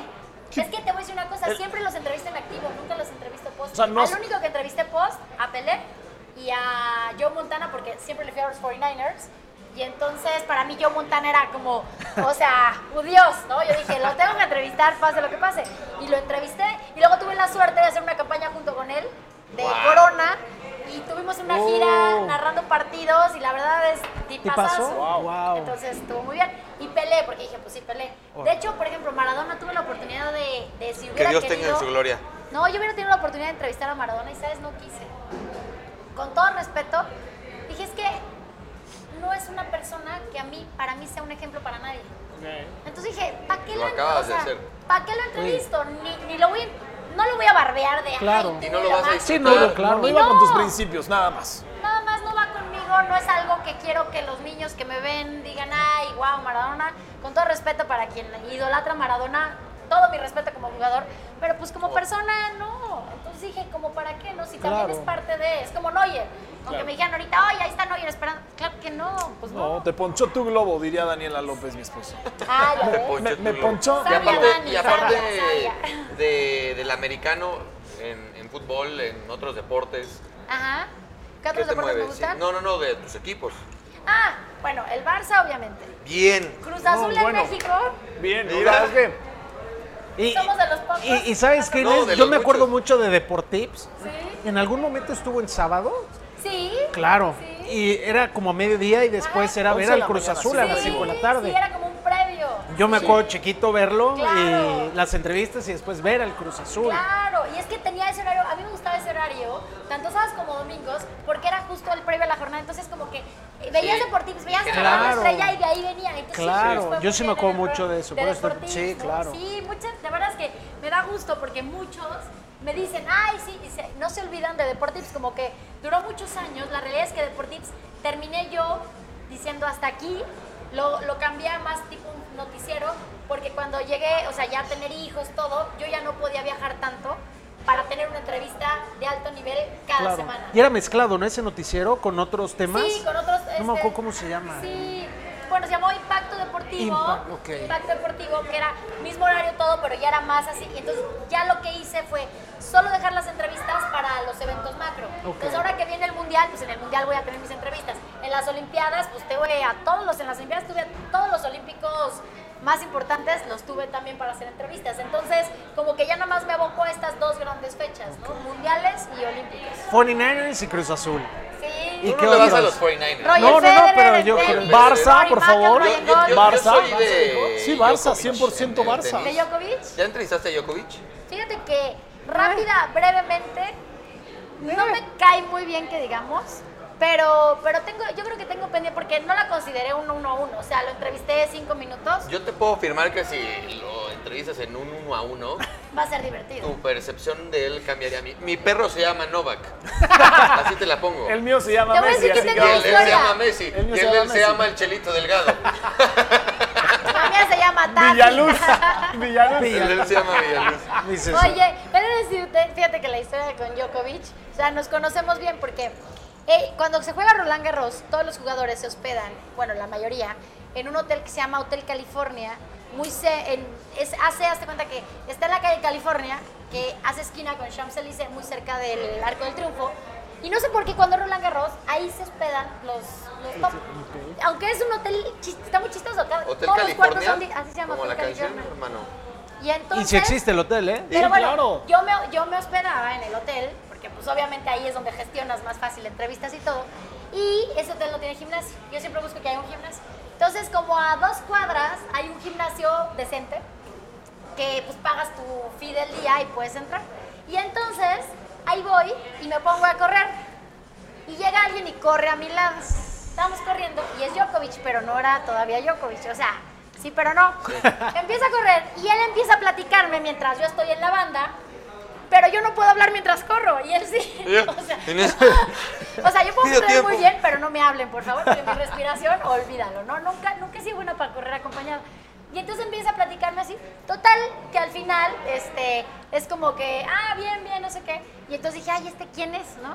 Speaker 3: Es que te voy a decir una cosa, siempre los entrevisto en activo, nunca los entrevisto post.
Speaker 4: O sea, no-
Speaker 3: Al único que entrevisté post, a Pelé y a Joe Montana, porque siempre le fui a los 49ers. Y entonces para mí Joe Montana era como, o sea, un dios, ¿no? Yo dije, lo tengo que entrevistar, pase lo que pase. Y lo entrevisté y luego tuve la suerte de hacer una campaña junto con él de Corona. Y tuvimos una gira
Speaker 5: Oh.
Speaker 3: narrando partidos y la verdad es tipazazo.
Speaker 5: Wow. Wow.
Speaker 3: Entonces estuvo muy bien. Y pelé, porque dije, pues sí, pelé. De hecho, por ejemplo, Maradona tuve la oportunidad de, de si
Speaker 1: Que
Speaker 3: hubiera
Speaker 1: Dios tenga en
Speaker 3: querido-
Speaker 1: su gloria.
Speaker 3: No, yo hubiera tenido la oportunidad de entrevistar a Maradona y, ¿sabes? No quise. Con todo respeto, dije, es que no es una persona que a mí, para mí, sea un ejemplo para nadie. Entonces dije, ¿para qué
Speaker 1: Lo
Speaker 3: lo,
Speaker 1: acabas de
Speaker 3: o sea,
Speaker 1: hacer.
Speaker 3: ¿Para qué lo entrevisto? Ni, ni lo voy, no lo voy a barbear de...
Speaker 5: Claro.
Speaker 3: "Ay,
Speaker 1: Y no
Speaker 3: tú
Speaker 1: lo
Speaker 3: la
Speaker 1: vas a
Speaker 3: máxima".
Speaker 5: Sí, no, no,
Speaker 4: No,
Speaker 5: claro.
Speaker 4: no iba con
Speaker 3: No.
Speaker 4: tus principios, nada más.
Speaker 3: Nada más no va conmigo, no es algo que quiero que los niños que me ven digan, ay, wow, Maradona. Con todo respeto para quien idolatra a Maradona, todo mi respeto como jugador, pero pues como persona, no. Entonces dije, como para qué, ¿no? Si
Speaker 5: Claro.
Speaker 3: también es parte de, es como Neuer. Aunque me dijeran ahorita, oye, ahí está Neuer esperando. Claro que no, pues no.
Speaker 4: No, te ponchó tu globo, diría Daniela López, mi esposa.
Speaker 3: Ah, ya
Speaker 1: Te
Speaker 3: ves.
Speaker 1: poncho
Speaker 4: Me-
Speaker 1: tu
Speaker 4: me
Speaker 1: globo.
Speaker 4: ponchó.
Speaker 1: Y
Speaker 3: Sabia,
Speaker 1: aparte,
Speaker 3: Dani,
Speaker 1: y aparte
Speaker 3: sabia, sabia.
Speaker 1: de- del americano en, en fútbol, en otros deportes.
Speaker 3: Ajá.
Speaker 1: ¿Qué
Speaker 3: ¿Qué otros
Speaker 1: te
Speaker 3: deportes me
Speaker 1: mueves?
Speaker 3: gustan?
Speaker 1: No, no, no, de tus equipos.
Speaker 3: Ah, bueno, el Barça, obviamente.
Speaker 1: Bien.
Speaker 3: Cruz Azul en
Speaker 4: bueno.
Speaker 3: México.
Speaker 4: Bien,
Speaker 1: Mira.
Speaker 4: mira, es que
Speaker 5: y,
Speaker 3: Somos de los pocos.
Speaker 5: y- y ¿sabes qué,
Speaker 1: No,
Speaker 5: Inés?
Speaker 1: de
Speaker 5: Yo
Speaker 1: los
Speaker 5: me acuerdo
Speaker 1: muchos.
Speaker 5: mucho de Deportips.
Speaker 3: Sí.
Speaker 5: ¿En algún momento estuvo en sábado?
Speaker 3: Sí.
Speaker 5: Claro.
Speaker 3: Sí.
Speaker 5: Y era como a mediodía y después
Speaker 3: Ah,
Speaker 5: era
Speaker 4: once
Speaker 5: ver
Speaker 4: de
Speaker 5: al
Speaker 4: la
Speaker 5: Cruz
Speaker 4: mañana,
Speaker 5: Azul
Speaker 4: sí.
Speaker 5: a las
Speaker 3: Sí,
Speaker 5: 5 de la tarde.
Speaker 3: Sí, era como un previo.
Speaker 5: Yo me
Speaker 3: Sí.
Speaker 5: acuerdo chiquito verlo
Speaker 3: Claro.
Speaker 5: y las entrevistas y después ver al Cruz Azul.
Speaker 3: Claro, y es que tenía ese horario, a mí me gustaba ese horario, tanto sábados como domingos, porque era justo el previo a la jornada, entonces como que eh, veías
Speaker 1: Sí.
Speaker 3: deportivos, veías
Speaker 1: Claro.
Speaker 3: a la estrella y de ahí venía. Entonces, sí,
Speaker 5: Claro,
Speaker 3: nos fue
Speaker 5: yo
Speaker 3: muy
Speaker 5: sí me
Speaker 3: bien
Speaker 5: acuerdo
Speaker 3: en el
Speaker 5: mucho
Speaker 3: pro-
Speaker 5: de eso, por eso-
Speaker 3: deportivos,
Speaker 5: sí,
Speaker 3: ¿no?
Speaker 5: claro.
Speaker 3: Sí, muchas, la verdad es que me da gusto porque muchos me dicen, ay, sí, y se- no se olvidan de Deportips, como que duró muchos años. La realidad es que Deportips terminé yo diciendo hasta aquí, lo, lo cambié a más tipo un noticiero, porque cuando llegué, o sea, ya a tener hijos, todo, yo ya no podía viajar tanto para tener una entrevista de alto nivel cada
Speaker 5: Claro.
Speaker 3: semana.
Speaker 5: Y era mezclado, ¿no? Ese noticiero con otros temas.
Speaker 3: Sí, con otros. este,
Speaker 5: No me acuerdo cómo se llama.
Speaker 3: Sí. Bueno, se llamó Impacto Deportivo.
Speaker 5: Impact, ok.
Speaker 3: Impacto Deportivo, que era mismo horario todo, pero ya era más así. Y Entonces, ya lo que hice fue solo dejar las entrevistas para los eventos macro.
Speaker 5: Ok.
Speaker 3: Entonces, ahora que viene el Mundial, pues en el Mundial voy a tener mis entrevistas. En las Olimpiadas, pues te voy a todos los, en las Olimpiadas tuve a todos los olímpicos más importantes, los tuve también para hacer entrevistas. Entonces, como que ya nada más me aboco a estas dos grandes fechas, ¿no? Mundiales y olímpicos.
Speaker 5: 49ers y Cruz Azul.
Speaker 3: Sí.
Speaker 5: ¿Y
Speaker 1: Tú
Speaker 5: qué
Speaker 1: no le vas a
Speaker 5: otros?
Speaker 1: los 49ers.
Speaker 3: Roger
Speaker 5: No, no, no,
Speaker 3: Federer,
Speaker 5: pero yo
Speaker 3: Davis,
Speaker 5: creo-
Speaker 4: Barça, por
Speaker 3: Rory
Speaker 4: favor.
Speaker 3: Ryan
Speaker 1: Yo, yo- yo
Speaker 3: Gol.
Speaker 4: Barça.
Speaker 1: soy de.
Speaker 4: Sí, Barça,
Speaker 1: Djokovic
Speaker 4: 100%
Speaker 1: en el
Speaker 4: Barça.
Speaker 1: tenis.
Speaker 3: ¿De Djokovic?
Speaker 1: ¿Ya entrevistaste a Djokovic?
Speaker 3: Fíjate que rápida, brevemente, no me cae muy bien que digamos, pero, pero tengo, yo creo que tengo pendiente porque no la consideré un uno a uno, o sea, lo entrevisté cinco minutos,
Speaker 1: Yo te puedo afirmar que si lo entrevistas en un uno a uno,
Speaker 3: va a ser divertido.
Speaker 1: tu percepción de él cambiaría. Mi, mi perro se llama Novak. Así te la pongo.
Speaker 4: El mío se llama
Speaker 3: Te voy a
Speaker 4: Messi,
Speaker 3: decir que
Speaker 4: así
Speaker 1: y
Speaker 3: tengo-
Speaker 4: que-
Speaker 1: el de él se
Speaker 3: historia.
Speaker 1: llama Messi.
Speaker 4: El mío
Speaker 1: y
Speaker 4: se
Speaker 1: el de él
Speaker 4: llama
Speaker 1: se
Speaker 4: Messi.
Speaker 1: llama el Chelito Delgado.
Speaker 3: La mía se llama Tati.
Speaker 4: Villaluz. Villaluz.
Speaker 1: El de él se llama Villaluz.
Speaker 5: Dices,
Speaker 3: Ah, Oye, pero decirte, fíjate que la historia con Djokovic, o sea, nos conocemos bien porque eh, cuando se juega Roland Garros, todos los jugadores se hospedan, bueno, la mayoría, en un hotel que se llama Hotel California, muy ce- en- es, hace, hazte cuenta que está en la calle California, que hace esquina con Champs-Élysées, muy cerca del Arco del Triunfo, y no sé por qué cuando Roland Garros, ahí se hospedan los, los top. Aunque es un hotel, chis- está muy chistoso, cada-
Speaker 1: Hotel
Speaker 3: todos los cuartos
Speaker 1: California.
Speaker 3: son, di- así se llama
Speaker 1: como la
Speaker 3: Hotel
Speaker 1: canción,
Speaker 3: California.
Speaker 1: hermano.
Speaker 3: Y entonces...
Speaker 5: y si existe el hotel, ¿eh?
Speaker 3: Pero bueno,
Speaker 4: claro.
Speaker 3: yo, me, yo me hospedaba en el hotel, porque pues obviamente ahí es donde gestionas más fácil entrevistas y todo. Y ese hotel no tiene gimnasio. Yo siempre busco que haya un gimnasio. Entonces, como a dos cuadras hay un gimnasio decente, que pues pagas tu fee del día y puedes entrar. Y entonces, ahí voy y me pongo a correr. Y llega alguien y corre a mi lado. Estamos corriendo y es Djokovic, pero no era todavía Djokovic. O sea, sí, pero no. Empieza a correr y él empieza a platicarme mientras yo estoy en la banda. Pero yo no puedo hablar mientras corro y él sí.
Speaker 1: Ya,
Speaker 3: O sea,
Speaker 1: en eso.
Speaker 3: o sea, yo puedo
Speaker 1: Pido
Speaker 3: correr muy
Speaker 1: tiempo.
Speaker 3: bien, pero no me hablen, por favor, porque mi respiración, olvídalo, ¿no? Nunca, nunca he sido buena para correr acompañada. Y entonces empieza a platicarme así. Total, que al final, este, es como que, ah, bien, bien, no sé qué. Y entonces dije, ay, ¿este quién es, no?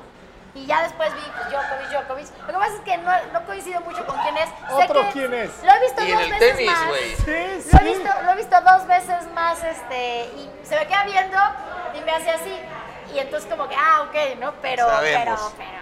Speaker 3: Y ya después vi, pues, Djokovic, Djokovic. Lo que pasa es que no, no coincido mucho con quién es.
Speaker 4: Otro
Speaker 3: que
Speaker 4: quién es.
Speaker 3: Lo he visto
Speaker 1: Y en
Speaker 3: dos
Speaker 1: el
Speaker 3: veces
Speaker 1: tenis,
Speaker 3: más.
Speaker 1: güey.
Speaker 4: Sí,
Speaker 3: Lo he,
Speaker 4: sí.
Speaker 3: visto, lo he visto dos veces más, este, y se me queda viendo y me hace así. Y entonces como que, ah, ok, ¿no? Pero, pero,
Speaker 1: Sabemos.
Speaker 3: pero,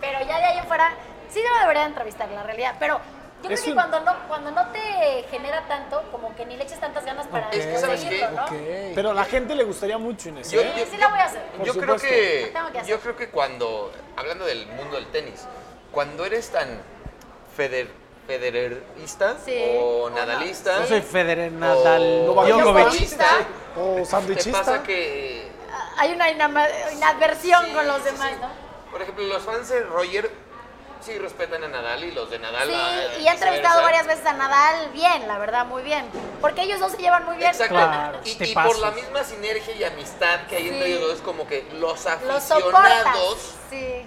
Speaker 3: pero ya de ahí en fuera, sí no debería entrevistar la realidad, pero yo creo
Speaker 4: Es
Speaker 3: que
Speaker 4: un-
Speaker 3: cuando, no, cuando no te genera tanto, como que ni le eches tantas ganas para
Speaker 1: Es que, ¿sabes qué?
Speaker 3: conseguirlo, ¿no?
Speaker 4: Pero a la gente le gustaría mucho, Inés.
Speaker 1: Yo-
Speaker 4: ¿eh?
Speaker 3: Sí, sí la voy a hacer.
Speaker 4: Por
Speaker 1: yo creo
Speaker 4: supuesto.
Speaker 1: que,
Speaker 3: Lo tengo que hacer.
Speaker 1: yo creo que cuando hablando del mundo del tenis cuando eres tan feder, federerista
Speaker 3: Sí.
Speaker 1: o
Speaker 3: O
Speaker 1: nadalista
Speaker 3: ¿Eh?
Speaker 5: Yo soy Federer
Speaker 1: o-
Speaker 5: Nadal
Speaker 4: Novak
Speaker 5: Djokovic.
Speaker 4: Djokovic. O
Speaker 1: te
Speaker 4: sandwichista.
Speaker 1: pasa que
Speaker 3: Ah, Hay una inama- inadversión
Speaker 1: sí,
Speaker 3: con los
Speaker 1: sí,
Speaker 3: demás,
Speaker 1: sí.
Speaker 3: ¿no?
Speaker 1: por ejemplo los fans de Roger sí respetan a Nadal y los de Nadal a-
Speaker 3: Sí, y he entrevistado
Speaker 1: viceversa.
Speaker 3: varias veces a Nadal bien, la verdad, muy bien. Porque ellos dos se llevan muy bien.
Speaker 1: Exacto.
Speaker 5: Claro,
Speaker 1: y
Speaker 5: te
Speaker 1: y
Speaker 5: pasas.
Speaker 1: por la misma sinergia y amistad que hay entre
Speaker 3: Sí.
Speaker 1: ellos dos, como que los
Speaker 3: Los soportas.
Speaker 1: aficionados
Speaker 3: Sí.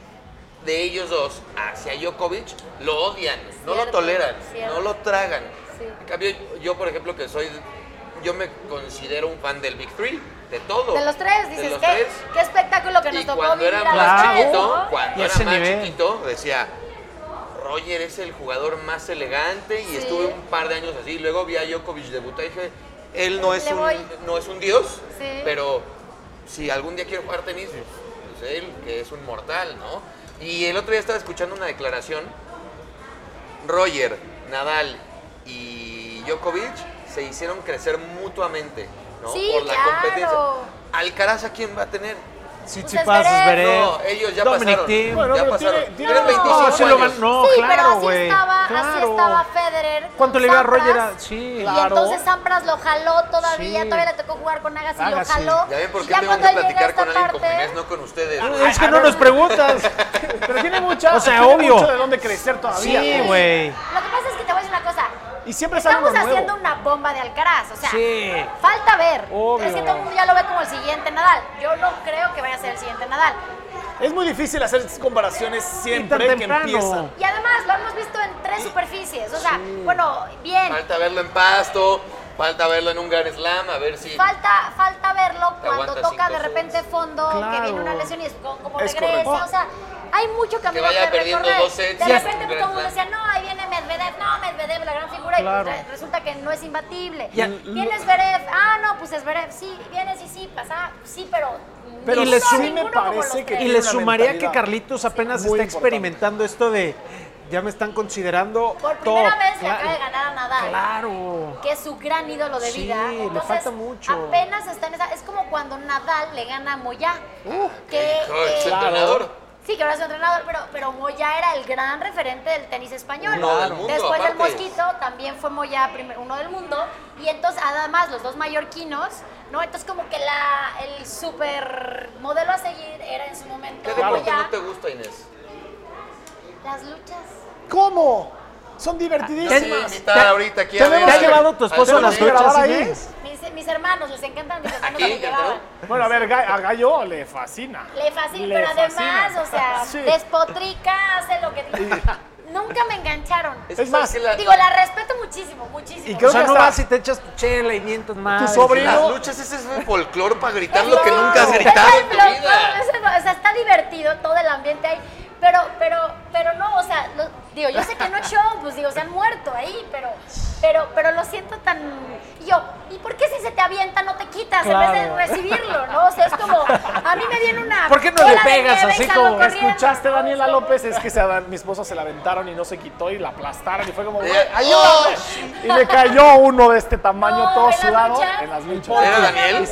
Speaker 1: de ellos dos hacia Djokovic lo odian, no lo
Speaker 3: Cierto,
Speaker 1: toleran,
Speaker 3: cierto.
Speaker 1: no lo tragan.
Speaker 3: Sí.
Speaker 1: En cambio, yo, por ejemplo, que soy, yo me considero un fan del Big Three, de todo.
Speaker 3: De los tres,
Speaker 1: De
Speaker 3: dices,
Speaker 1: los
Speaker 3: ¿qué,
Speaker 1: tres.
Speaker 3: qué espectáculo que
Speaker 1: Y
Speaker 3: nos tocó
Speaker 1: cuando
Speaker 3: vivir
Speaker 1: era
Speaker 3: a los
Speaker 1: más
Speaker 3: tres,
Speaker 1: chiquito,
Speaker 3: ¿no?
Speaker 1: cuando
Speaker 5: Y
Speaker 1: era
Speaker 5: ese
Speaker 1: más
Speaker 5: nivel.
Speaker 1: chiquito, decía, Roger es el jugador más elegante y
Speaker 3: Sí.
Speaker 1: estuve un par de años así. Luego vi a Djokovic debutar y dije, él no es,
Speaker 3: Le
Speaker 1: un,
Speaker 3: voy.
Speaker 1: no es un dios,
Speaker 3: Sí.
Speaker 1: pero si algún día quiero jugar tenis, pues él, que es un mortal, ¿no? Y el otro día estaba escuchando una declaración. Roger, Nadal y Djokovic se hicieron crecer mutuamente, ¿no?
Speaker 3: Sí,
Speaker 1: Por la
Speaker 3: claro.
Speaker 1: competencia. ¿Alcaraz a quién va a tener?
Speaker 3: Pues
Speaker 5: Tsitsipas,
Speaker 3: Zverev.
Speaker 5: Zverev,
Speaker 1: No, ellos ya
Speaker 5: Eh, Dominic
Speaker 1: pasaron.
Speaker 5: Thiem.
Speaker 4: Bueno,
Speaker 1: ya
Speaker 4: pero
Speaker 1: pasaron.
Speaker 4: tiene- tiene-
Speaker 1: Tienen 25
Speaker 5: No, sí lo
Speaker 1: años.
Speaker 5: van- no,
Speaker 3: sí, pero
Speaker 5: claro,
Speaker 3: así
Speaker 5: güey,
Speaker 3: estaba, así
Speaker 5: claro.
Speaker 3: estaba Federer. con
Speaker 5: ¿Cuánto le iba a
Speaker 3: Sampras,
Speaker 5: Roger a- sí,
Speaker 3: y
Speaker 5: claro.
Speaker 3: entonces Sampras lo jaló todavía,
Speaker 5: Sí.
Speaker 3: todavía le tocó jugar con Agassi,
Speaker 5: Agassi.
Speaker 3: lo jaló.
Speaker 1: Ya ven por
Speaker 3: Y
Speaker 1: qué tengo
Speaker 3: cuando
Speaker 1: que
Speaker 3: él llega a
Speaker 1: platicar
Speaker 3: esta
Speaker 1: con alguien como
Speaker 3: parte- Ah,
Speaker 1: Inés, no con ustedes.
Speaker 5: Es que no nos preguntas.
Speaker 4: Pero tiene mucha.
Speaker 5: O sea,
Speaker 4: tiene
Speaker 5: obvio.
Speaker 4: mucho de dónde crecer todavía.
Speaker 5: Sí, güey.
Speaker 3: Lo que pasa es que te voy a decir una cosa.
Speaker 4: Y siempre sale
Speaker 3: Estamos
Speaker 4: uno nuevo.
Speaker 3: haciendo una bomba de Alcaraz, o sea,
Speaker 5: Sí.
Speaker 3: falta ver.
Speaker 5: Obvio.
Speaker 3: Es que todo el mundo ya lo ve como el siguiente Nadal. Yo no creo que vaya a ser el siguiente Nadal.
Speaker 4: Es muy difícil hacer estas comparaciones siempre que
Speaker 5: temprano.
Speaker 4: empiezan.
Speaker 3: Y además lo hemos visto en tres superficies. O sea, bueno, bien.
Speaker 1: Falta verlo en pasto, falta verlo en un Grand Slam, a ver si.
Speaker 3: Falta, falta verlo
Speaker 1: Te
Speaker 3: cuando
Speaker 1: aguanta
Speaker 3: toca de
Speaker 1: cinco
Speaker 3: repente fondo, que
Speaker 5: Claro.
Speaker 3: viene una lesión y es como, como
Speaker 4: Es
Speaker 3: regresa.
Speaker 4: correcto.
Speaker 3: O sea, hay mucho camino
Speaker 1: vaya
Speaker 3: que
Speaker 1: perdiendo
Speaker 3: recorrer.
Speaker 1: dos sets y
Speaker 3: de
Speaker 1: es
Speaker 3: repente
Speaker 1: un
Speaker 3: todo el
Speaker 1: gran
Speaker 3: mundo
Speaker 1: slam.
Speaker 3: decía, no, ahí viene Medvedev, no, Medvedev, la gran figura,
Speaker 5: Claro.
Speaker 3: y pues, re- resulta que no es imbatible.
Speaker 5: Y a-
Speaker 3: Viene Zverev, ah, no, pues Zverev, sí, viene, sí, sí, pasa, sí, pero...
Speaker 4: Pero
Speaker 3: ninguno,
Speaker 4: sí me
Speaker 3: ninguno como
Speaker 4: parece
Speaker 3: los
Speaker 4: que
Speaker 3: tres.
Speaker 5: Y
Speaker 4: Tiene
Speaker 5: le
Speaker 4: una
Speaker 5: sumaría que
Speaker 4: mentalidad
Speaker 5: Carlitos apenas
Speaker 4: muy
Speaker 5: está
Speaker 4: importante.
Speaker 5: experimentando esto de ya me están considerando
Speaker 3: Por
Speaker 5: top.
Speaker 3: primera vez le
Speaker 5: Cla-
Speaker 3: acaba de ganar a Nadal.
Speaker 5: Claro.
Speaker 3: que es su gran ídolo de
Speaker 5: Sí,
Speaker 3: vida.
Speaker 5: le
Speaker 3: Entonces,
Speaker 5: falta mucho.
Speaker 3: Apenas está en esa. Es como cuando Nadal le gana a Moyá.
Speaker 5: Uh,
Speaker 3: que,
Speaker 1: Hijo,
Speaker 3: que-
Speaker 1: Ah, es entrenador.
Speaker 3: Sí, que ahora es su entrenador, pero, pero Moyá era el gran referente del tenis español.
Speaker 1: Uno del mundo,
Speaker 3: Después del
Speaker 1: aparte.
Speaker 3: Mosquito, también fue Moyá primer- uno del mundo. Y entonces, además, los dos mallorquinos, ¿no? Entonces, como que la, el super modelo a seguir era en su momento
Speaker 1: ¿Qué
Speaker 3: Moyá.
Speaker 1: deporte no te gusta, Inés?
Speaker 3: Las luchas.
Speaker 4: ¿Cómo? Son
Speaker 1: Yo sí,
Speaker 4: divertidísimas.
Speaker 1: invitar
Speaker 5: te-
Speaker 1: ahorita aquí
Speaker 4: tenemos-
Speaker 5: ¿Te ha
Speaker 4: Ay,
Speaker 5: llevado tu esposo a
Speaker 1: al
Speaker 5: las
Speaker 1: torneo.
Speaker 4: luchas?
Speaker 5: luchas,
Speaker 4: grabar ahí.
Speaker 5: Inés?
Speaker 3: Mis, mis hermanos, les encantan mis hermanos.
Speaker 1: Aquí,
Speaker 3: me llevaban.
Speaker 1: ¿no?
Speaker 4: Bueno, a ver, Ga- a Gallo le fascina.
Speaker 3: Le fascina,
Speaker 4: Le
Speaker 3: pero además,
Speaker 4: fascina.
Speaker 3: o sea,
Speaker 4: Sí.
Speaker 3: despotrica, hace lo que dice. Nunca me engancharon.
Speaker 1: que
Speaker 4: Es más,
Speaker 1: sabes que la-
Speaker 3: Digo, la respeto muchísimo, muchísimo.
Speaker 4: Y
Speaker 5: O
Speaker 4: creo
Speaker 5: sea,
Speaker 4: que
Speaker 5: no
Speaker 4: hasta-
Speaker 5: vas y te echas tu chela y mientas más.
Speaker 4: sobrino-
Speaker 1: las luchas ese es folclore para gritar
Speaker 3: Es
Speaker 1: lo que
Speaker 3: lo-
Speaker 1: nunca has
Speaker 3: es
Speaker 1: gritado en tu
Speaker 3: folclore,
Speaker 1: vida.
Speaker 3: es el- o sea, está divertido todo el ambiente ahí. Pero, pero, pero no, o sea, lo- digo, yo sé que no es show, pues digo, se han muerto ahí, pero, pero, pero lo siento tan. y yo, ¿y por qué si se te avienta no te quitas en vez de
Speaker 5: Claro.
Speaker 3: recibirlo, no? O sea, es como, a mí me viene una.
Speaker 5: ¿Por qué no le
Speaker 3: bola de
Speaker 5: pegas
Speaker 3: nieve y
Speaker 5: así
Speaker 3: salgo
Speaker 5: como
Speaker 3: corriendo,
Speaker 4: ¿Escuchaste,
Speaker 3: ¿no?
Speaker 4: Daniela
Speaker 3: Es como-
Speaker 4: López? Es que se, mi esposa se la aventaron y no se quitó y la aplastaron y fue como, "Güey, ¡oh!
Speaker 1: Eh,
Speaker 4: ayúdame". Y le cayó uno de este tamaño
Speaker 3: No,
Speaker 4: todo
Speaker 3: en las
Speaker 4: sudado
Speaker 3: luchas.
Speaker 4: en las luchas.
Speaker 1: ¿Era Daniel?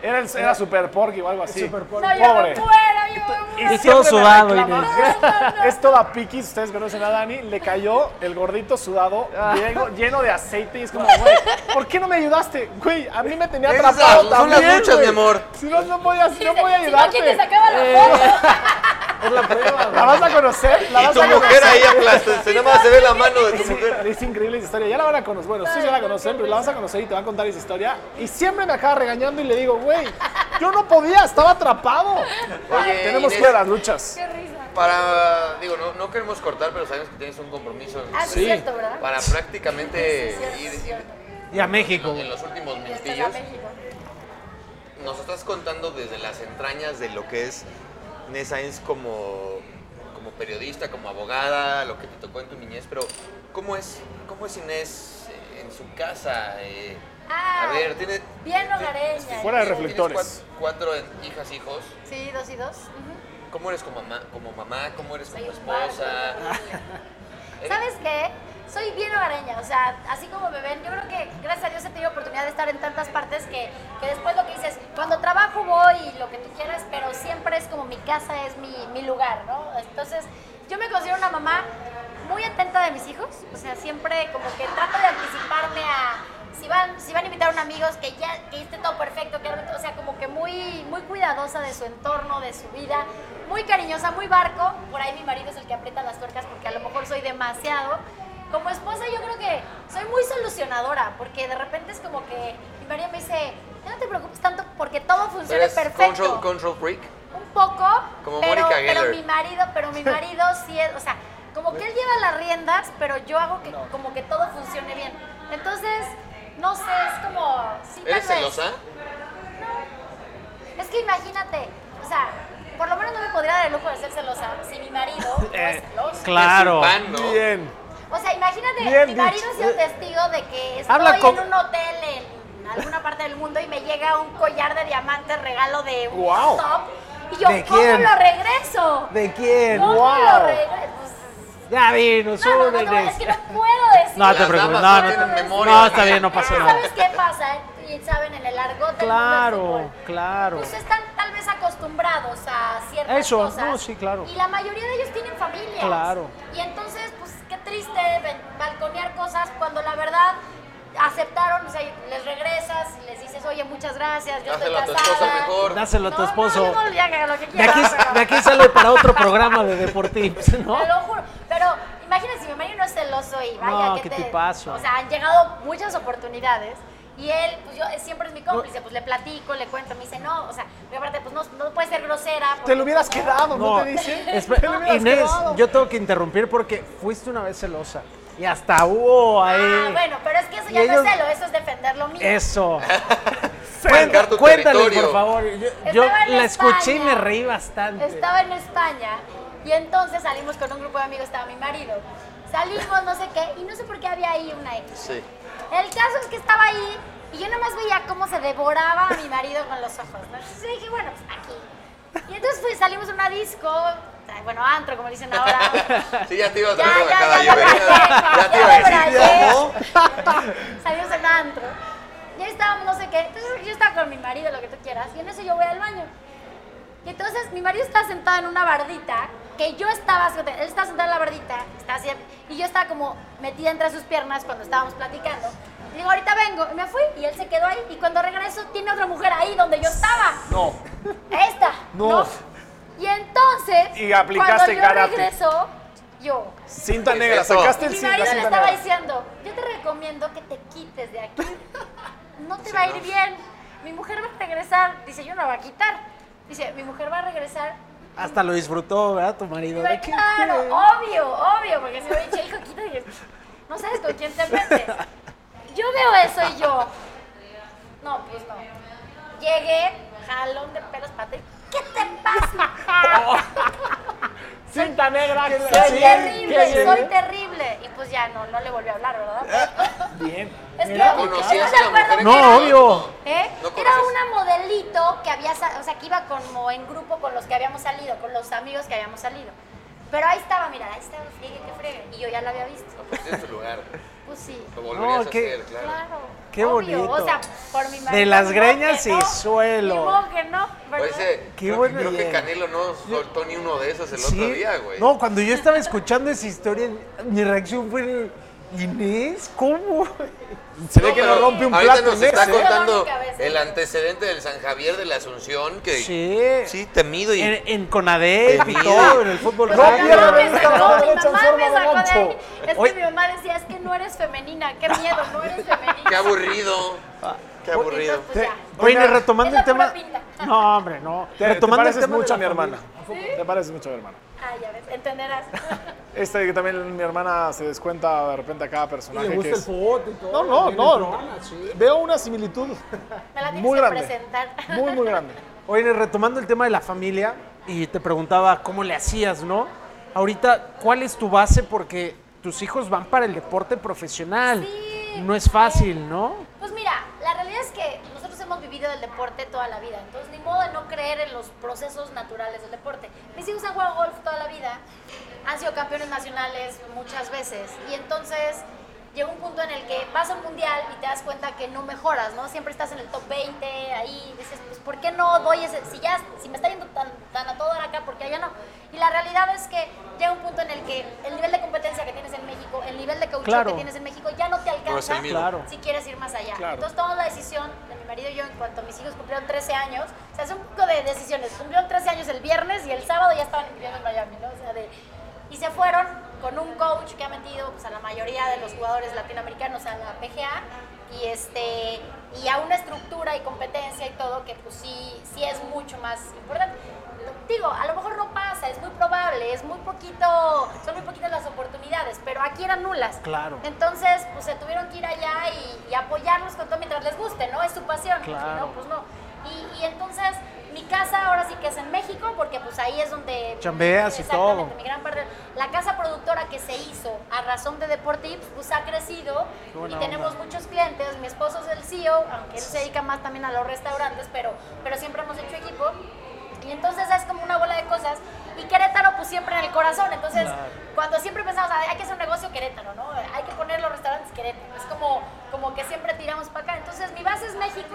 Speaker 4: Era, el- era Super Porky o algo así.
Speaker 3: No, yo
Speaker 4: Pobre.
Speaker 3: me muero, yo me muero.
Speaker 5: Y
Speaker 4: siempre
Speaker 5: todo
Speaker 4: le
Speaker 5: sudado,
Speaker 4: reclama.
Speaker 5: Inés.
Speaker 4: Es- Es toda piquis, ustedes conocen a Dani, le cayó el gordito sudado,
Speaker 5: Ah.
Speaker 4: lleno, lleno de aceite y es como, güey, ¿por qué no me ayudaste? Güey, a mí me tenía
Speaker 1: Esas
Speaker 4: atrapado
Speaker 1: son
Speaker 4: también,
Speaker 1: las luchas,
Speaker 4: güey.
Speaker 1: mi amor.
Speaker 4: Si no, no podía, si no Eh,
Speaker 3: Dice,
Speaker 4: podía
Speaker 3: si no, ¿quién te
Speaker 4: ayudarte.
Speaker 3: sacaba la foto?
Speaker 5: Es la prueba. güey.
Speaker 4: La vas a conocer, la
Speaker 1: Y
Speaker 4: vas
Speaker 1: tu
Speaker 4: a
Speaker 1: mujer
Speaker 4: conocer.
Speaker 1: ahí aplasta, se nada más se ve la mano de tu
Speaker 4: Es,
Speaker 1: mujer.
Speaker 4: es increíble esa historia. Ya la van a conocer. Bueno, sí, ya la conocen, pero la vas a conocer y te van a contar esa historia. Y siempre me acaba regañando y le digo, güey, yo no podía, estaba atrapado.
Speaker 1: Oye,
Speaker 4: Tenemos
Speaker 1: Inés.
Speaker 4: que ir a las luchas.
Speaker 3: Qué risa.
Speaker 1: Para, digo, no, no queremos cortar, pero sabemos que tienes un compromiso.
Speaker 3: Ah, sí, es cierto, ¿verdad?
Speaker 1: Para prácticamente ir, ir
Speaker 5: Y a México.
Speaker 1: en los últimos
Speaker 3: Y hasta la
Speaker 1: minutillos.
Speaker 3: México.
Speaker 1: Nos estás contando desde las entrañas de lo que es Inés Sainz como, como periodista, como abogada, lo que te tocó en tu niñez, pero ¿cómo es, cómo es Inés eh, en su casa? Eh,
Speaker 3: Ah,
Speaker 1: a ver, tiene...
Speaker 3: Bien
Speaker 1: ti-
Speaker 3: hogareña.
Speaker 4: Fuera de
Speaker 1: tienes
Speaker 4: reflectores.
Speaker 1: cuat- Cuatro, en- hijas, hijos.
Speaker 3: Sí, dos y dos. Ujú.
Speaker 1: ¿Cómo eres como mamá? Como mamá? ¿Cómo eres como
Speaker 3: Soy un barco.
Speaker 1: esposa? Eh,
Speaker 3: ¿Sabes qué? Soy bien hogareña, o sea, así como me ven, yo creo que gracias a Dios he tenido oportunidad de estar en tantas partes que, que después lo que dices, cuando trabajo voy y lo que tú quieras, pero siempre es como mi casa, es mi, mi lugar, ¿no? Entonces, yo me considero una mamá muy atenta de mis hijos, o sea, siempre como que trato de anticiparme a si van, si van a invitar a un amigo que ya que esté todo perfecto, que realmente- o sea, como que muy, muy cuidadosa de su entorno, de su vida, muy cariñosa, muy barco. Por ahí mi marido es el que aprieta las tuercas porque a lo mejor soy demasiado. Como esposa yo creo que soy muy solucionadora porque de repente es como que mi marido me dice, no te preocupes tanto porque todo funciona
Speaker 1: ¿Eres
Speaker 3: perfecto.
Speaker 1: control, control freak?
Speaker 3: Un poco,
Speaker 1: Como
Speaker 3: pero,
Speaker 1: Mónica
Speaker 3: pero
Speaker 1: Geller.
Speaker 3: mi marido, pero mi marido sí es, o sea, como que él lleva las riendas, pero yo hago que como que todo funcione bien. Entonces, no sé, es como sí tal
Speaker 1: ¿Eres
Speaker 3: vez.
Speaker 1: celosa?
Speaker 3: Es que imagínate, o sea, por lo menos no me podría dar el lujo de ser celosa si mi marido
Speaker 5: Eh,
Speaker 3: no es celoso.
Speaker 5: Claro.
Speaker 1: Es un pan, ¿no?
Speaker 4: Bien.
Speaker 3: O sea, imagínate,
Speaker 4: Bien
Speaker 3: mi
Speaker 4: dicho.
Speaker 3: marido ha sido testigo de que estoy
Speaker 5: Habla con-
Speaker 3: en un hotel en alguna parte del mundo y me llega un collar de diamantes regalo de un
Speaker 4: Guau.
Speaker 3: top. Y yo,
Speaker 5: ¿De
Speaker 3: ¿cómo
Speaker 5: quién?
Speaker 3: lo regreso?
Speaker 5: ¿De quién?
Speaker 3: ¿Cómo lo
Speaker 4: Guau.
Speaker 3: regreso? Pues,
Speaker 5: Ya vino,
Speaker 3: No, no, no,
Speaker 5: sube,
Speaker 3: no,
Speaker 5: Inés.
Speaker 3: es que no puedo decir.
Speaker 5: No te
Speaker 1: Las
Speaker 5: preocupes,
Speaker 1: damas
Speaker 5: no,
Speaker 1: no
Speaker 5: no.
Speaker 1: tienen memoria.
Speaker 5: No, está bien, no pasa
Speaker 3: ¿Sabes
Speaker 5: nada.
Speaker 3: qué pasa? Y saben, en el argot del mundo del
Speaker 5: Claro,
Speaker 3: fútbol.
Speaker 5: claro.
Speaker 3: Pues están tal vez acostumbrados a ciertas
Speaker 5: Eso,
Speaker 3: cosas.
Speaker 5: no, sí, claro.
Speaker 3: Y la mayoría de ellos tienen familia.
Speaker 5: Claro.
Speaker 3: Y entonces, pues qué triste ven- balconear cosas cuando la verdad aceptaron, o sea, les regresas y les dices, oye, muchas gracias, yo
Speaker 1: Dáselo a tu
Speaker 3: estoy
Speaker 1: esposa
Speaker 3: casada.
Speaker 1: mejor.
Speaker 5: Dáselo a tu
Speaker 3: No, no,
Speaker 5: esposo.
Speaker 3: luego ya que lo que
Speaker 5: De aquí,
Speaker 3: quieras, pero-
Speaker 5: de aquí sale para otro programa de deportivos, ¿no?
Speaker 3: te lo juro. Pero imagínate si mi marido no es celoso y vaya
Speaker 5: No,
Speaker 3: que
Speaker 5: qué
Speaker 3: te,
Speaker 5: tipazo.
Speaker 3: O sea, han llegado muchas oportunidades Y él, pues yo eh, siempre es mi cómplice, pues le platico, le cuento, me dice, no, o sea, pero aparte, pues no, no puedes ser grosera.
Speaker 4: Te
Speaker 3: porque,
Speaker 4: lo hubieras
Speaker 3: pues, no".
Speaker 4: quedado, ¿no,
Speaker 5: No,
Speaker 4: te dicen?
Speaker 5: espera,
Speaker 4: Te lo hubieras
Speaker 5: Inés,
Speaker 4: quedado.
Speaker 5: yo tengo que interrumpir porque fuiste una vez celosa. Y hasta hubo ahí.
Speaker 3: Ah, bueno, pero es que eso
Speaker 5: Y
Speaker 3: ya no
Speaker 5: ellos-
Speaker 3: es celo, eso es defender lo mío.
Speaker 5: Eso.
Speaker 1: Marcar tu
Speaker 5: Cuéntale,
Speaker 1: territorio.
Speaker 5: por favor. Yo, yo
Speaker 3: Estaba en
Speaker 5: la escuché y
Speaker 3: España.
Speaker 5: me reí bastante.
Speaker 3: Estaba en España y entonces salimos con un grupo de amigos, estaba mi marido. Salimos, no sé qué, y no sé por qué había ahí una X.
Speaker 1: Sí.
Speaker 3: El caso es que estaba ahí y yo nomás veía cómo se devoraba a mi marido con los ojos. ¿no? Entonces yo dije, bueno, pues aquí. Y entonces fui- salimos a una disco, ay, bueno, antro, como dicen ahora.
Speaker 1: Sí, ya te iba a
Speaker 3: Ya,
Speaker 1: traer
Speaker 3: ya,
Speaker 1: la
Speaker 3: ya,
Speaker 1: yo.
Speaker 3: ya, ya,
Speaker 1: Ya te
Speaker 3: ya
Speaker 1: iba a
Speaker 3: me
Speaker 1: decir,
Speaker 3: rayé.
Speaker 1: ¿cómo?
Speaker 3: Salimos en antro. Y ahí estábamos, no sé qué. Entonces yo estaba con mi marido, lo que tú quieras. Y en eso yo voy al baño. Y entonces mi marido estaba sentado en una bardita que yo estaba, él estaba sentado en la bardita, estaba así, y yo estaba como metida entre sus piernas cuando estábamos platicando. Y digo, ahorita vengo, y me fui, y él se quedó ahí, y cuando regreso tiene otra mujer ahí donde yo estaba.
Speaker 4: No.
Speaker 3: Esta.
Speaker 4: No.
Speaker 3: Y entonces,
Speaker 4: Y aplicaste
Speaker 3: cuando yo
Speaker 4: karate.
Speaker 3: regreso, yo,
Speaker 4: Cinta
Speaker 1: ¿Qué
Speaker 4: negra,
Speaker 1: es eso?
Speaker 4: sacaste el
Speaker 3: mi
Speaker 4: cinta,
Speaker 3: marido
Speaker 4: la
Speaker 3: le
Speaker 4: cinta
Speaker 3: estaba
Speaker 4: negra.
Speaker 3: diciendo, yo te recomiendo que te quites de aquí. No te va a ir bien. Mi mujer va a regresar. Dice, yo no la voy a quitar. Dice, mi mujer va a regresar.
Speaker 5: Hasta lo disfrutó, ¿verdad? Tu marido.
Speaker 3: Y
Speaker 5: ¿De
Speaker 3: yo,
Speaker 5: qué-
Speaker 3: claro,
Speaker 5: qué?
Speaker 3: obvio, obvio, porque si me dicho, hijo, quítate. No sabes con quién te metes. Yo veo eso y yo, no, pues no. Llegué, jalón de pelos para ti. ¿Qué te pasa?
Speaker 4: Cinta negra.
Speaker 3: soy
Speaker 4: qué bien, qué
Speaker 3: terrible,
Speaker 4: bien.
Speaker 3: soy terrible. Y pues ya no, no le volví a hablar, ¿verdad?
Speaker 4: Bien.
Speaker 3: Es que
Speaker 1: Mira,
Speaker 3: yo no
Speaker 1: ¿conocías
Speaker 3: me
Speaker 1: a la
Speaker 3: acuerdo
Speaker 1: mujer
Speaker 3: que
Speaker 5: No,
Speaker 3: era-
Speaker 5: obvio.
Speaker 3: ¿Eh?
Speaker 1: No
Speaker 3: era
Speaker 1: conoces.
Speaker 3: una modelito que había, sa- o sea, que iba como en grupo con los que habíamos salido, con los amigos que habíamos salido. Pero ahí estaba, mira, ahí estaba, friegue, que friegue. Y yo ya la había visto.
Speaker 1: Pues en su lugar.
Speaker 3: Pues sí,
Speaker 1: Lo volverías
Speaker 5: No,
Speaker 1: a
Speaker 5: qué-
Speaker 1: hacer, claro.
Speaker 3: claro.
Speaker 5: Qué
Speaker 3: obvio,
Speaker 5: bonito.
Speaker 3: O sea, por mi marido,
Speaker 5: De las
Speaker 3: ni modo
Speaker 5: greñas
Speaker 3: que
Speaker 5: y
Speaker 3: no,
Speaker 5: suelo.
Speaker 3: ni modo que no,
Speaker 1: Oye,
Speaker 3: ¿verdad?
Speaker 1: ese-
Speaker 5: Qué
Speaker 1: creo, que-
Speaker 5: buena
Speaker 1: Pues, creo que
Speaker 5: idea.
Speaker 1: Canelo no soltó ni uno de esos el otro día, güey.
Speaker 5: No, cuando yo estaba escuchando esa historia, mi reacción fue. Inés, ¿cómo?
Speaker 4: Se ve que
Speaker 1: pero
Speaker 4: no rompe un
Speaker 1: ahorita
Speaker 4: plato
Speaker 1: nos
Speaker 4: Inés,
Speaker 1: está
Speaker 4: ¿eh?
Speaker 1: contando
Speaker 3: Dolor de cabeza.
Speaker 1: el antecedente del San Javier de la Asunción que
Speaker 5: Sí.
Speaker 1: sí temido y
Speaker 5: En, en Conadep y
Speaker 1: Bebida.
Speaker 5: todo, en el fútbol.
Speaker 3: Pues
Speaker 4: No,
Speaker 3: mi mamá
Speaker 5: rápido.
Speaker 4: pierde,
Speaker 3: me
Speaker 4: no,
Speaker 3: sacó,
Speaker 4: no,
Speaker 3: mi
Speaker 4: no,
Speaker 3: mamá me sacó de
Speaker 4: transforma,
Speaker 3: ahí. Es que
Speaker 5: Oye.
Speaker 3: mi mamá decía, es que no eres femenina, qué miedo, no eres femenina.
Speaker 1: qué aburrido.
Speaker 5: Ah.
Speaker 1: Qué aburrido.
Speaker 3: Entonces, pues ya.
Speaker 5: Oye, Inés,
Speaker 3: Es
Speaker 5: retomando
Speaker 3: la
Speaker 5: el tema.
Speaker 3: pura pinta.
Speaker 5: No, hombre, no.
Speaker 4: Te, te
Speaker 5: retomando el
Speaker 4: pareces
Speaker 5: este tema de
Speaker 4: mucho a
Speaker 5: la
Speaker 4: mi
Speaker 5: familia.
Speaker 4: hermana. Te pareces mucho a mi hermana.
Speaker 3: Ah, ya ves, entenderás.
Speaker 4: Este que también mi hermana se descuenta de repente a cada personaje.
Speaker 5: Le
Speaker 4: que
Speaker 5: gusta el
Speaker 4: es...
Speaker 5: fútbol y todo.
Speaker 4: No, no,
Speaker 5: Tiene
Speaker 4: no.
Speaker 5: hermana, sí.
Speaker 4: Veo una similitud
Speaker 3: Me la tienes
Speaker 4: Muy
Speaker 3: que
Speaker 4: grande.
Speaker 3: presentar.
Speaker 4: muy, muy grande.
Speaker 5: Oye, retomando el tema de la familia, y te preguntaba cómo le hacías, ¿no? Ahorita, ¿cuál es tu base? Porque tus hijos van para el deporte profesional.
Speaker 3: Sí.
Speaker 5: no es fácil, ¿no?
Speaker 3: Pues mira, la realidad es que nosotros hemos vivido el deporte toda la vida, entonces ni modo de no creer en los procesos naturales del deporte. Mis hijos han jugado golf toda la vida, han sido campeones nacionales muchas veces y entonces llega un punto en el que vas a un mundial y te das cuenta que no mejoras, ¿no? Siempre estás en el top 20, ahí dices, pues ¿por qué no doy ese? Si ya, si me está yendo tan, tan a todo dar acá, ¿por qué allá no? Y la realidad es que llega un punto en el que el nivel de competencia que tienes en México, el nivel de caucho
Speaker 5: Claro.
Speaker 3: que tienes en México ya no te alcanza
Speaker 1: No es el mismo.
Speaker 5: Claro.
Speaker 3: si quieres ir más allá.
Speaker 4: Claro.
Speaker 3: Entonces tomamos la decisión, de mi marido y yo, en cuanto mis hijos cumplieron 13 años, o sea, es un poco de decisiones. Cumplieron 13 años el viernes y el sábado ya estaban viviendo en Miami, ¿no? O sea, de- y se fueron con un coach que ha metido pues, a la mayoría de los jugadores latinoamericanos a la PGA y, este, y a una estructura y competencia y todo que pues sí, sí es mucho más importante. Lo- Digo, a lo mejor no pasa, es muy probable, es muy poquito, son muy poquitas las oportunidades, pero aquí eran nulas.
Speaker 5: Claro.
Speaker 3: Entonces, pues se tuvieron que ir allá y, y apoyarnos con todo mientras les guste, ¿no? Es su pasión.
Speaker 5: Claro.
Speaker 3: Si no, pues no. Y, y entonces, mi casa ahora sí que es en México, porque pues ahí es donde...
Speaker 5: Chambeas y
Speaker 3: Exactamente,
Speaker 5: todo.
Speaker 3: mi gran parte. La casa productora que se hizo a razón de Deportips, pues ha crecido
Speaker 5: Qué buena
Speaker 3: y tenemos
Speaker 5: onda.
Speaker 3: muchos clientes. Mi esposo es el CEO, aunque él se dedica más también a los restaurantes, pero, pero siempre hemos hecho equipo. Y entonces es como una bola de cosas. Y Querétaro, pues siempre en el corazón. Entonces, cuando siempre pensamos, "Ay, hay que hacer un negocio Querétaro, ¿no? Hay que poner los restaurantes Querétaro. Es como, como que siempre tiramos para acá. Entonces, mi base es México.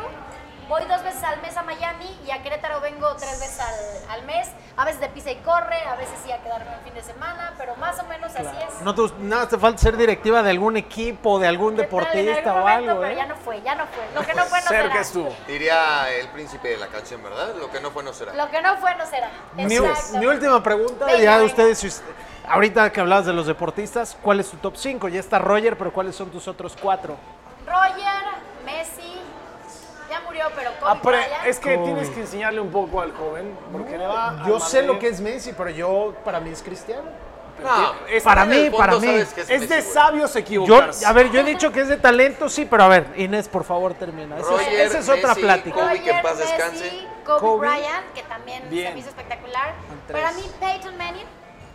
Speaker 3: Voy dos veces al mes a Miami y a Querétaro vengo tres veces al, al mes. A veces de pisa y corre, a veces sí a quedarme un fin de semana, pero más o menos así es.
Speaker 5: No te, nada, te falta ser directiva de algún equipo, de algún
Speaker 3: ¿Qué tal? En
Speaker 5: deportista
Speaker 3: algún
Speaker 5: o
Speaker 3: momento,
Speaker 5: algo.
Speaker 3: Pero
Speaker 5: ¿eh?
Speaker 3: ya no fue, ya no fue. Lo que no fue no
Speaker 4: Cerca
Speaker 3: será.
Speaker 4: estuvo.
Speaker 1: Diría el príncipe de la canción, ¿verdad? Lo que no fue no será.
Speaker 3: Lo que no fue no será.
Speaker 5: Mi,
Speaker 3: Exacto.
Speaker 5: mi última pregunta,
Speaker 3: Venga,
Speaker 5: ya de
Speaker 3: venga.
Speaker 5: ustedes, si usted- ahorita que hablabas de los deportistas, ¿cuál es tu top 5? Ya está Roger, pero ¿cuáles son tus otros cuatro?
Speaker 3: Roger, Messi, serio, pero
Speaker 1: Ah,
Speaker 3: Kobe
Speaker 4: Apre-
Speaker 3: Bryant-
Speaker 4: es que
Speaker 5: Kobe.
Speaker 4: tienes que enseñarle un poco al joven, porque le va a
Speaker 5: Yo sé
Speaker 4: Madrid.
Speaker 5: lo que es Messi, pero yo, para mí, es Cristiano.
Speaker 1: No,
Speaker 4: es-
Speaker 5: para
Speaker 1: en el
Speaker 5: mí,
Speaker 1: fondo
Speaker 5: para mí.
Speaker 1: sabes que
Speaker 4: Es,
Speaker 1: Messi,
Speaker 4: de
Speaker 1: güey.
Speaker 4: sabios
Speaker 5: Yo,
Speaker 4: equivocarse.
Speaker 5: a ver, yo he dicho que es de talento, sí, pero a ver, Inés, por favor, termina. Esa,
Speaker 1: Roger,
Speaker 5: esa es otra
Speaker 1: Messi,
Speaker 5: plática.
Speaker 1: Kobe, que en paz
Speaker 3: Messi,
Speaker 1: descanse.
Speaker 3: Kobe,
Speaker 5: Kobe.
Speaker 3: Bryant, que también se
Speaker 4: Bien.
Speaker 3: me hizo espectacular.
Speaker 5: Con tres.
Speaker 3: Para mí, Peyton Manning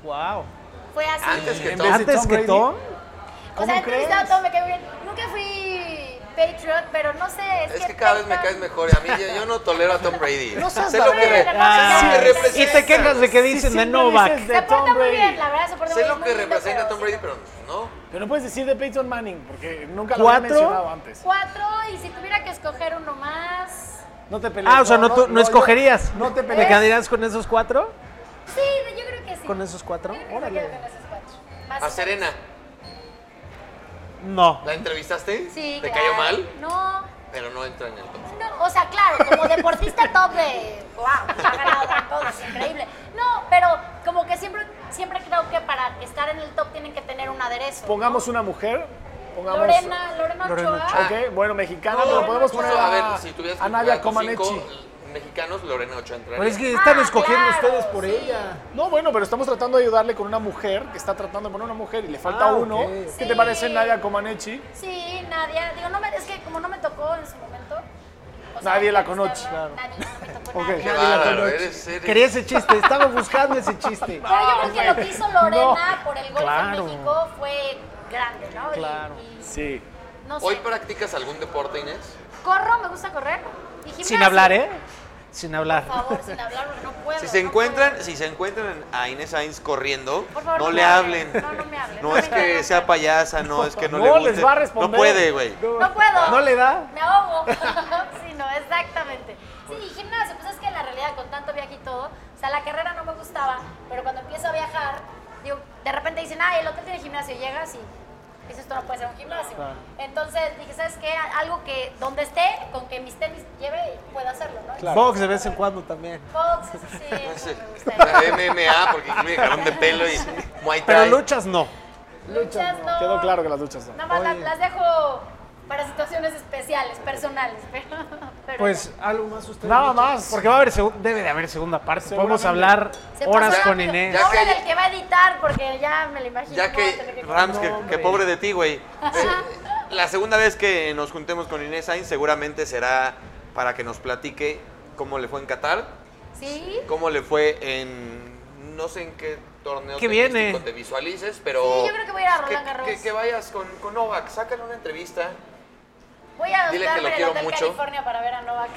Speaker 5: Wow.
Speaker 3: fue así.
Speaker 1: Antes que
Speaker 4: En
Speaker 1: todo.
Speaker 4: vez de
Speaker 5: Antes
Speaker 4: Tom
Speaker 5: que
Speaker 4: Brady.
Speaker 5: Tom,
Speaker 3: O sea,
Speaker 4: ¿Cómo crees?
Speaker 3: entrevistado todo me cayó bien. Nunca fui Patriot, pero no sé. Es,
Speaker 1: Es que cada vez me
Speaker 3: Peyton-
Speaker 1: caes mejor. A mí yo, yo no tolero a Tom Brady.
Speaker 4: No seas
Speaker 1: sé lo que, re-
Speaker 3: babosa.
Speaker 1: sé lo que
Speaker 3: Ah, sí.
Speaker 5: y
Speaker 1: representa.
Speaker 5: te quejas de que dicen de
Speaker 4: siempre
Speaker 5: Novak.
Speaker 4: dices de
Speaker 3: Se porta
Speaker 4: Tom
Speaker 3: muy
Speaker 4: Brady.
Speaker 3: bien, la verdad, se porta muy
Speaker 1: Sé
Speaker 3: bien.
Speaker 1: lo que
Speaker 3: muy lindo,
Speaker 1: representa
Speaker 3: pero
Speaker 1: Tom Brady,
Speaker 3: sí.
Speaker 1: pero no.
Speaker 4: Pero no puedes decir de Peyton Manning, porque nunca lo
Speaker 5: ¿Cuatro?
Speaker 4: había mencionado antes.
Speaker 3: Cuatro, y si tuviera que escoger uno más.
Speaker 4: No te pelees.
Speaker 5: Ah, o sea, no, tú- no
Speaker 4: yo-
Speaker 5: escogerías. ¿Eh?
Speaker 4: No te
Speaker 5: ¿Te
Speaker 4: pelees.
Speaker 5: quedarías con esos cuatro?
Speaker 3: Sí, yo creo que sí.
Speaker 5: ¿Con esos cuatro?
Speaker 3: Yo creo que me
Speaker 5: Órale.
Speaker 3: quedo con esos cuatro. Más
Speaker 1: A
Speaker 3: o
Speaker 1: Serena,
Speaker 5: No.
Speaker 1: ¿la entrevistaste?
Speaker 3: menos. Sí,
Speaker 1: ¿Te
Speaker 3: claro.
Speaker 1: cayó mal?
Speaker 3: No.
Speaker 1: Pero no entra en el top.
Speaker 3: No, o sea, claro, como deportista top de, wow, ha ganado tantos, increíble. No, pero como que siempre, siempre creo que para estar en el top tienen que tener un aderezo.
Speaker 4: Pongamos una mujer. Pongamos.
Speaker 3: Lorena, Lorena
Speaker 5: Lorena
Speaker 3: Ochoa.
Speaker 1: Ochoa.
Speaker 4: Ok, bueno,
Speaker 5: Ah,
Speaker 4: mexicana,
Speaker 1: No,
Speaker 4: pero podemos poner
Speaker 1: no,
Speaker 4: a,
Speaker 1: a ver, si tuvieras que
Speaker 4: a
Speaker 1: jugar con
Speaker 4: Nadia
Speaker 1: cinco
Speaker 4: Comaneci.
Speaker 1: mexicanos, Lorena Ochoa entraría.
Speaker 5: Pero es que están
Speaker 3: Ah,
Speaker 5: escogiendo
Speaker 3: claro,
Speaker 5: ustedes por
Speaker 3: sí.
Speaker 5: ella.
Speaker 4: No, bueno, pero estamos tratando de ayudarle con una mujer que está tratando de poner una mujer y le falta
Speaker 5: Ah, ok.
Speaker 4: uno. ¿Qué
Speaker 3: Sí.
Speaker 4: te parece Nadia Comaneci?
Speaker 3: Sí, Nadia. Digo, no me, es que como no me tocó en su momento. o
Speaker 4: Nadie la conoce,
Speaker 3: estaba-
Speaker 5: claro.
Speaker 3: Nadie, no me tocó
Speaker 4: Ok,
Speaker 3: nadie.
Speaker 1: Qué
Speaker 4: ya
Speaker 1: bárbaro, eres, pues, eres-
Speaker 5: Quería ese chiste, estaba buscando ese chiste.
Speaker 3: Pero yo creo que lo que hizo Lorena por el golf
Speaker 5: Claro.
Speaker 3: en México fue grande, ¿no? Y-
Speaker 5: Claro.
Speaker 3: y
Speaker 4: Sí.
Speaker 3: no sé.
Speaker 1: ¿Hoy practicas algún deporte, Inés?
Speaker 3: Corro, me gusta correr. y
Speaker 5: Sin
Speaker 3: gimnasio.
Speaker 5: hablar, ¿eh? Sin hablar.
Speaker 3: Por favor, sin hablar, porque no puedo.
Speaker 1: Si se
Speaker 3: no
Speaker 1: encuentran,
Speaker 3: puedo.
Speaker 1: si se encuentran a Inés Sainz corriendo,
Speaker 3: Por favor,
Speaker 1: no
Speaker 3: no
Speaker 1: le
Speaker 3: me
Speaker 1: hablen.
Speaker 3: hablen. No, no me hablen.
Speaker 1: No
Speaker 3: No
Speaker 1: es
Speaker 3: me
Speaker 1: que
Speaker 3: interrumpan.
Speaker 1: sea payasa, no es que no,
Speaker 4: No,
Speaker 1: le guste.
Speaker 4: les va a responder.
Speaker 1: No puede, güey.
Speaker 3: No puedo.
Speaker 5: ¿No le da?
Speaker 3: Me ahogo. sí, no, exactamente. Sí, y gimnasio, pues es que la realidad con tanto viaje y todo, o sea, la carrera no me gustaba, pero cuando empiezo a viajar, digo, de repente dicen, ay, el hotel tiene gimnasio, y llegas y dices, esto no puede ser un gimnasio. Entonces dije, ¿sabes qué? Algo que donde esté, con que mis tenis lleve, puedo hacerlo, ¿no?
Speaker 5: Box de vez en cuando también.
Speaker 3: Box, eso sí,
Speaker 1: No
Speaker 3: eso
Speaker 1: sé,
Speaker 3: me gustaría.
Speaker 1: la MMA, porque incluye jalón de pelo y Muay
Speaker 5: Pero
Speaker 1: Thai.
Speaker 5: luchas no.
Speaker 3: Luchas, no.
Speaker 4: Quedó claro que las duchas no.
Speaker 3: Nada más la-
Speaker 5: Oye.
Speaker 3: las dejo para situaciones especiales, personales, pero... pero
Speaker 5: Pues algo más ustedes.
Speaker 4: Nada
Speaker 5: luchas?
Speaker 4: más.
Speaker 5: Porque va a haber segu- debe de haber segunda parte. Podemos
Speaker 4: Seguramente.
Speaker 5: hablar
Speaker 3: Se pasó
Speaker 5: horas
Speaker 3: rápido.
Speaker 5: con Inés.
Speaker 1: Ya
Speaker 3: Pobre
Speaker 1: que-
Speaker 3: del que va a editar, porque ya me lo imagino.
Speaker 1: Ya
Speaker 3: voy a tener
Speaker 1: que, Rams, que,
Speaker 5: No,
Speaker 1: que
Speaker 5: hombre.
Speaker 1: pobre de ti, güey. Eh, La segunda vez que nos juntemos con Inés Sainz seguramente será para que nos platique cómo le fue en Qatar,
Speaker 3: Sí,
Speaker 1: cómo le fue en... no sé en qué torneo
Speaker 5: ¿Qué
Speaker 1: tenístico
Speaker 5: viene?
Speaker 1: te visualices, pero...
Speaker 3: Sí, yo creo que voy a ir a Roland
Speaker 1: que-
Speaker 3: Garros.
Speaker 1: Que, que vayas con, con Novak, sácale una entrevista.
Speaker 3: voy a
Speaker 1: Dile que lo
Speaker 3: adoptarme en el
Speaker 1: quiero
Speaker 3: Hotel
Speaker 1: mucho.
Speaker 3: California para ver a Novak.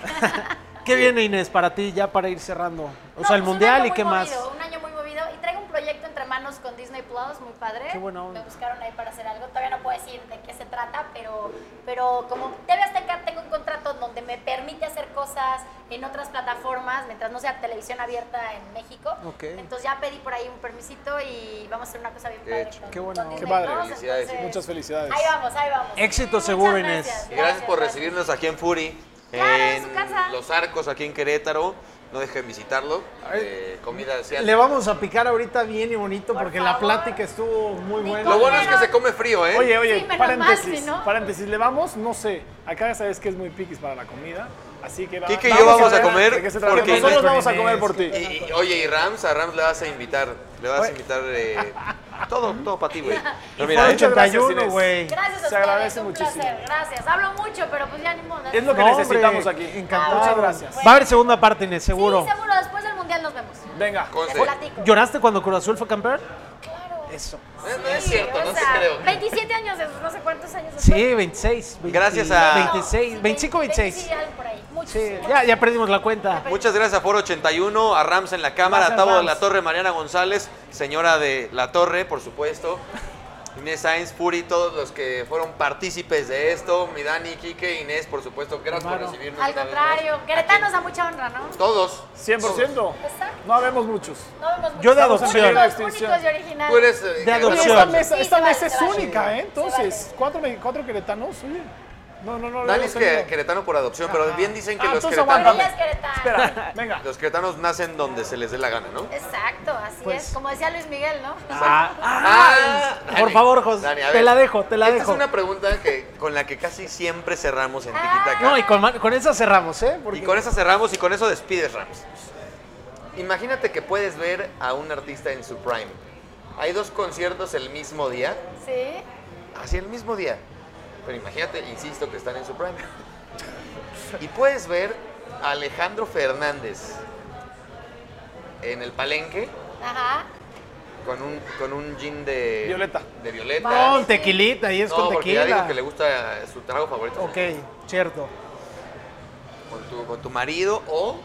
Speaker 5: ¿Qué viene Inés para ti ya para ir cerrando? O
Speaker 3: No,
Speaker 5: sea, el
Speaker 3: pues un
Speaker 5: mundial
Speaker 3: año
Speaker 5: y
Speaker 3: muy
Speaker 5: qué
Speaker 3: movido,
Speaker 5: más.
Speaker 3: Un año muy movido y traigo un proyecto entre manos con Disney Plus, muy padre.
Speaker 5: Qué buena onda.
Speaker 3: Me buscaron ahí para hacer algo. Todavía no puedo decir de qué se trata, pero, pero como TV Azteca tengo un contrato donde me permite hacer cosas en otras plataformas mientras no sea televisión abierta en México.
Speaker 5: Ok.
Speaker 3: Entonces ya pedí por ahí un permisito y vamos a hacer una cosa bien
Speaker 1: Qué
Speaker 3: padre.
Speaker 1: chido.
Speaker 3: con-
Speaker 5: Qué bueno.
Speaker 3: con
Speaker 5: Qué
Speaker 3: Disney
Speaker 4: padre.
Speaker 3: Plus,
Speaker 1: Felicidades.
Speaker 3: entonces-
Speaker 4: Muchas felicidades.
Speaker 3: Ahí vamos, ahí vamos.
Speaker 5: Éxito
Speaker 3: Muchas
Speaker 5: seguro,
Speaker 3: gracias,
Speaker 5: Inés.
Speaker 1: Y gracias por recibirnos aquí en Fury.
Speaker 3: Claro, en su casa.
Speaker 1: Los Arcos, aquí en Querétaro. No dejen visitarlo. Eh, comida asiática.
Speaker 5: Le vamos a picar ahorita bien y bonito
Speaker 3: Por
Speaker 5: porque la
Speaker 3: favor.
Speaker 5: plática estuvo muy
Speaker 3: Ni
Speaker 5: buena.
Speaker 1: Lo bueno es que
Speaker 3: Bueno.
Speaker 1: se come frío, ¿eh?
Speaker 4: Oye, oye,
Speaker 3: Sí, menos mal,
Speaker 4: paréntesis.
Speaker 3: si no.
Speaker 4: Paréntesis, le vamos, no sé. Acá ya sabes que es muy piquis para la comida. Así que va-
Speaker 1: Kike y yo vamos a
Speaker 4: ver
Speaker 1: comer
Speaker 4: de qué se trata.
Speaker 1: porque-
Speaker 4: nosotros vamos a comer por
Speaker 1: Y-
Speaker 4: ti.
Speaker 1: y- y- oye, y Rams, a Rams le vas a invitar. Le vas a invitar eh, todo, todo para ti, güey. Pero mira,
Speaker 5: Fue
Speaker 1: ¿eh?
Speaker 4: muchas gracias,
Speaker 5: 81,
Speaker 4: Inés.
Speaker 5: güey.
Speaker 3: Gracias a
Speaker 4: Se
Speaker 3: ustedes,
Speaker 4: agradece
Speaker 3: un
Speaker 4: muchísimo.
Speaker 3: placer. Gracias. Hablo mucho, pero pues ya ni modo.
Speaker 4: Es lo que
Speaker 5: No, hombre,
Speaker 4: necesitamos aquí.
Speaker 5: encantado.
Speaker 4: Muchas gracias.
Speaker 5: Va a haber segunda parte, Inés, seguro.
Speaker 3: Ah, Sí, seguro. Después del mundial nos vemos.
Speaker 4: Venga.
Speaker 1: Conste.
Speaker 3: Les platico.
Speaker 5: ¿Lloraste cuando Cruz Azul fue campeón?
Speaker 3: Claro.
Speaker 5: Eso.
Speaker 1: Eh, no es cierto,
Speaker 3: o
Speaker 1: no te
Speaker 3: sea,
Speaker 1: creo.
Speaker 3: 27 años, después, no sé cuántos años después.
Speaker 5: Sí, 26. 20,
Speaker 1: Gracias a-
Speaker 5: 26, 25, 26.
Speaker 3: Sí, algo por ahí. Muchos.
Speaker 5: Sí, ya, ya perdimos la cuenta.
Speaker 1: Muchas gracias a Foro 81, a Rams en la cámara,
Speaker 4: Gracias,
Speaker 1: a Tavo de la
Speaker 4: Rams.
Speaker 1: Torre, Mariana González, señora de la Torre, por supuesto. Inés Sainz, Puri, todos los que fueron partícipes de esto, mi Dani, Quique, Inés, por supuesto, gracias por
Speaker 5: Hermano.
Speaker 1: recibirnos.
Speaker 3: Al
Speaker 1: una vez
Speaker 3: contrario.
Speaker 1: más.
Speaker 3: Queretanos a mucha honra, ¿no?
Speaker 1: Todos.
Speaker 4: 100%.
Speaker 3: Exacto.
Speaker 4: No habemos muchos.
Speaker 3: No vemos muchos.
Speaker 5: Yo de
Speaker 3: Somos
Speaker 5: adopción.
Speaker 3: únicos,
Speaker 4: Extinción.
Speaker 3: únicos y originales.
Speaker 1: Tú eres eh,
Speaker 5: De
Speaker 1: generación-
Speaker 5: adopción.
Speaker 4: Esta mesa,
Speaker 3: Sí,
Speaker 4: esta
Speaker 3: se vale,
Speaker 4: mesa es
Speaker 3: se vale.
Speaker 4: única, ¿eh?
Speaker 3: Se vale.
Speaker 4: Entonces, cuatro, me- cuatro queretanos, oye. No, no, no.
Speaker 1: Dani
Speaker 4: lo
Speaker 1: es
Speaker 4: hemos
Speaker 1: que-
Speaker 4: tenido.
Speaker 1: querretano por adopción, pero bien dicen que
Speaker 4: Ah,
Speaker 1: los
Speaker 4: entonces
Speaker 1: queretanos,
Speaker 4: aguántame.
Speaker 3: Ella es queretana.
Speaker 4: Espera, venga.
Speaker 1: los queretanos nacen donde se les dé la gana, ¿no?
Speaker 3: Exacto, así
Speaker 5: Pues-
Speaker 3: es. Como decía Luis Miguel, ¿no?
Speaker 1: Ah,
Speaker 5: Ah, por
Speaker 1: Dani,
Speaker 5: favor, José,
Speaker 1: Dani, a
Speaker 5: te
Speaker 1: ver,
Speaker 5: la dejo, te la
Speaker 1: esta
Speaker 5: dejo.
Speaker 1: es una pregunta que, con la que casi siempre cerramos en
Speaker 3: Ah.
Speaker 1: Tiquitaca.
Speaker 5: No, y con, ma- con esa cerramos, ¿eh?
Speaker 1: Y
Speaker 5: Porque
Speaker 1: con esa cerramos y con eso despides Rams. Imagínate que puedes ver a un artista en su prime. Hay dos conciertos el mismo día,
Speaker 3: Sí.
Speaker 1: así el mismo día. Pero imagínate, insisto, que están en su prime. Y puedes ver a Alejandro Fernández en el palenque
Speaker 3: Ajá.
Speaker 1: con un, con un jean de
Speaker 4: Violeta.
Speaker 1: de violeta.
Speaker 5: con tequilita, y es
Speaker 1: no,
Speaker 5: con
Speaker 1: porque ya dijo
Speaker 5: tequila.
Speaker 1: que le gusta su trago favorito.
Speaker 5: Ok, cierto.
Speaker 1: con tu, con tu marido o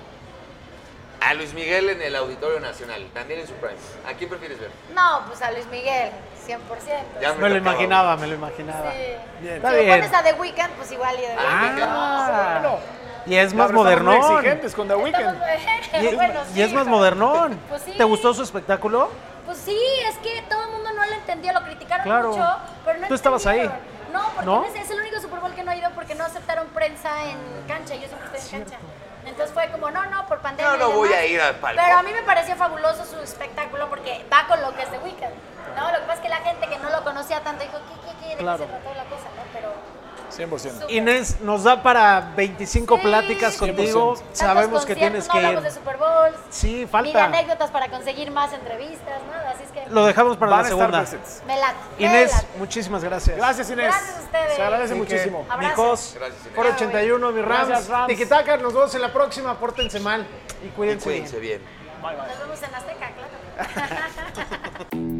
Speaker 1: a Luis Miguel en el Auditorio Nacional, también en su prime. ¿A quién prefieres ver?
Speaker 3: No, pues a Luis Miguel, 100%.
Speaker 1: Ya
Speaker 5: Me lo
Speaker 1: tocaba.
Speaker 5: imaginaba, me lo imaginaba.
Speaker 3: Sí.
Speaker 5: Está
Speaker 3: si me
Speaker 5: bien.
Speaker 3: pones a The Weeknd, pues igual y The Weeknd.
Speaker 1: Ah,
Speaker 4: Bueno,
Speaker 5: Y es
Speaker 4: la
Speaker 5: más
Speaker 4: verdad, estamos muy
Speaker 5: modernón.
Speaker 4: exigentes con The Weeknd.
Speaker 3: Estamos-
Speaker 5: Y,
Speaker 3: bueno,
Speaker 5: y
Speaker 3: sí,
Speaker 5: es más
Speaker 3: pero-
Speaker 5: modernón.
Speaker 3: Pues sí.
Speaker 5: ¿Te gustó su espectáculo?
Speaker 3: Pues sí, es que todo el mundo no lo entendió, lo criticaron
Speaker 5: Claro.
Speaker 3: mucho, pero no
Speaker 5: Tú estabas ahí.
Speaker 3: entendieron. No, porque
Speaker 5: ¿No?
Speaker 3: en ese- es el único Super Bowl que no he ido porque no aceptaron prensa en cancha, yo siempre estoy en cancha. Entonces fue como, no, no, por pandemia.
Speaker 1: Yo no
Speaker 3: y
Speaker 1: voy
Speaker 3: demás.
Speaker 1: a ir al palco.
Speaker 3: Pero a mí me pareció fabuloso su espectáculo porque va con lo que es The Weeknd. No, lo que pasa es que la gente que no lo conocía tanto dijo, ¿qué, qué, qué? ¿De
Speaker 5: Claro.
Speaker 3: qué se trató la cosa? ¿no? Pero
Speaker 4: 100%.
Speaker 3: súper.
Speaker 5: Inés, nos da para 25
Speaker 3: Sí.
Speaker 5: pláticas contigo.
Speaker 4: 100%.
Speaker 5: Sabemos
Speaker 3: Tantos
Speaker 5: que
Speaker 3: conciertos,
Speaker 5: tienes
Speaker 3: no
Speaker 5: que ir.
Speaker 3: hablamos de Super Bowl.
Speaker 5: Sí,
Speaker 3: Ni de
Speaker 5: falta.
Speaker 3: anécdotas para conseguir más entrevistas, nada, así es que
Speaker 5: Lo dejamos para
Speaker 4: Van
Speaker 5: la
Speaker 4: a
Speaker 5: segunda.
Speaker 4: estar presentes.
Speaker 3: me late, me
Speaker 5: Inés,
Speaker 3: late.
Speaker 5: muchísimas gracias.
Speaker 4: Gracias, Inés.
Speaker 3: Gracias a ustedes.
Speaker 4: Se agradece
Speaker 3: Así
Speaker 5: Así que,
Speaker 4: muchísimo.
Speaker 3: Abrazos.
Speaker 5: Mijos,
Speaker 1: Gracias, Inés.
Speaker 5: por 81, mi Rams.
Speaker 4: Gracias, Rams.
Speaker 5: Tiquitaca, nos vemos en la próxima. Pórtense mal y
Speaker 1: Y
Speaker 5: cuídense. bien.
Speaker 1: Cuídense bien.
Speaker 3: Nos vemos en Azteca, claro.